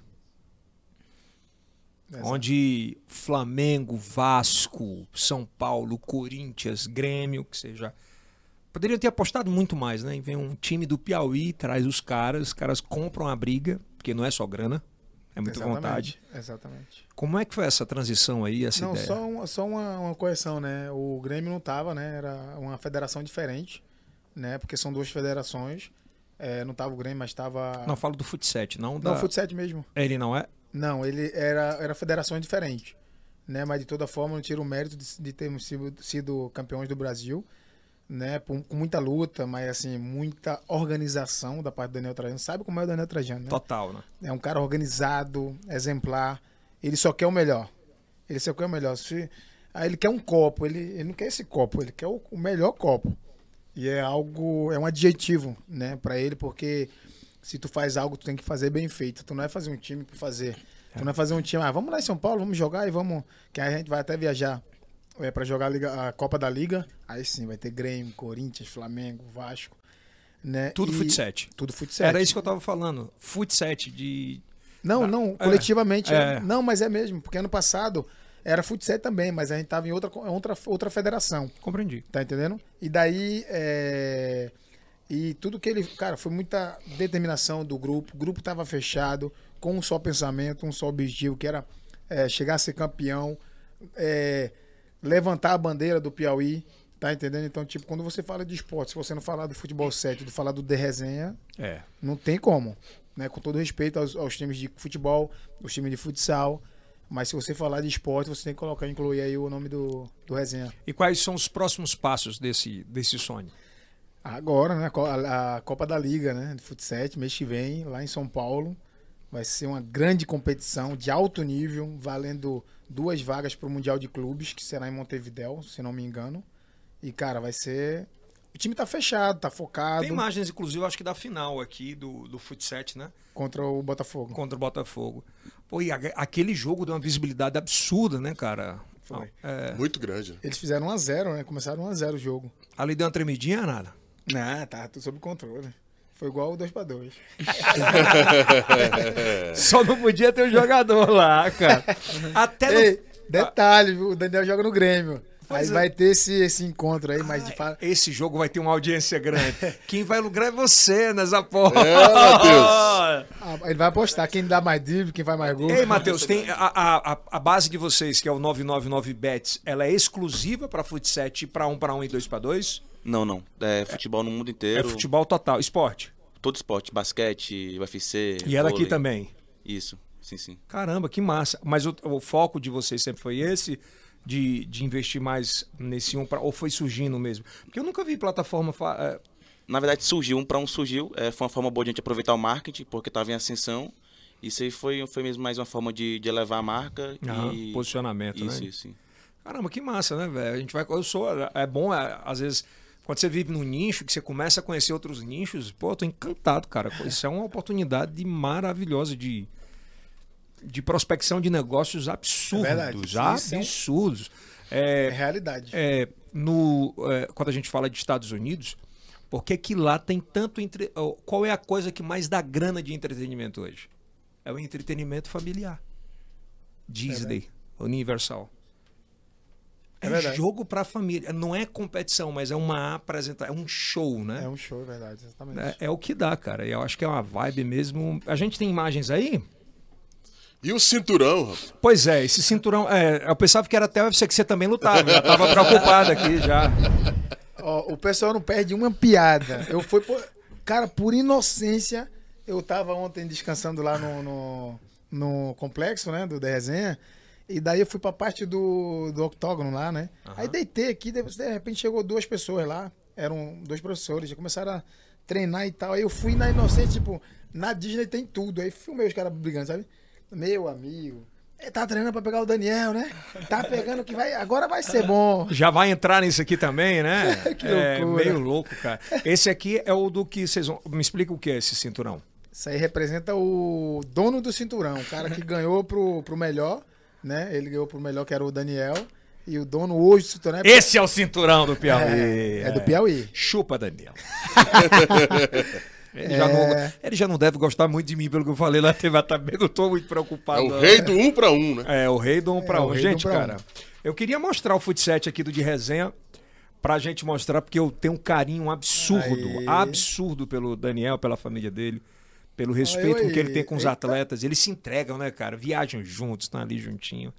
Speaker 1: Onde Flamengo, Vasco, São Paulo, Corinthians, Grêmio, que seja Poderiam ter apostado muito mais, né? E Vem um time do Piauí, traz os caras, os caras compram a briga, porque não é só grana, é muita
Speaker 4: Exatamente,
Speaker 1: vontade.
Speaker 4: Exatamente.
Speaker 1: Como é que foi essa transição aí, essa
Speaker 4: não,
Speaker 1: ideia?
Speaker 4: só, um, só uma, uma correção, né? O Grêmio não tava, né? Era uma federação diferente, né? Porque são duas federações. É, não tava o Grêmio, mas tava.
Speaker 1: Não, falo do futset, não da...
Speaker 4: não o futsal mesmo.
Speaker 1: Ele não é?
Speaker 4: Não, ele era, era federações diferentes. Né? Mas de toda forma, não tiro o mérito de, de termos sido, sido campeões do Brasil. Né? por- com muita luta, mas assim, muita organização da parte do Daniel Trajano. Sabe como é o Daniel Trajano, né?
Speaker 1: Total, né?
Speaker 4: É um cara organizado, exemplar. Ele só quer o melhor. Ele só quer o melhor. Se, aí ele quer um copo. Ele, ele não quer esse copo. Ele quer o, o melhor copo. E é algo, é um adjetivo, né, para ele, porque se tu faz algo, tu tem que fazer bem feito. Tu não é fazer um time por fazer. Tu não é fazer um time. Ah, vamos lá em São Paulo, vamos jogar e vamos. Que aí a gente vai até viajar é, para jogar a, Liga- a Copa da Liga. Aí sim, vai ter Grêmio, Corinthians, Flamengo, Vasco, né?
Speaker 1: Tudo
Speaker 4: e-
Speaker 1: futset.
Speaker 4: Tudo futsal.
Speaker 1: Era isso que eu tava falando. Futset de.
Speaker 4: Não,
Speaker 1: Ah,
Speaker 4: não,
Speaker 1: é.
Speaker 4: coletivamente.
Speaker 1: É.
Speaker 4: é. Não, mas é mesmo, porque ano passado era futsal também, mas a gente tava em outra, co- outra, outra federação,
Speaker 1: Compreendi.
Speaker 4: tá entendendo? E daí. é, E tudo que ele. Cara, foi muita determinação do grupo. O grupo tava fechado, com um só pensamento, um só objetivo, que era é, chegar a ser campeão, é, levantar a bandeira do Piauí. Tá entendendo? Então, tipo, quando você fala de esporte, se você não falar do futebol 7, não falar do de resenha,
Speaker 1: É.
Speaker 4: não tem como. Né? Com todo respeito aos, aos times de futebol, os times de futsal. Mas se você falar de esporte, você tem que colocar, incluir aí o nome do, do resenha.
Speaker 1: E quais são os próximos passos desse, desse sonho?
Speaker 4: Agora, né? a Co- A, a Copa da Liga, né? De futsal, mês que vem, lá em São Paulo. Vai ser uma grande competição de alto nível, valendo duas vagas para o Mundial de Clubes, que será em Montevidéu, se não me engano. E, cara, vai ser. O time tá fechado, tá focado
Speaker 1: Tem imagens, inclusive, acho que da final aqui do, do futset, né?
Speaker 4: contra o Botafogo.
Speaker 1: Contra o Botafogo. Pô, e a- aquele jogo deu uma visibilidade absurda, né, cara?
Speaker 4: Foi.
Speaker 1: Não, é,
Speaker 2: Muito grande. né?
Speaker 4: Eles fizeram 1 a 0 né? Começaram 1 a 0 o jogo.
Speaker 1: ali deu uma tremidinha, nada.
Speaker 4: Não, tá tudo sob controle. Foi igual o 2x2.
Speaker 1: <laughs> Só não podia ter o jogador lá,
Speaker 4: <laughs>
Speaker 1: cara. Até no-
Speaker 4: Ei, É, detalhe, viu? o Daniel joga no Grêmio.
Speaker 1: Pois
Speaker 4: aí
Speaker 1: é.
Speaker 4: vai ter esse, esse encontro aí, mas de fato.
Speaker 1: Esse jogo vai ter uma audiência <laughs> grande. Quem vai lucrar é você nas apostas.
Speaker 2: É, Matheus.
Speaker 4: ah, Ele vai apostar quem dá mais drible, quem vai mais gol.
Speaker 1: Ei, Matheus, tem a, a, a- a base de vocês, que é o 999 Bets, ela é exclusiva para futset para 1 para 1 e 2 para 2?
Speaker 5: Não, não. É futebol no mundo
Speaker 1: É
Speaker 5: inteiro.
Speaker 1: futebol total, esporte.
Speaker 5: Todo esporte, basquete, UFC.
Speaker 1: E ela aqui
Speaker 5: vôlei.
Speaker 1: também.
Speaker 5: Isso, sim, sim.
Speaker 1: Caramba, que massa. Mas o, o foco de vocês sempre foi esse? De, de investir mais nesse um para ou foi surgindo mesmo? Porque eu nunca vi plataforma. fa- eh,
Speaker 5: Na verdade, surgiu um para um surgiu. é, foi uma forma boa de a gente aproveitar o marketing, porque estava em ascensão. Isso aí foi, foi mesmo mais uma forma de, de elevar a marca.
Speaker 1: Aham,
Speaker 5: e...
Speaker 1: posicionamento,
Speaker 5: isso,
Speaker 1: né?
Speaker 5: Isso, isso.
Speaker 1: Caramba, que massa, né, velho? A gente vai. Eu sou. É bom, é, às vezes, quando você vive num nicho, que você começa a conhecer outros nichos, pô, eu tô encantado, cara. Isso é uma oportunidade maravilhosa de, de prospecção de negócios absurdos.
Speaker 4: É verdade. Isso é um-
Speaker 1: absurdos. É,
Speaker 4: É realidade.
Speaker 1: é, no, é, quando a gente fala de Estados Unidos, por que que lá tem tanto. Entre... ó, Qual é a coisa que mais dá grana de entretenimento hoje? É o entretenimento familiar. Disney, Universal.
Speaker 4: É
Speaker 1: É,
Speaker 4: verdade.
Speaker 1: jogo pra família. Não é competição, mas é uma apresentação. É um show, né?
Speaker 4: É um show, é verdade, exatamente.
Speaker 1: É- é o que dá, cara. E Eu acho que é uma vibe mesmo. A gente tem imagens aí?
Speaker 2: E o cinturão, rapaz?
Speaker 1: Pois é, esse cinturão. é, eu pensava que era até o UFC que você também lutava. Já tava preocupado aqui já.
Speaker 4: Ó, o pessoal não perde uma piada. Eu fui por... Cara, por inocência, eu tava ontem descansando lá no, no, no complexo, né, do da resenha. E daí eu fui pra parte do, do octógono lá, né? Aí deitei aqui, de, de repente chegou duas pessoas lá. Eram dois professores, já começaram a treinar e tal. Aí eu fui na inocência, tipo, na Disney tem tudo. Aí filmei os caras brigando, sabe? Meu amigo. eh, Tá treinando pra pegar o Daniel, né? Tá pegando que vai. Agora vai ser bom.
Speaker 1: Já vai entrar nisso aqui também, né?
Speaker 4: <laughs> Que
Speaker 1: é
Speaker 4: loucura.
Speaker 1: meio louco, cara. Esse aqui é o do que vocês vão. Me explica o que é esse cinturão.
Speaker 4: Isso aí representa o dono do cinturão, o cara que ganhou pro, pro melhor, né? Ele ganhou pro melhor, que era o Daniel. E o dono hoje do cinturão é,
Speaker 1: Esse é o cinturão do Piauí.
Speaker 4: é, é do Piauí.
Speaker 1: Chupa,
Speaker 4: <laughs>
Speaker 1: Daniel. Ele, já
Speaker 4: É.
Speaker 1: não, ele já não deve gostar muito de mim, pelo que eu falei lá. <laughs> Teve também, não tô muito
Speaker 2: É
Speaker 1: preocupado.
Speaker 2: o
Speaker 1: não.
Speaker 2: rei do um pra um, né?
Speaker 1: É, o rei do um pra
Speaker 4: o
Speaker 1: um.
Speaker 4: rei do um
Speaker 1: Gente,
Speaker 4: pra um.
Speaker 1: cara, eu queria mostrar o futset aqui do de resenha, pra gente mostrar, porque eu tenho um carinho absurdo,
Speaker 4: Aí.
Speaker 1: absurdo pelo Daniel, pela família dele, pelo respeito
Speaker 4: Aí,
Speaker 1: com que ele tem com os
Speaker 4: eita.
Speaker 1: atletas. Eles se entregam, né, cara? Viajam juntos, estão ali juntinho.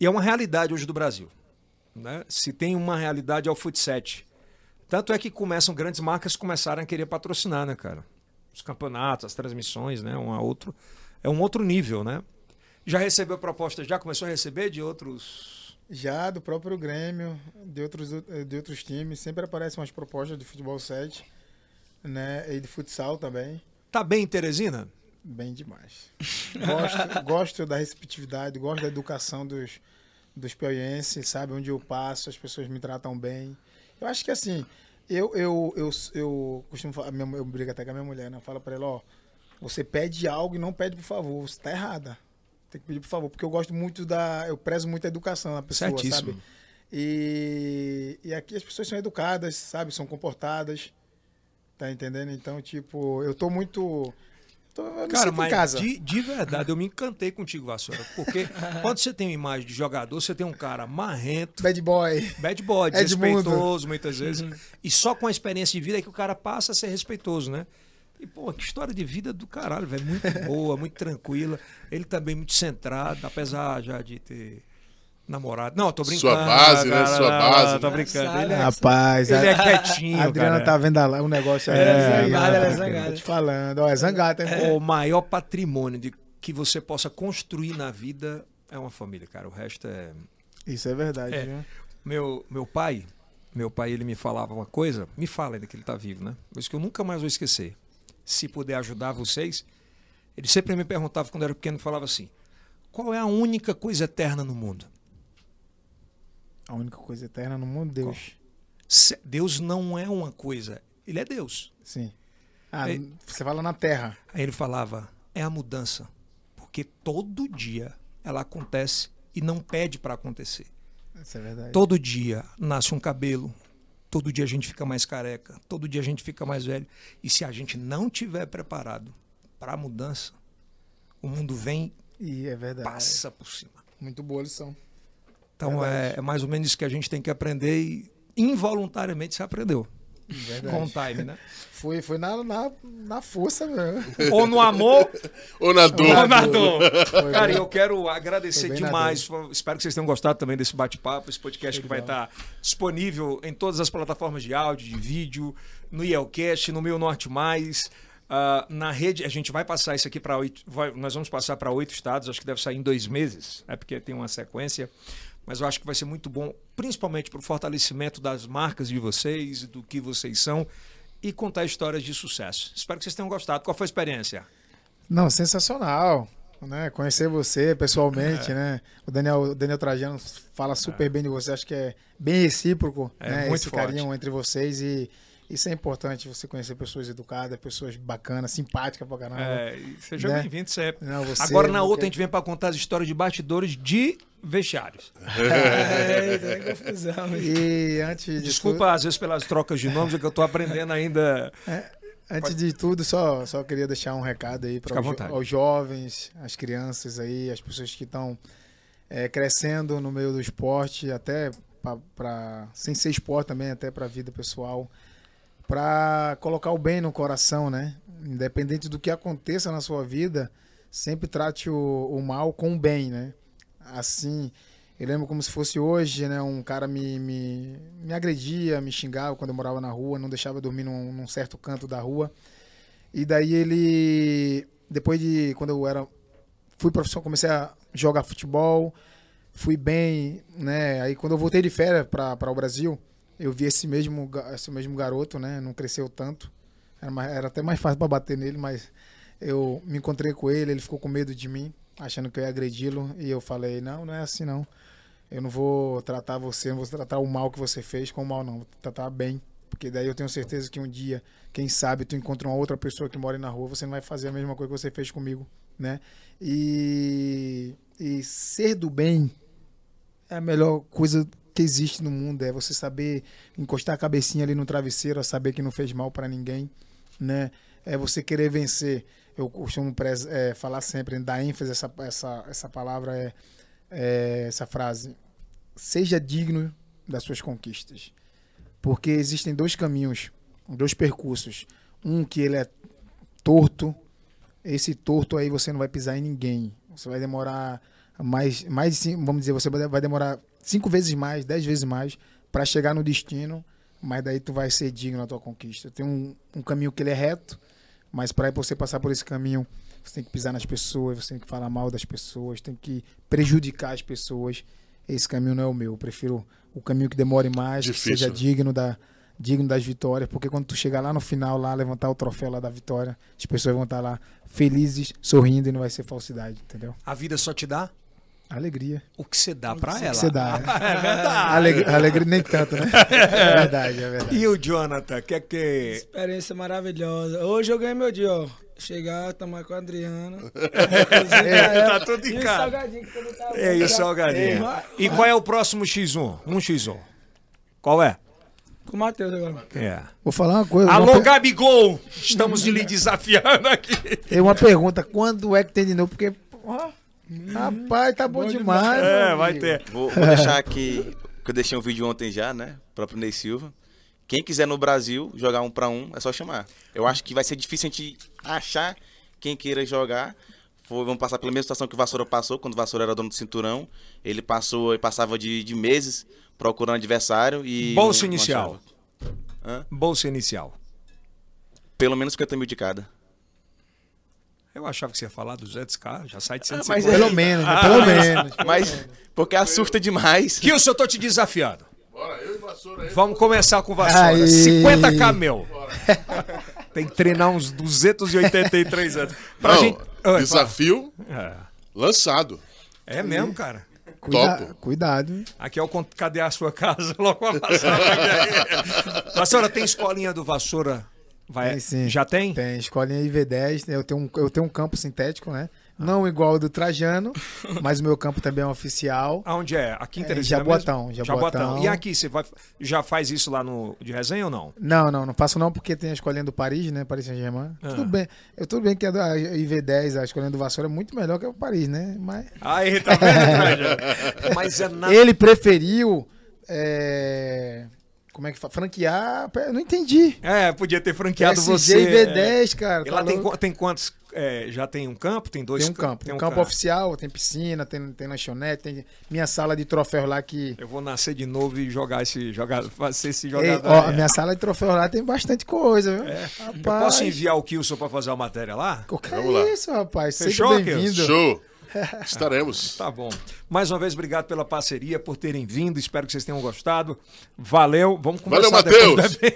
Speaker 1: E é uma realidade hoje do Brasil. Né? Se tem uma realidade, é o futsal. Tanto é que começam grandes marcas começaram a querer patrocinar, né, cara? Os campeonatos, as transmissões, né? Um a outro. É um outro nível, né? Já recebeu proposta, já começou a receber de outros
Speaker 4: Já do próprio Grêmio, de outros, de outros times, sempre aparecem umas propostas de futebol 7, né? E de futsal também.
Speaker 1: Tá bem, Teresina?
Speaker 4: Bem demais. Gosto, <laughs> gosto da receptividade, gosto da educação dos, dos piauienses, sabe? Onde eu passo, as pessoas me tratam bem. Eu acho que assim, eu, eu, eu, eu costumo falar, minha mu- eu brigo até com a minha mulher, né? Eu falo pra ela, ó, você pede algo e não pede por favor, você tá errada. Tem que pedir por favor, porque eu gosto muito da. Eu prezo muito a educação da pessoa,
Speaker 1: Certíssimo.
Speaker 4: sabe? E, e aqui as pessoas são educadas, sabe? São comportadas. Tá entendendo? Então, tipo, eu tô muito. Tô, eu me
Speaker 1: Cara,
Speaker 4: sinto em
Speaker 1: mas
Speaker 4: casa.
Speaker 1: De, de verdade, eu me encantei contigo, Vassoura. Porque <laughs> quando você tem uma imagem de jogador, você tem um cara marrento,
Speaker 4: Bad boy.
Speaker 1: bad boy,
Speaker 4: Edmundo.
Speaker 1: desrespeitoso muitas vezes. E só com a experiência de vida é que o cara passa a ser respeitoso, né? E, pô, que história de vida do caralho, velho. Muito boa, muito tranquila. Ele também muito centrado, apesar já de ter namorado. Não, eu tô
Speaker 2: Sua
Speaker 1: brincando.
Speaker 2: base, né?
Speaker 1: cara,
Speaker 2: Sua
Speaker 1: não,
Speaker 2: base,
Speaker 1: não, Tô
Speaker 3: né?
Speaker 1: brincando. Ele, é-
Speaker 4: Rapaz,
Speaker 1: ele é
Speaker 4: a,
Speaker 1: quietinho,
Speaker 4: a Adriana
Speaker 1: cara.
Speaker 4: tá vendo lá um negócio aí.
Speaker 1: É,
Speaker 3: zangada, ela é
Speaker 4: tá
Speaker 3: zangada.
Speaker 4: Tô te falando, ó, é zangada, hein?
Speaker 1: O maior patrimônio de, que você possa construir na vida é uma família, cara. O resto é.
Speaker 4: Isso é verdade,
Speaker 1: É.
Speaker 4: viu?
Speaker 1: Meu, meu pai, meu pai, ele me falava uma coisa, me fala ainda que ele tá vivo, né? Mas que eu nunca mais vou esquecer. Se puder ajudar vocês, ele sempre me perguntava quando eu era pequeno, falava assim: qual é a única coisa eterna no mundo?
Speaker 4: A única coisa eterna no mundo, Deus.
Speaker 1: Se- Deus não é uma coisa, ele é Deus.
Speaker 4: Sim. Ah,
Speaker 1: É.
Speaker 4: você fala na terra.
Speaker 1: Aí ele falava: é a mudança, porque todo dia ela acontece e não pede para acontecer.
Speaker 4: Isso é verdade.
Speaker 1: Todo dia nasce um cabelo, todo dia a gente fica mais careca, todo dia a gente fica mais velho. E se a gente não tiver preparado para a mudança, o mundo vem
Speaker 4: E é verdade.
Speaker 1: passa por cima.
Speaker 4: Muito boa a lição.
Speaker 1: Então é, é mais ou menos isso que a gente tem que aprender e involuntariamente se aprendeu.
Speaker 4: Verdade.
Speaker 1: Com o time,
Speaker 4: <laughs>
Speaker 1: né?
Speaker 4: Foi, foi na, na, na força mesmo.
Speaker 1: Ou no amor
Speaker 2: Ô, Nadu,
Speaker 1: ou na dor. Cara,
Speaker 4: bem.
Speaker 1: eu quero agradecer
Speaker 4: Foi bem
Speaker 1: demais. Espero que vocês tenham gostado também desse bate-papo, esse podcast que vai estar disponível em todas as plataformas de áudio, de vídeo, no Yelcast, no Meu Norte Mais. ah, na rede, a gente vai passar isso aqui para oito. vai- nós vamos passar para oito estados, acho que deve sair em dois meses, é porque tem uma sequência. Mas eu acho que vai ser muito bom, principalmente para o fortalecimento das marcas de vocês, do que vocês são, e contar histórias de sucesso. Espero que vocês tenham gostado. Qual foi a experiência?
Speaker 4: Não, sensacional. Né? Conhecer você pessoalmente,
Speaker 1: É.
Speaker 4: né? O Daniel, o Daniel Trajano fala super bem de você, acho que é bem recíproco,
Speaker 1: É
Speaker 4: né?
Speaker 1: muito
Speaker 4: Esse
Speaker 1: forte.
Speaker 4: carinho entre vocês e isso é importante, você conhecer pessoas educadas, pessoas bacanas, simpáticas pra caramba.
Speaker 1: É, e seja
Speaker 4: Né?
Speaker 1: bem-vindo sempre.
Speaker 4: Não, você-
Speaker 1: Agora na
Speaker 4: não
Speaker 1: outra
Speaker 4: quer-
Speaker 1: a gente vem para contar as histórias de bastidores de vestiários.
Speaker 3: É, isso é confusão. velho.
Speaker 4: E antes de
Speaker 1: Desculpa às vezes pelas trocas de nomes, é que eu tô aprendendo ainda.
Speaker 4: Antes de tudo, só, só queria deixar um recado aí
Speaker 1: Fica
Speaker 4: para
Speaker 1: à
Speaker 4: os, jo-
Speaker 1: vontade.
Speaker 4: aos jovens, às crianças aí, as pessoas que estão eh, crescendo no meio do esporte, até para sem ser esporte também, até para a vida pessoal, para colocar o bem no coração, né? Independente do que aconteça na sua vida, sempre trate o, o mal com o bem, né? Assim, eu lembro como se fosse hoje, né? Um cara me, me, me agredia, me xingava quando eu morava na rua, não deixava eu dormir num, num certo canto da rua. E daí ele, depois de quando eu era, fui profissional, comecei a jogar futebol, fui bem, né? Aí quando eu voltei de férias para o Brasil, eu vi esse mesmo, ga- esse mesmo garoto, né? Não cresceu tanto, era, mais- era até mais fácil para bater nele, mas eu me encontrei com ele, ele ficou com medo de mim, achando que eu ia agredi-lo, e eu falei, não, não é assim não. Eu não vou tratar você, não vou tratar o mal que você fez com o mal, não. Vou tratar bem. Porque daí eu tenho certeza que um dia, quem sabe, tu encontra uma outra pessoa que mora na rua, você não vai fazer a mesma coisa que você fez comigo, né? E, e ser do bem é a melhor coisa que existe no mundo. É você saber encostar a cabecinha ali no travesseiro, é saber que não fez mal pra ninguém, né? É você querer vencer. Eu costumo pres- é, falar sempre, dar ênfase a essa, essa, essa palavra, é, é, essa frase. Seja digno das suas conquistas. Porque existem dois caminhos, dois percursos. Um que ele é torto, esse torto aí você não vai pisar em ninguém. Você vai demorar mais, mais de cin- vamos dizer, você vai vai demorar cinco vezes mais, dez vezes mais para chegar no destino, mas daí tu vai ser digno da tua conquista. Tem um, um caminho que ele é reto, mas para você passar por esse caminho, você tem que pisar nas pessoas, você tem que falar mal das pessoas, tem que prejudicar as pessoas. Esse caminho não é o meu. Eu prefiro o caminho que demore mais,
Speaker 2: Difícil,
Speaker 4: que seja
Speaker 2: né?
Speaker 4: digno da digno das vitórias, porque quando tu chegar lá no final, lá levantar o troféu lá da vitória, as pessoas vão estar lá felizes, sorrindo e não vai ser falsidade, entendeu?
Speaker 1: A vida só te dá
Speaker 4: Alegria.
Speaker 1: o que você dá pra
Speaker 4: que
Speaker 1: ela.
Speaker 4: você dá, né?
Speaker 1: <laughs> É verdade.
Speaker 4: Alegria, alegria nem tanto,
Speaker 1: <laughs>
Speaker 4: né? É verdade, é verdade.
Speaker 1: E o Jonathan, que é
Speaker 4: <laughs>
Speaker 1: que.
Speaker 3: Experiência maravilhosa. Hoje eu ganhei meu dia, ó. Chegar, tomar com
Speaker 1: <laughs>
Speaker 3: a Adriana.
Speaker 4: É,
Speaker 1: tá tudo em
Speaker 3: e o
Speaker 1: casa.
Speaker 3: salgadinho que tá eu tava
Speaker 1: É isso, Salgadinho. E qual é o próximo X1? Um X1. Qual é?
Speaker 3: Com o Matheus agora.
Speaker 1: É.
Speaker 4: Vou falar uma coisa.
Speaker 1: Alô,
Speaker 4: uma, per-
Speaker 1: Gabigol! Estamos lhe desafiando aqui.
Speaker 4: é uma pergunta, quando é que tem de novo? Porque, ó, rapaz, tá bom, demais.
Speaker 1: É,
Speaker 4: meu
Speaker 1: vai
Speaker 4: amigo.
Speaker 1: ter.
Speaker 5: Vou, vou deixar aqui, que eu deixei um vídeo ontem já, né? Próprio Ney Silva. Quem quiser no Brasil jogar um pra um, é só chamar. Eu acho que vai ser difícil a gente achar quem queira jogar. Foi- vamos passar pela mesma situação que o Vassoura passou, quando o Vassoura era dono do cinturão. Ele passou e passava de, de meses procurando adversário e.
Speaker 1: Bolsa
Speaker 5: não- não
Speaker 1: inicial.
Speaker 5: achava. Hã?
Speaker 1: Bolsa inicial.
Speaker 5: Pelo menos 50 mil de cada.
Speaker 1: Eu achava que você ia falar 200k, já
Speaker 4: Ah,
Speaker 1: sai de 150.
Speaker 5: mas
Speaker 4: Pelo menos, né? Pelo menos.
Speaker 5: Mas, porque assusta demais.
Speaker 1: Kilson, eu tô te desafiando.
Speaker 2: Bora, eu e Vassoura aí.
Speaker 1: Vamos começar com vassoura.
Speaker 4: Aí.
Speaker 1: 50k meu. <laughs> Tem que treinar uns 283 anos. Pra
Speaker 2: Não,
Speaker 1: gente. Ah,
Speaker 2: desafio
Speaker 1: fala.
Speaker 2: lançado.
Speaker 1: É, é mesmo, cara.
Speaker 4: <laughs> Cuida,
Speaker 2: Topo.
Speaker 4: cuidado, hein?
Speaker 1: Aqui é o cont- cadê a sua casa? <laughs> Logo a vassoura. vassoura, tem escolinha do Vassoura? Vai-
Speaker 4: Tem sim.
Speaker 1: É, Já tem?
Speaker 4: Tem, escolinha IV10, né? eu tenho um, eu tenho um campo sintético, né? Não igual ao do Trajano, mas o meu campo também é um oficial.
Speaker 1: Aonde é? Aqui em
Speaker 4: É,
Speaker 1: Teresina mesmo?
Speaker 4: Jaboatão, Jaboatão.
Speaker 1: E aqui, você vai, já faz isso lá no de resenha ou não?
Speaker 4: Não, não, não faço não porque tem a escolinha do Paris, né? Paris Saint-Germain. Tudo bem. Eu tudo bem que a do- a IV10, a escolinha do Vassoura é muito melhor que a do Paris, né? Mas
Speaker 1: Aí, tá
Speaker 4: <laughs>
Speaker 1: vendo? Mas é na...
Speaker 4: ele preferiu é, como é que fala? franquear, eu não entendi.
Speaker 1: É, podia ter franqueado
Speaker 4: PSG
Speaker 1: você.
Speaker 4: e V10, cara.
Speaker 1: é. E
Speaker 4: tá
Speaker 1: lá tem,
Speaker 4: louco?
Speaker 1: qu- tem quantos? é, já tem um campo? Tem dois
Speaker 4: Tem um
Speaker 1: cam-
Speaker 4: campo. Tem um campo oficial, tem piscina, tem, tem lanchonete, tem minha sala de troféus lá que
Speaker 1: Eu vou nascer de novo e jogar <laughs> esse jogador, fazer esse
Speaker 4: Ei,
Speaker 1: jogador. é.
Speaker 4: ó,
Speaker 1: aí.
Speaker 4: a minha sala de troféu lá tem bastante coisa, viu? Rapaz,
Speaker 1: Eu posso enviar o Kilson pra fazer a matéria lá?
Speaker 4: O que
Speaker 2: Vamos lá.
Speaker 4: é isso, rapaz? Seja
Speaker 1: Fechou,
Speaker 4: bem-vindo.
Speaker 1: <laughs>
Speaker 2: Show. Estaremos.
Speaker 1: Tá bom. Mais uma vez, obrigado pela parceria, por terem vindo. Espero que vocês tenham gostado. Valeu. Vamos conversar
Speaker 2: Valeu,
Speaker 1: depois
Speaker 2: Matheus.
Speaker 1: do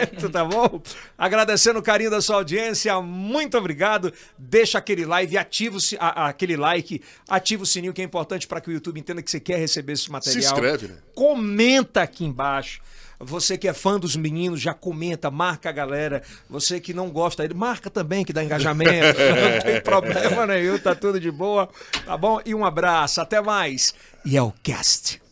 Speaker 1: evento, <laughs> tá bom? Agradecendo o carinho da sua audiência. Muito obrigado. Deixa aquele live, ativa o si- a- a- aquele like, ativa o sininho que é importante para que o YouTube entenda que você quer receber esse material.
Speaker 2: inscreve, né?
Speaker 1: Comenta aqui embaixo. Você que é fã dos meninos, já comenta, marca a galera. Você que não gosta, ele marca também, que dá engajamento. não tem problema nenhum, tá tudo de boa. Tá bom? E um abraço, até mais. E é o cast.